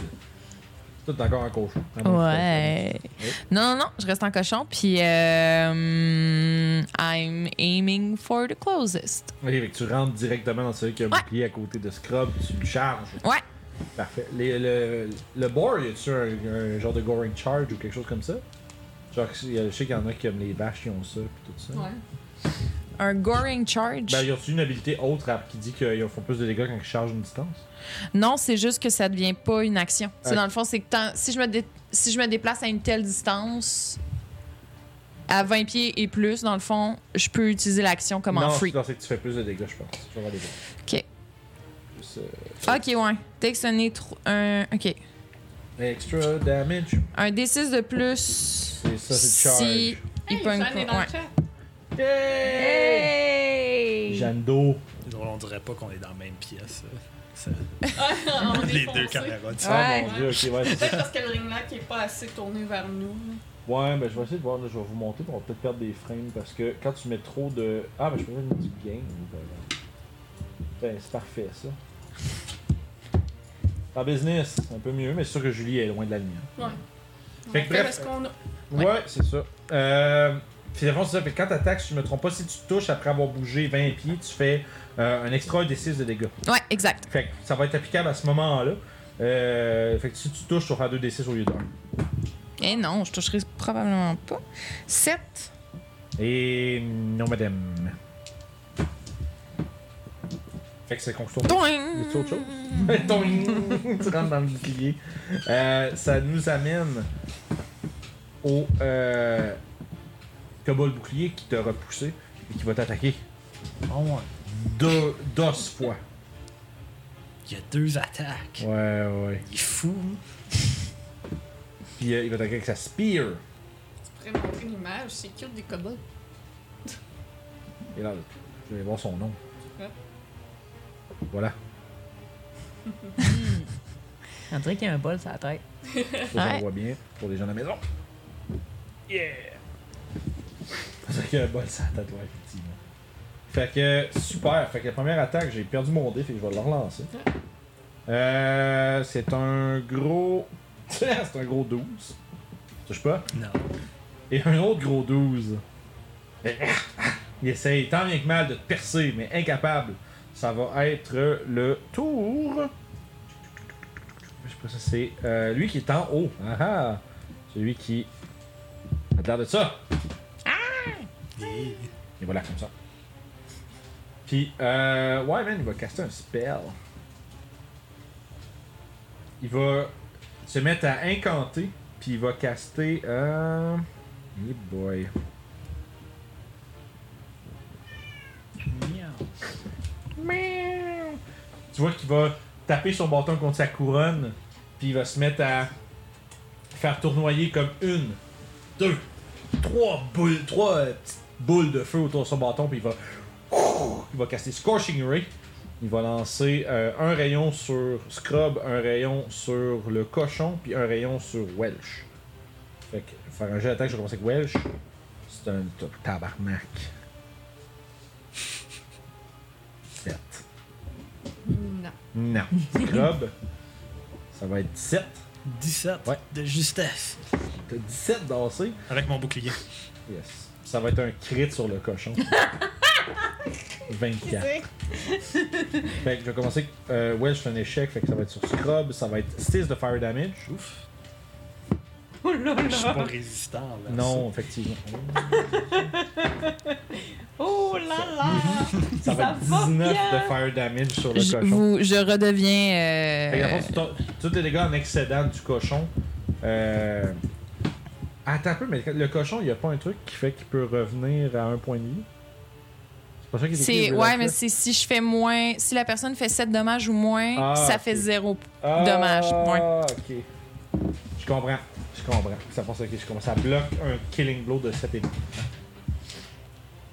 Toi, t'es encore un cochon. À moins que Ouais. Oui. Non, non, non, je reste en cochon, puis euh, I'm aiming for the closest. Ok, fait que tu rentres directement dans celui qui a un Ouais. bouclier à côté de Scrub, tu le charges. Ouais. Parfait. Les- le, le boar, y a-tu un, un genre de goring charge ou quelque chose comme ça? Genre, que- je sais qu'il y en a qui aiment les vaches qui ont ça, puis tout ça. Ouais. Un goring charge. Ben, y a une habilité autre à- qui dit qu'ils font plus de dégâts quand ils chargent une distance? Non, c'est juste que ça devient pas une action. C'est Ok. dans le fond, c'est que tant- si, je me dé- si je me déplace à une telle distance, à 20 pieds et plus, dans le fond, je peux utiliser l'action comme non, en c'est free. dans- c'est que tu fais plus de dégâts, je pense. Je vais aller voir. Ok. Plus, euh, Ok, ouais. Takes un, étro- un, ok. extra damage. un D6 de plus. C'est ça, c'est charge. Si il Hey, pogne Jeanne est pas. dans ouais. le chat. Hey! Jeanne d'eau. C'est drôle, on dirait pas qu'on est dans la même pièce. euh. Ça- Ah, on est les deux foncé. caméras différentes. Ah, Ouais. mon dieu, ok, ouais, c'est ça. Peut-être parce que le ring qui est pas assez tourné vers nous. Ouais, ben je vais essayer de voir, là, je vais vous monter, puis on va peut-être perdre des frames parce que quand tu mets trop de. Ah, ben je peux mettre du gain. Ben, ben, c'est parfait ça. En business, un peu mieux, mais c'est sûr que Julie est loin de la lumière. Ouais. Fait que Donc, bref. est-ce qu'on a- Ouais, c'est ça. Euh, puis dans le fond, c'est ça. Fait que quand t'attaques, si je me trompe pas, si tu touches après avoir bougé 20 pieds, tu fais euh, un extra des 6 de dégâts. Ouais, exact. Fait que ça va être applicable à ce moment-là. Euh, fait que si tu touches, tu auras 2d6 au lieu d'un. Eh non, je toucherai probablement pas. 7. Et mm, non, madame. Fait que c'est qu'on retourne. Doing! C'est autre chose? Toing! tu rentres dans le bouclier. Euh, ça nous amène au euh, Cobalt Bouclier qui t'a repoussé et qui va t'attaquer Ah Oh, ouais. deux, d'os fois. Il y a deux attaques. Ouais, ouais. Il est fou. hein. Puis euh, il va t'attaquer avec sa spear. tu pourrais montrer l'image? C'est cute des kobolds. Et là, je vais voir son nom. Ouais. Voilà. On dirait qu'il y a un bol sur la tête. Ça, je Ouais. le vois bien pour les gens à la maison. Yeah! C'est vrai qu'il y a un bol sur la tête, ouais, effectivement. Fait que, super. Fait que la première attaque, j'ai perdu mon dé, fait que je vais le relancer. Euh, c'est un gros... c'est un gros 12. Touche pas. Non. Et un autre gros 12. Il essaye tant bien que mal de te percer, mais incapable. Ça va être le tour. Je sais pas ça, c'est euh, lui qui est en haut. Ah ah! Celui qui a de l'air de ça. Et- Et voilà, comme ça. Puis, euh, ouais, man, il va caster un spell. Il va se mettre à incanter, puis il va caster. Euh... Hey boy. Miaou. Tu vois qu'il va taper son bâton contre sa couronne, puis il va se mettre à faire tournoyer comme une, deux, trois boules, trois euh, petites boules de feu autour de son bâton, puis il va, il va casser Scorching Ray. Il va lancer euh, un rayon sur Scrub, un rayon sur le cochon, puis un rayon sur Welsh. Fait que faire un jeu d'attaque, je vais commencer avec Welsh. C'est un t- tabarnak. 7. Non. Non. Scrub, ça va être 17. 17 Ouais. de justesse. T'as 17 dansé. Avec mon bouclier. Yes. Ça va être un crit sur le cochon. 24. Fait que je vais commencer. Euh, ouais, je fais un échec, fait que ça va être sur Scrub. Ça va être 6 de fire damage. Ouf. Oh là Je suis pas là! résistant. Là, Non, effectivement. Oh là là! Ça va être Ça va 19 bien. de fire damage sur le Je, cochon. vous- je redeviens. euh, Fait que, dans le fond, tu t'en- tous les dégâts en excédent du cochon. Euh... Attends un peu, mais le cochon, il n'y a pas un truc qui fait qu'il peut revenir à un point de vie C'est pas ça qui est écrit, c'est, Will ouais, Atlas? mais c'est si je fais moins. Si la personne fait 7 dommages ou moins, Ah, ça ok. fait 0. Ah, Dommage, ouais. ok. Je comprends. Je comprends. Ça pense que je commence à bloquer un killing blow de 7 et demi.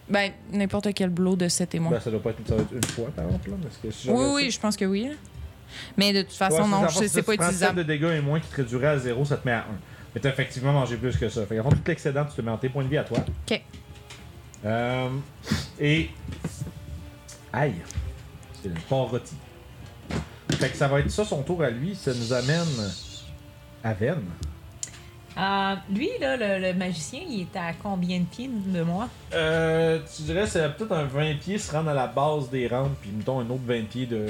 Ben, n'importe quel blow de 7 et moins. Ben, ça doit pas être, ça doit être une fois, par exemple. Là, parce que si j'avais oui, ça- oui, je pense que oui. là. Mais de toute Ouais, façon, c'est non, ça, je- si c'est tu pas prends utilisable. sept de dégâts et moins qui te réduirait à 0, ça te met à 1. Mais t'as effectivement mangé plus que ça. Fait qu'avant tout l'excédent, tu te mets en tes points de vie à toi. Ok. Euh, et. Aïe! C'est le porc rôti. Fait que ça va être ça son tour à lui. Ça nous amène à Vennes. Euh, lui, là, le, le magicien, il est à combien de pieds de moi? Euh, tu dirais c'est peut-être un 20 pieds se rendre à la base des rampes, puis mettons un autre 20 pieds de,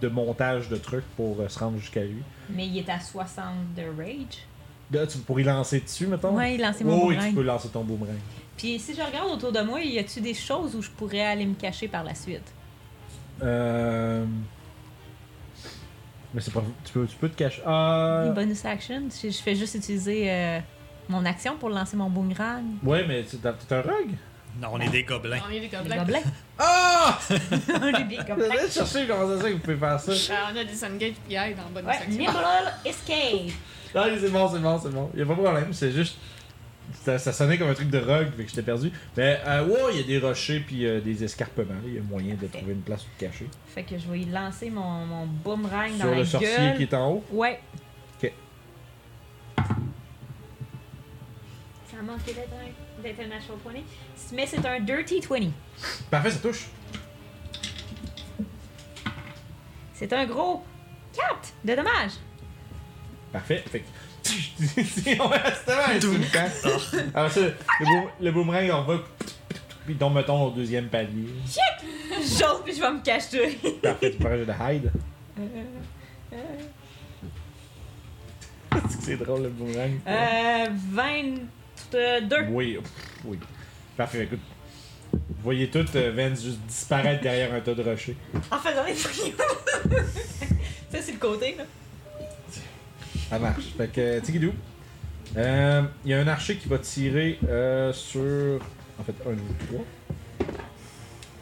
de montage de trucs pour euh, se rendre jusqu'à lui. Mais il est à 60 de rage. Là, tu pourrais lancer dessus, mettons. Ouais, il lançait mon Oh, oui, boomerang. tu peux lancer ton boomerang. Puis si je regarde autour de moi, y a-tu des choses où je pourrais aller me cacher par la suite? Euh... Mais c'est pas. Tu peux, tu peux te cacher. Ah. Une bonus action? Je, je fais juste utiliser euh, mon action pour lancer mon boomerang. Ouais, mais tu- t'as- t'es un rogue? Non, on est des gobelins. On est des Les gobelins. gobelins. Ah! Les vieilles gobelins. J'allais chercher comment ça, c'est que vous pouvez faire ça. Ah, on a des engage puis aide en bonne Ouais, section. Nimble Escape! Non, c'est bon, c'est bon, c'est bon. Y'a pas de problème, c'est juste. Ça, ça sonnait comme un truc de rogue, fait que j'étais perdu. Mais, euh, wow, y a des rochers puis euh, des escarpements. Il y a moyen de trouver une place où te cacher. Fait que je vais y lancer mon, mon boomerang dans Sur la le sorcier gueule. qui est en haut. Ouais. Ça manquait d'être un, d'être un natural 20. Mais c'est un dirty 20. Parfait, ça touche. C'est un gros 4 de dommage. Parfait. Fait que. ouais, c'était vraiment insultant. Alors, ça, le, boom- le boomerang, il en va. Puis, donc, mettons au deuxième palier. J'ose puis je vais me cacher. Parfait, tu parles de hide. Euh, C'est drôle le boomerang. Euh, 22. Oui, pff, oui. Parfait, écoute. Vous voyez tout euh, Vance juste disparaître derrière un tas de rochers. En faisant les frioles. Ça, c'est le côté, là. Ça marche. Fait que, Tigidou. Euh, Il y a un archer qui va tirer euh, sur. En fait, un de vous trois.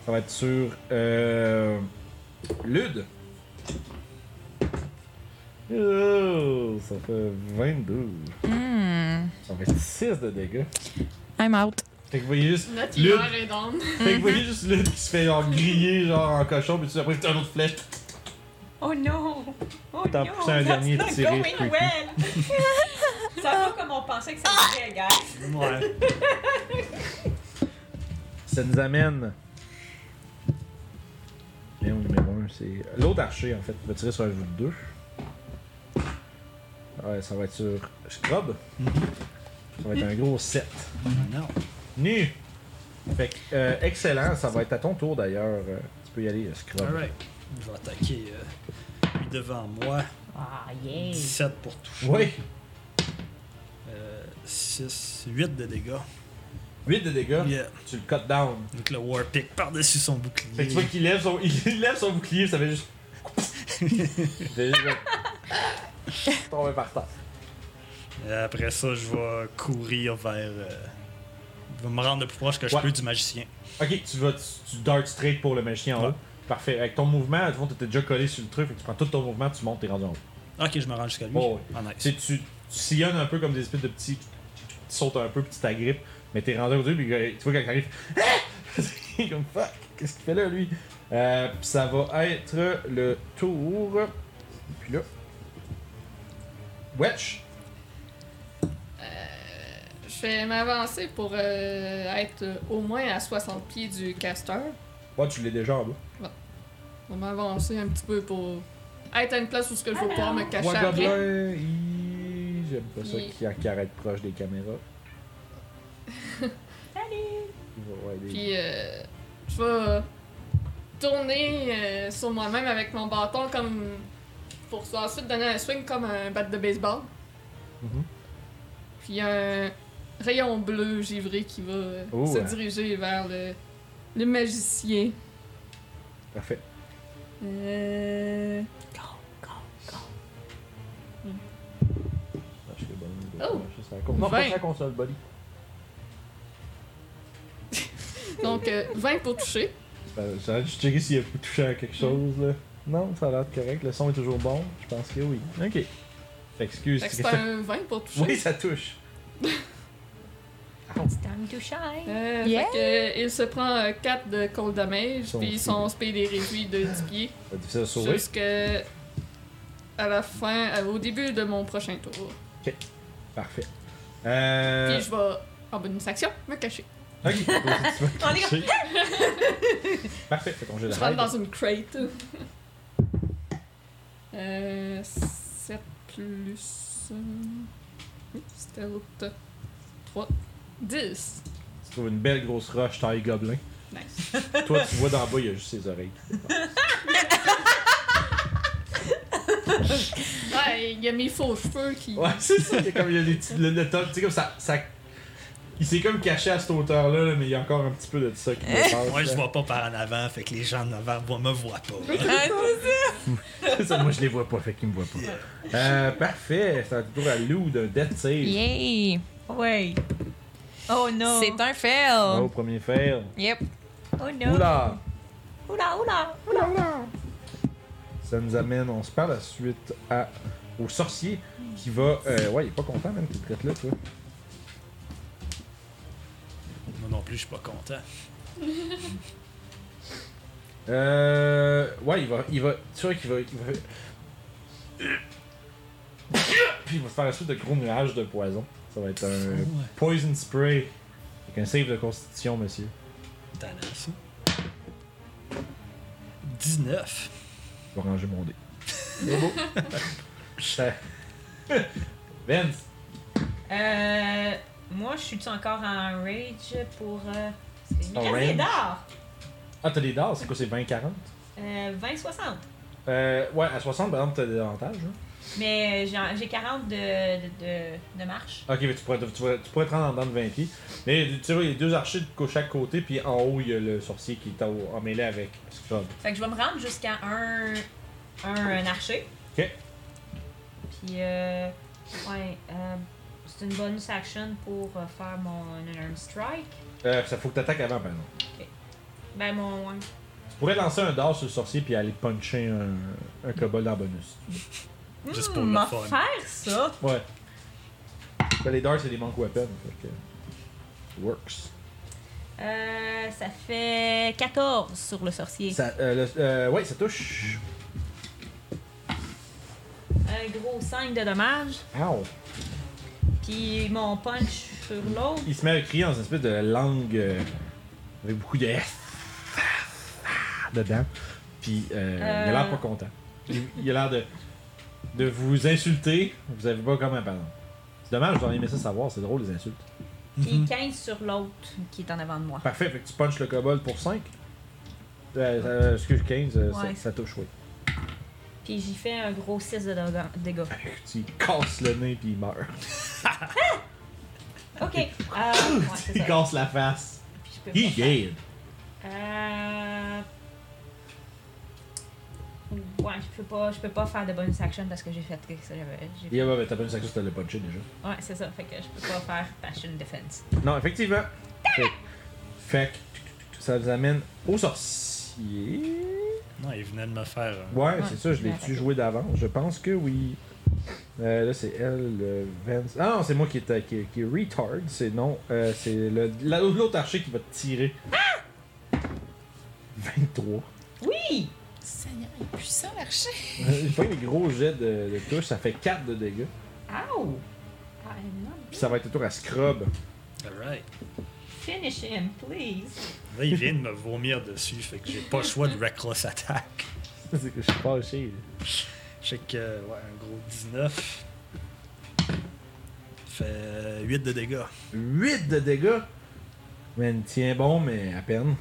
Ça va être sur. Euh, Lude. Oh, ça fait 22. Hmm. Ça fait 6 de dégâts. I'm out. Fait que vous voyez juste. Notre Lude. humeur est down. Fait que vous voyez juste Lude qui se fait genre griller genre en cochon, puis tu après t'as une autre flèche. Oh non! Oh T'en non! poussais un that's dernier not tiré going freaky. well. ça va pas comme on pensait que ça serait, guys. Ouais. Ça nous amène. Bien, au numéro 1, c'est. L'autre archer, en fait, va tirer sur un vous de 2. Ouais, ça va être sur Scrub. Mm-hmm. Ça va être un gros 7. Non. Nu! Fait que, euh, excellent, ça va être à ton tour d'ailleurs. Euh, Tu peux y aller, euh, Scrub. Alright. Je vais attaquer euh, lui devant moi. Ah, yeah. 17 pour toucher. Oui! 6, 8 de dégâts. 8 de dégâts, Yeah. tu le cut down. Donc le War Pick par-dessus son bouclier. Fait que tu vois qu'il lève son, il lève son bouclier, ça fait juste. Il fait juste comme- tomber par terre. Et Euh, Après ça, je vais courir vers. euh, Je vais me rendre le plus proche que je Ouais. peux du magicien. Ok, tu vas, tu, tu darts straight pour le magicien en Ouais. haut. Parfait. Avec ton mouvement, tu t'étais déjà collé sur le truc, fait que tu prends tout ton mouvement, tu montes, t'es rendu en haut. Ok, je me rends jusqu'à lui. Oh, Ah, nice. Tu, sais, tu, tu sillonnes un peu comme des espèces de petits. Tu, tu sautes un peu, puis tu t'agrippes, mais t'es rendu au dessus, puis euh, tu vois quand il arrive. Ah! Il est comme fuck, qu'est-ce qu'il fait là, lui Euh, puis ça va être le tour. Puis là. Wetch Je vais m'avancer pour euh, être euh, au moins à 60 pieds du caster. Ouais, tu l'es déjà en bas. Je vais m'avancer un petit peu pour être à une place où ce que je vais pouvoir me cacher Ouais, après. Gobelin, il- j'aime pas ça Il- qui, qui arrête proche des caméras. Salut! Ouais, des- Puis euh, je vais tourner euh, sur moi-même avec mon bâton comme pour ça ensuite donner un swing comme un bat de baseball. Mhm. Puis un rayon bleu givré qui va euh, Oh, se ouais. diriger vers le, le magicien. Parfait. Euh... Ah, je suis bon. Oh! Je suis à la con- Non, pas Vingt. sur la console, buddy. Donc euh, 20 pour toucher. Ben, J'allais juste checker s'il a pu toucher à quelque Hmm. chose, là. Non, ça a l'air correct. Le son est toujours bon. Je pense que oui. Ok. Fait que, excuse. Fait que c'est un 20 pour toucher. Oui, ça touche. It's time to shine. Euh, Yeah. fait que, euh, il se prend 4 de cold damage, Son puis son speed est réduit de 10 pieds. Ça va être difficile à sauver. Jusque à la fin, euh, au début de mon prochain tour. Parfait. Euh. Puis je vais, en bonus action, me cacher. Ok. Tu vas te On est cacher. Parfait. Fait ton jeu de Je rentre raid. dans une crate. euh, 7 plus. euh, C'était l'autre. 3. 10. Tu trouves une belle grosse roche taille gobelin. Nice. Toi, tu vois d'en bas, il y a juste ses oreilles. Ouais, il y a mes faux cheveux qui. Ouais, c'est ça. C'est comme il y a des petits- le, le top, tu sais, comme ça, ça. Il s'est comme caché à cette hauteur-là, là, mais il y a encore un petit peu de ça qui dépasse. Eh! hein. Moi, je là. vois pas par en avant, fait que les gens en avant voient- me voient pas. C'est ça, moi, je les vois pas, fait qu'ils me voient pas. Euh, parfait, ça tourne à Lou d'un death save. Yay! Ouais. Oh non. C'est un Oh, fail! premier fail. Yep. Oh non. Oula! Oula, oula. Ça nous amène, on se parle la suite à, au sorcier qui va. euh, ouais, il est pas content, même, qu'il traite là, toi. Moi non plus, je suis pas content. Euh. Ouais, il va. Il va. Tu vois qu'il va. il va- Puis il va se faire la suite de gros nuages de poison. Ça va être un poison spray. Avec un save de constitution, monsieur. T'en as ça? 19. Je vais ranger mon dé. C'est beau. Vince, Euh, moi, je suis encore en rage pour. Euh, c'est En Miracé range? d'or. ah, t'as des dards, c'est quoi, c'est 20-40 Euh, 20-60. Euh. Ouais, à 60, par exemple, t'as des avantages. hein. Mais euh, j'ai j'ai 40 de, de, de- de marche. Ok, mais tu pourrais, tu, pourrais, tu pourrais te rendre en dedans de 20 pieds. Mais tu vois, il y a deux archers de co- chaque côté, puis en haut, il y a le sorcier qui est au- emmêlé avec Scrub. Fait que je vais me rendre jusqu'à un, un, un archer. Ok. Puis, euh, ouais, euh, c'est une bonus action pour euh, faire mon unarmed strike. Euh, ça faut que t'attaques avant, par exemple. Ben, mon. ouais. Tu pourrais lancer un dard sur le sorcier puis aller puncher un, un kobold en bonus. Juste pour Hmm, le m'en fun. faire ça. Ouais. Parce que les dards, c'est des manques weapons. Fait que. Works. Euh, ça fait 14 sur le sorcier. Ça, euh, le- euh, ouais, ça touche. Un gros 5 de dommages. Ow. Puis mon punch sur l'autre. Il se met à crier dans une espèce de langue euh, avec beaucoup de F dedans. Puis euh, il a l'air pas content. Il, il a l'air de, de vous insulter. Vous savez pas comment, pardon. C'est dommage, vous auriez aimé ça savoir. C'est drôle, les insultes. Puis 15 sur l'autre qui est en avant de moi. Parfait, fait que tu punches le kobold pour 5. Euh, euh, excuse, 15, euh, ça, Ouais. ça touche, oui. Puis j'y fais un gros 6 de doga- dégâts. Tu lui casses le nez puis il meurt. Ok. Euh, ouais, tu c'est lui ça. casses la face. Puis je peux He pas- dead. Euh... Ouais, je peux pas, je peux pas faire de bonus action parce que j'ai fait que ça, j'avais- j'ai- Yeah, ouais, ben, t'as pas une sacrée, t'as le punché déjà. Ouais, c'est ça. Fait que je peux pas faire passion defense. Non, effectivement. Fait, fait que ça nous amène au sorcier. Non, il venait de me faire un. Ouais, c'est ça, je mais l'ai-tu joué d'avance? Je pense que oui. Euh, là, c'est elle, le Vance. Ah non, c'est moi qui est, euh, qui, qui est retard. C'est non, euh, c'est le- la- l'autre archer qui va te tirer. Ah! 23. Oui! Seigneur, il est puissant l'archer. J'ai pas eu des gros jets de, de touche, ça fait 4 de dégâts. Ow! I'm not Puis ça va être le tour à Scrub. Alright. finish him, please. Là, il vient de me vomir dessus, fait que j'ai pas le choix de reckless attack. c'est que je suis fâché. là. Je sais que, ouais, un gros 19. Fait 8 de dégâts. 8 de dégâts. Man, tiens bon, mais à peine.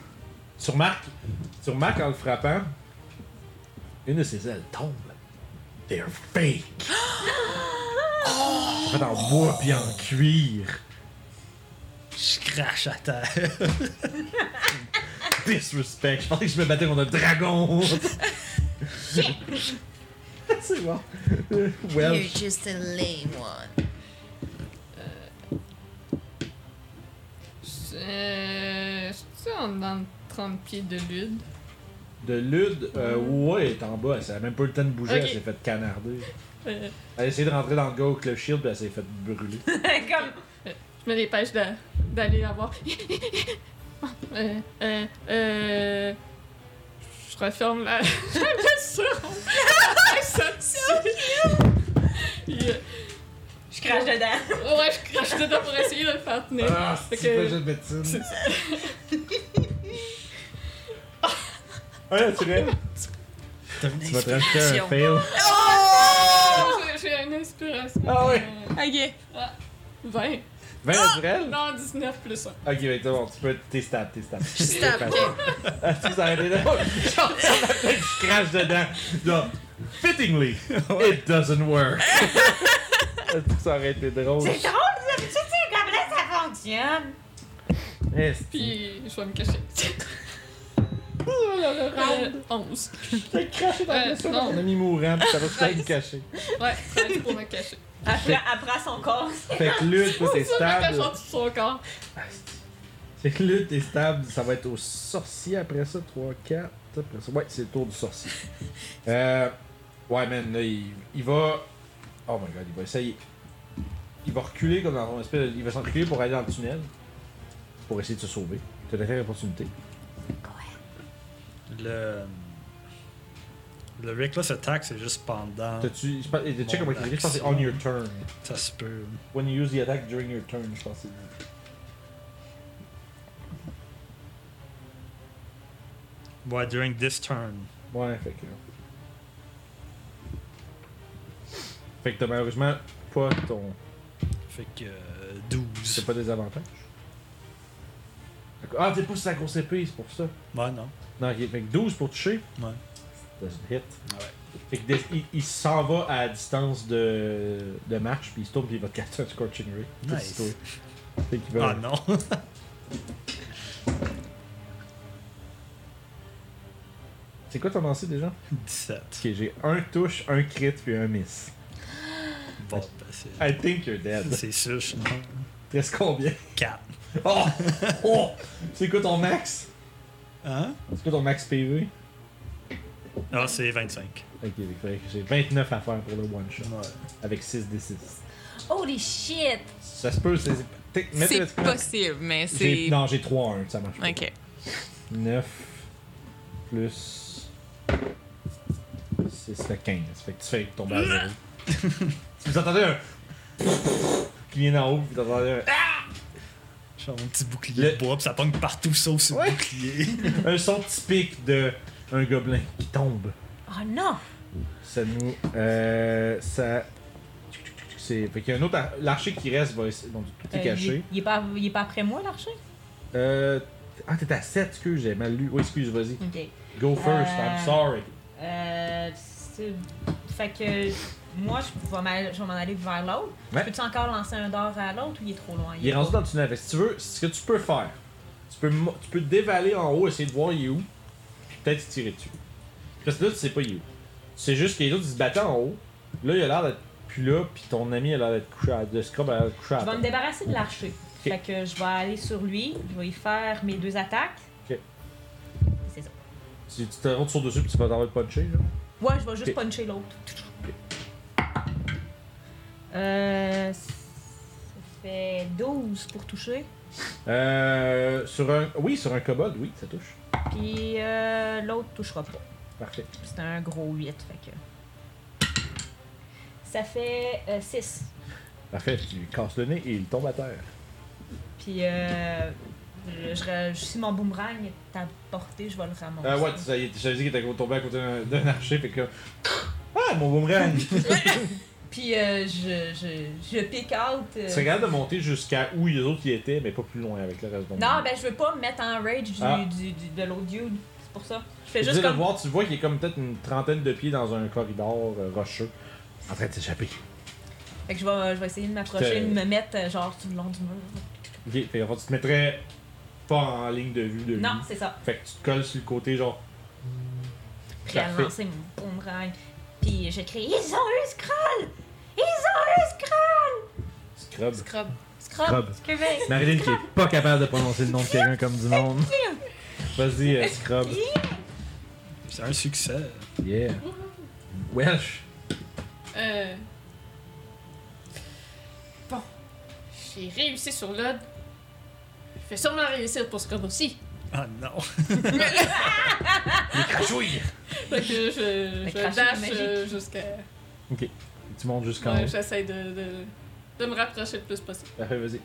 Tu remarques, tu remarques en le frappant, une de ses ailes tombe. They're fake. En fait, en bois puis en cuir. Je crache à terre. Disrespect. Je pensais que je me battais contre un dragon. C'est bon. Well, just a lame one. Euh, Je suis en dedans de 30 pieds de lude. de Lud, euh, ouais, elle est en bas. Elle a même pas eu le temps de bouger. Ok. Elle s'est fait canarder. Euh, Elle a essayé de rentrer dans le go avec le shield, puis elle s'est fait brûler. Comme. je me dépêche de- d'aller la voir. euh, euh, euh, je referme la, la blessure. Ça tue. Et, euh, Je crache dedans. Ouais, je crache dedans pour essayer de le faire tenir. Ah, Fait que- de médecine. Ouais, tu rêves. T'as une Tu vas te rajouter un eh, fail. J'ai- J'ai une inspiration. Ah ouais. Euh, Ok. 20. 20 naturel? Non, 19 plus 1. Ok, ben c'est bon, tu peux. T'es stable, t'es stable. Je suis stable, ok. Ah, tu t'es arrêté là. Genre, je crache dedans. Genre, fittingly, it doesn't work. Ah, Ça aurait été drôle. C'est drôle, d'habitude, c'est comme là, ça fonctionne! Christiane! Esti. Puis je vais me cacher. Oh là là, round 11. T'as craché dans le vaisseau, non. mon ami mourant, pis ça va tout Nice. être caché. Ouais, ça va être pour me cacher. Après, après son corps. Fait que Lutte, toi, t'es Ça me cache stable. en dessous de son corps. Asti. Fait que Lutte, t'es stable. Ça va être au sorcier après ça. 3, 4. Après ça. Ouais, c'est le tour du sorcier. Euh, ouais, man, là, il, il va. Oh my god, il va essayer. Il va reculer comme dans un espèce. de- Il va s'en reculer pour aller dans le tunnel. Pour essayer de se sauver. T'as la opportunité. Le. Le Reckless Attack, c'est juste pendant. T'as-tu. je pense- et Check Mon comment il écrit, Je pense que c'est on your turn. Ça se peut. When you use the attack during your turn, je pense que c'est. Ouais, during this turn. Ouais, fait que. Fait que t'as malheureusement pas ton. Fait que. euh, C'est 12. pas des avantages. Ah, t'es pas sur la grosse épée, c'est pour ça. Ouais, non. Non, ok, fait que 12 pour toucher. Ouais. Ça se hit. Ah Ouais. Fait que des- il, il s'en va à distance de, de marche, puis il se tourne, puis il va te casser un Scorching Ray. Tout Nice. de suite. Fait qu'il va. Ah non. C'est quoi ton lancer déjà 17. Ok, j'ai un touche, un crit, puis un miss. Bon, ben c'est. I think you're dead. C'est sûr, je suis T'es combien 4. Oh Oh C'est quoi ton max Hein? C'est quoi ton max PV Ah, c'est 25. Ok, fait que j'ai 29 à faire pour le one shot. Ouais. Avec 6 des 6. Holy shit! Ça se peut, c'est. t'es- mettez le- C'est possible, mais J'ai- c'est. Non, j'ai 3 1, ça marche. pas. Ok. 9 plus 6, ça fait 15. Fait que tu fais tomber à zéro. Vous entendez un. qui vient d'en haut, puis vous entendez Genre mon petit bouclier Le- de bois, pis ça pogne partout sauf sur Ouais. le bouclier. un, un son typique de un gobelin qui tombe. Oh non! Ça nous. Euh, ça. C'est... Fait qu'il y a un autre. ar- L'archer qui reste va essayer. Donc tout est Euh, caché. Il, il est pas, il est pas après moi, l'archer? Euh. Ah, t'es à 7, excuse, j'ai mal lu. Oui, excuse, vas-y. Ok. Go first, Euh, I'm sorry. Euh, c'est- fait que moi, je vais m'aller- je vais m'en aller vers l'autre. Ouais. Peux-tu encore lancer un d'or à l'autre ou il est trop loin? Il est rendu dans le tunnel. Fait que si tu veux, ce que tu peux faire, tu peux, mo- tu peux dévaler en haut, essayer de voir il est où, puis peut-être se tirer dessus. Parce que là, tu sais pas il est où. C'est juste que les autres ils se battaient en haut. Là, il a l'air d'être plus là, puis ton ami a l'air d'être couché à de Scrub a l'air d'être couché à Je vais terre. me débarrasser de l'archer. Ok. Fait que je vais aller sur lui, je vais y faire mes deux attaques. Ok. C'est ça. Tu tu te rends sur dessus, puis tu vas t'en le puncher, là. Ouais, je vais juste Ok. puncher l'autre. Euh, ça fait 12 pour toucher. Euh, sur un. Oui, sur un kobold, oui, ça touche. Puis euh, l'autre touchera pas. Parfait. C'est un gros 8, fait que. Ça fait euh, 6. Parfait, tu lui casses le nez et il tombe à terre. Puis euh, je, je, ra- si mon boomerang est à portée, je vais le ramasser. Ah ouais, tu savais tu savais qu'il était tombé à côté d'un- d'un archer, fait que. là, Ah, mon boomerang! Puis euh, je, je, je pick out. euh, Tu regardes de monter jusqu'à où les autres y étaient, mais pas plus loin avec le reste de Non, ben je veux pas me mettre en rage du, Ah. du, du- de l'autre dude. C'est pour ça. Je fais c'est juste juste comme. voir, tu vois qu'il est comme peut-être une trentaine de pieds dans un corridor euh, rocheux, en train de s'échapper. Fait que je vais, je vais essayer de m'approcher, T'es- de me mettre euh, genre tout le long du mur. Ok, fait, enfin, tu te mettrais pas en ligne de vue de lui. Non, c'est ça. Fait que tu te colles sur le côté, genre. Puis à Parfait. lancer mon boomerang. Puis je crie Ils ont eu Scroll Ils ont eu Scroll Scrub. Scrub. Scroll Scrub. Excusez. Marilyn qui est pas capable de prononcer le nom de quelqu'un comme du monde. Vas-y, euh, Scrub. C'est un succès. Yeah. Welsh. Euh... Bon. J'ai réussi sur l'ode. Je vais sûrement réussir pour Scrub aussi. Ah non. Les crachouilles. Fait que je, Le je crachat dash magique. euh, jusqu'à... Tu montes jusqu'en Ouais, haut. j'essaie de, de, de me rapprocher le plus possible. Parfait, Ah, vas-y.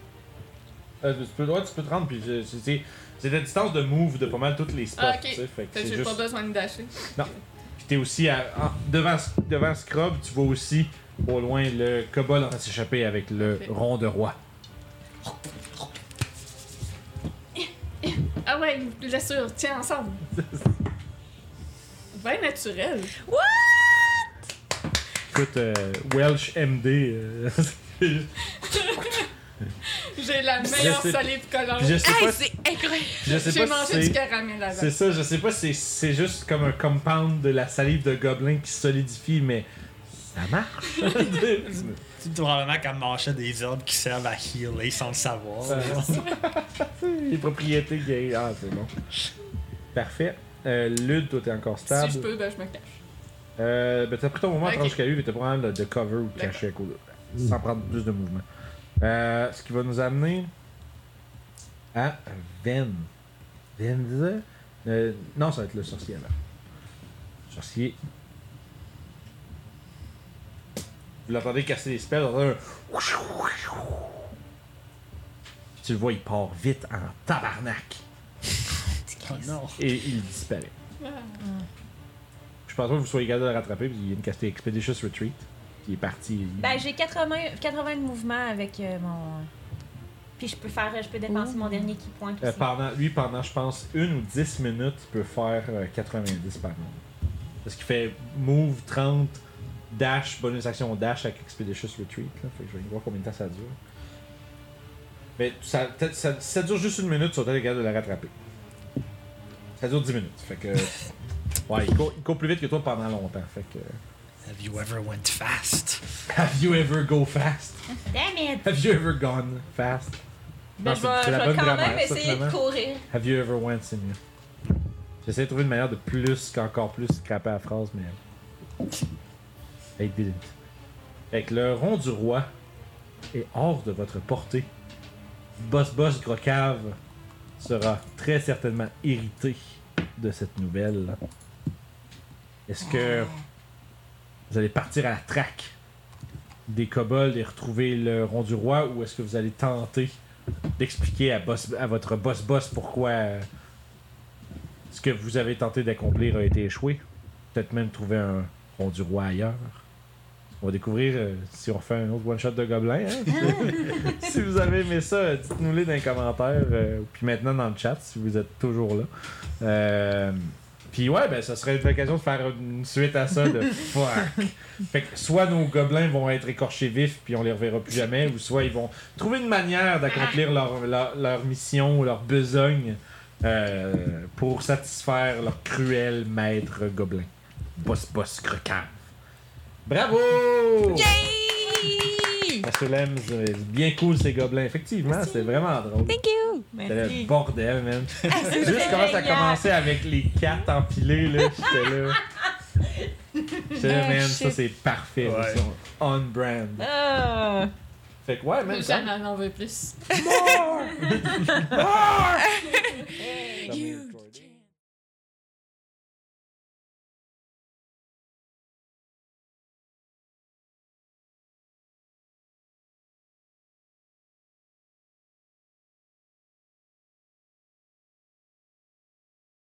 Euh, tu peux, ouais, tu peux te rendre, puis je- c'est- c'est c'est la distance de move de pas mal tous les spots, Ah, ok. tu sais, fait que Fait que c'est j'ai juste... pas besoin de dasher. Puis t'es aussi à, en- devant, devant Scrub, tu vois aussi au loin le kobold en train de s'échapper avec le Parfait. rond de roi. Ah ouais, une blessure. Tiens, ensemble. Bien naturel. Écoute, euh, Welsh MD. euh, J'ai la meilleure sais- salive collante. Puis je sais Hey, pas, si- c'est incroyable! je sais J'ai pas si mangé du c'est- caramel avant. c'est ça, je sais pas si c'est- c'est juste comme un compound de la salive de gobelin qui se solidifie, mais ça marche. Tu sais, probablement qu'elle marchait des herbes qui servent à healer sans le savoir. Ça- Les propriétés guéries. Ah, c'est bon. Parfait. Euh, Lud, toi, t'es encore stable. Si je peux, ben je me cache. Euh, ben, t'as pris ton mouvement à Ok. 30 jusqu'à lui, mais t'as pas mal de cover ou de D'accord. cacher à cause de- Sans prendre plus de mouvement. Euh, ce qui va nous amener à Ven. Ven. euh, non, ça va être le sorcier là. Sorcier. Vous l'entendez casser des spells, vous entendez un Puis tu le vois, il part vite en tabarnak Oh non. et il disparaît. Je pense pas que vous soyez capable de le rattraper, puis il vient de caster Expeditious Retreat, qui est parti. Euh, il- Ben, j'ai 80, 80 de mouvement avec euh, mon. Puis je peux faire, je peux dépenser mon dernier qui pointe Euh, aussi. pendant, lui, pendant, je pense, une ou 10 minutes, il peut faire euh, 90 par minute. Parce qu'il fait move 30, dash, bonus action dash avec Expeditious Retreat. Là. Fait que je vais voir combien de temps ça dure. Mais ça, peut-être- ça, ça dure juste une minute, sur le capable de le rattraper. Ça dure 10 minutes. Fait que. Ouais, il court, il court plus vite que toi pendant longtemps. Fait que. Have you ever went fast? Have you ever go fast? Damn it! Have you ever gone fast? Ben, Non, je c'est- vais, c'est je la vais bonne quand grammaire, même ça, essayer de finalement. courir. Have you ever went, c'est mieux. J'essaie de trouver une manière de plus qu'encore plus scraper la phrase, mais. It didn't. Fait que le rond du roi est hors de votre portée. Boss Boss Grocave sera très certainement irrité de cette nouvelle. Est-ce que vous allez partir à la traque des kobolds et retrouver le rond du roi ou est-ce que vous allez tenter d'expliquer à, boss, à votre boss-boss pourquoi euh, ce que vous avez tenté d'accomplir a été échoué. Peut-être même trouver un rond du roi ailleurs. On va découvrir euh, si on fait un autre one-shot de gobelin. hein. si vous avez aimé ça, euh, dites-nous-le dans les commentaires. euh, puis maintenant dans le chat, si vous êtes toujours là. Euh, puis ouais, ben, ça serait l'occasion de faire une suite à ça de fuck. Fait que soit nos gobelins vont être écorchés vifs, puis on les reverra plus jamais, ou soit ils vont trouver une manière d'accomplir leur, leur, leur mission ou leur besogne euh, pour satisfaire leur cruel maître gobelin. Boss boss crocave. Bravo! Yay! Parce que l'aime, c'est bien cool ces gobelins. Effectivement, c'est vraiment drôle. Thank you! Ah, C'était le Merci. bordel, man. Juste comment ça a génial. commencé avec les cartes empilées, là, j'étais là. J'étais là, Ah, man, ça shit. c'est parfait. Ouais. Ils sont on brand. Ah! Fait que ouais, man, ça. Jamais on en veut plus. ça me- You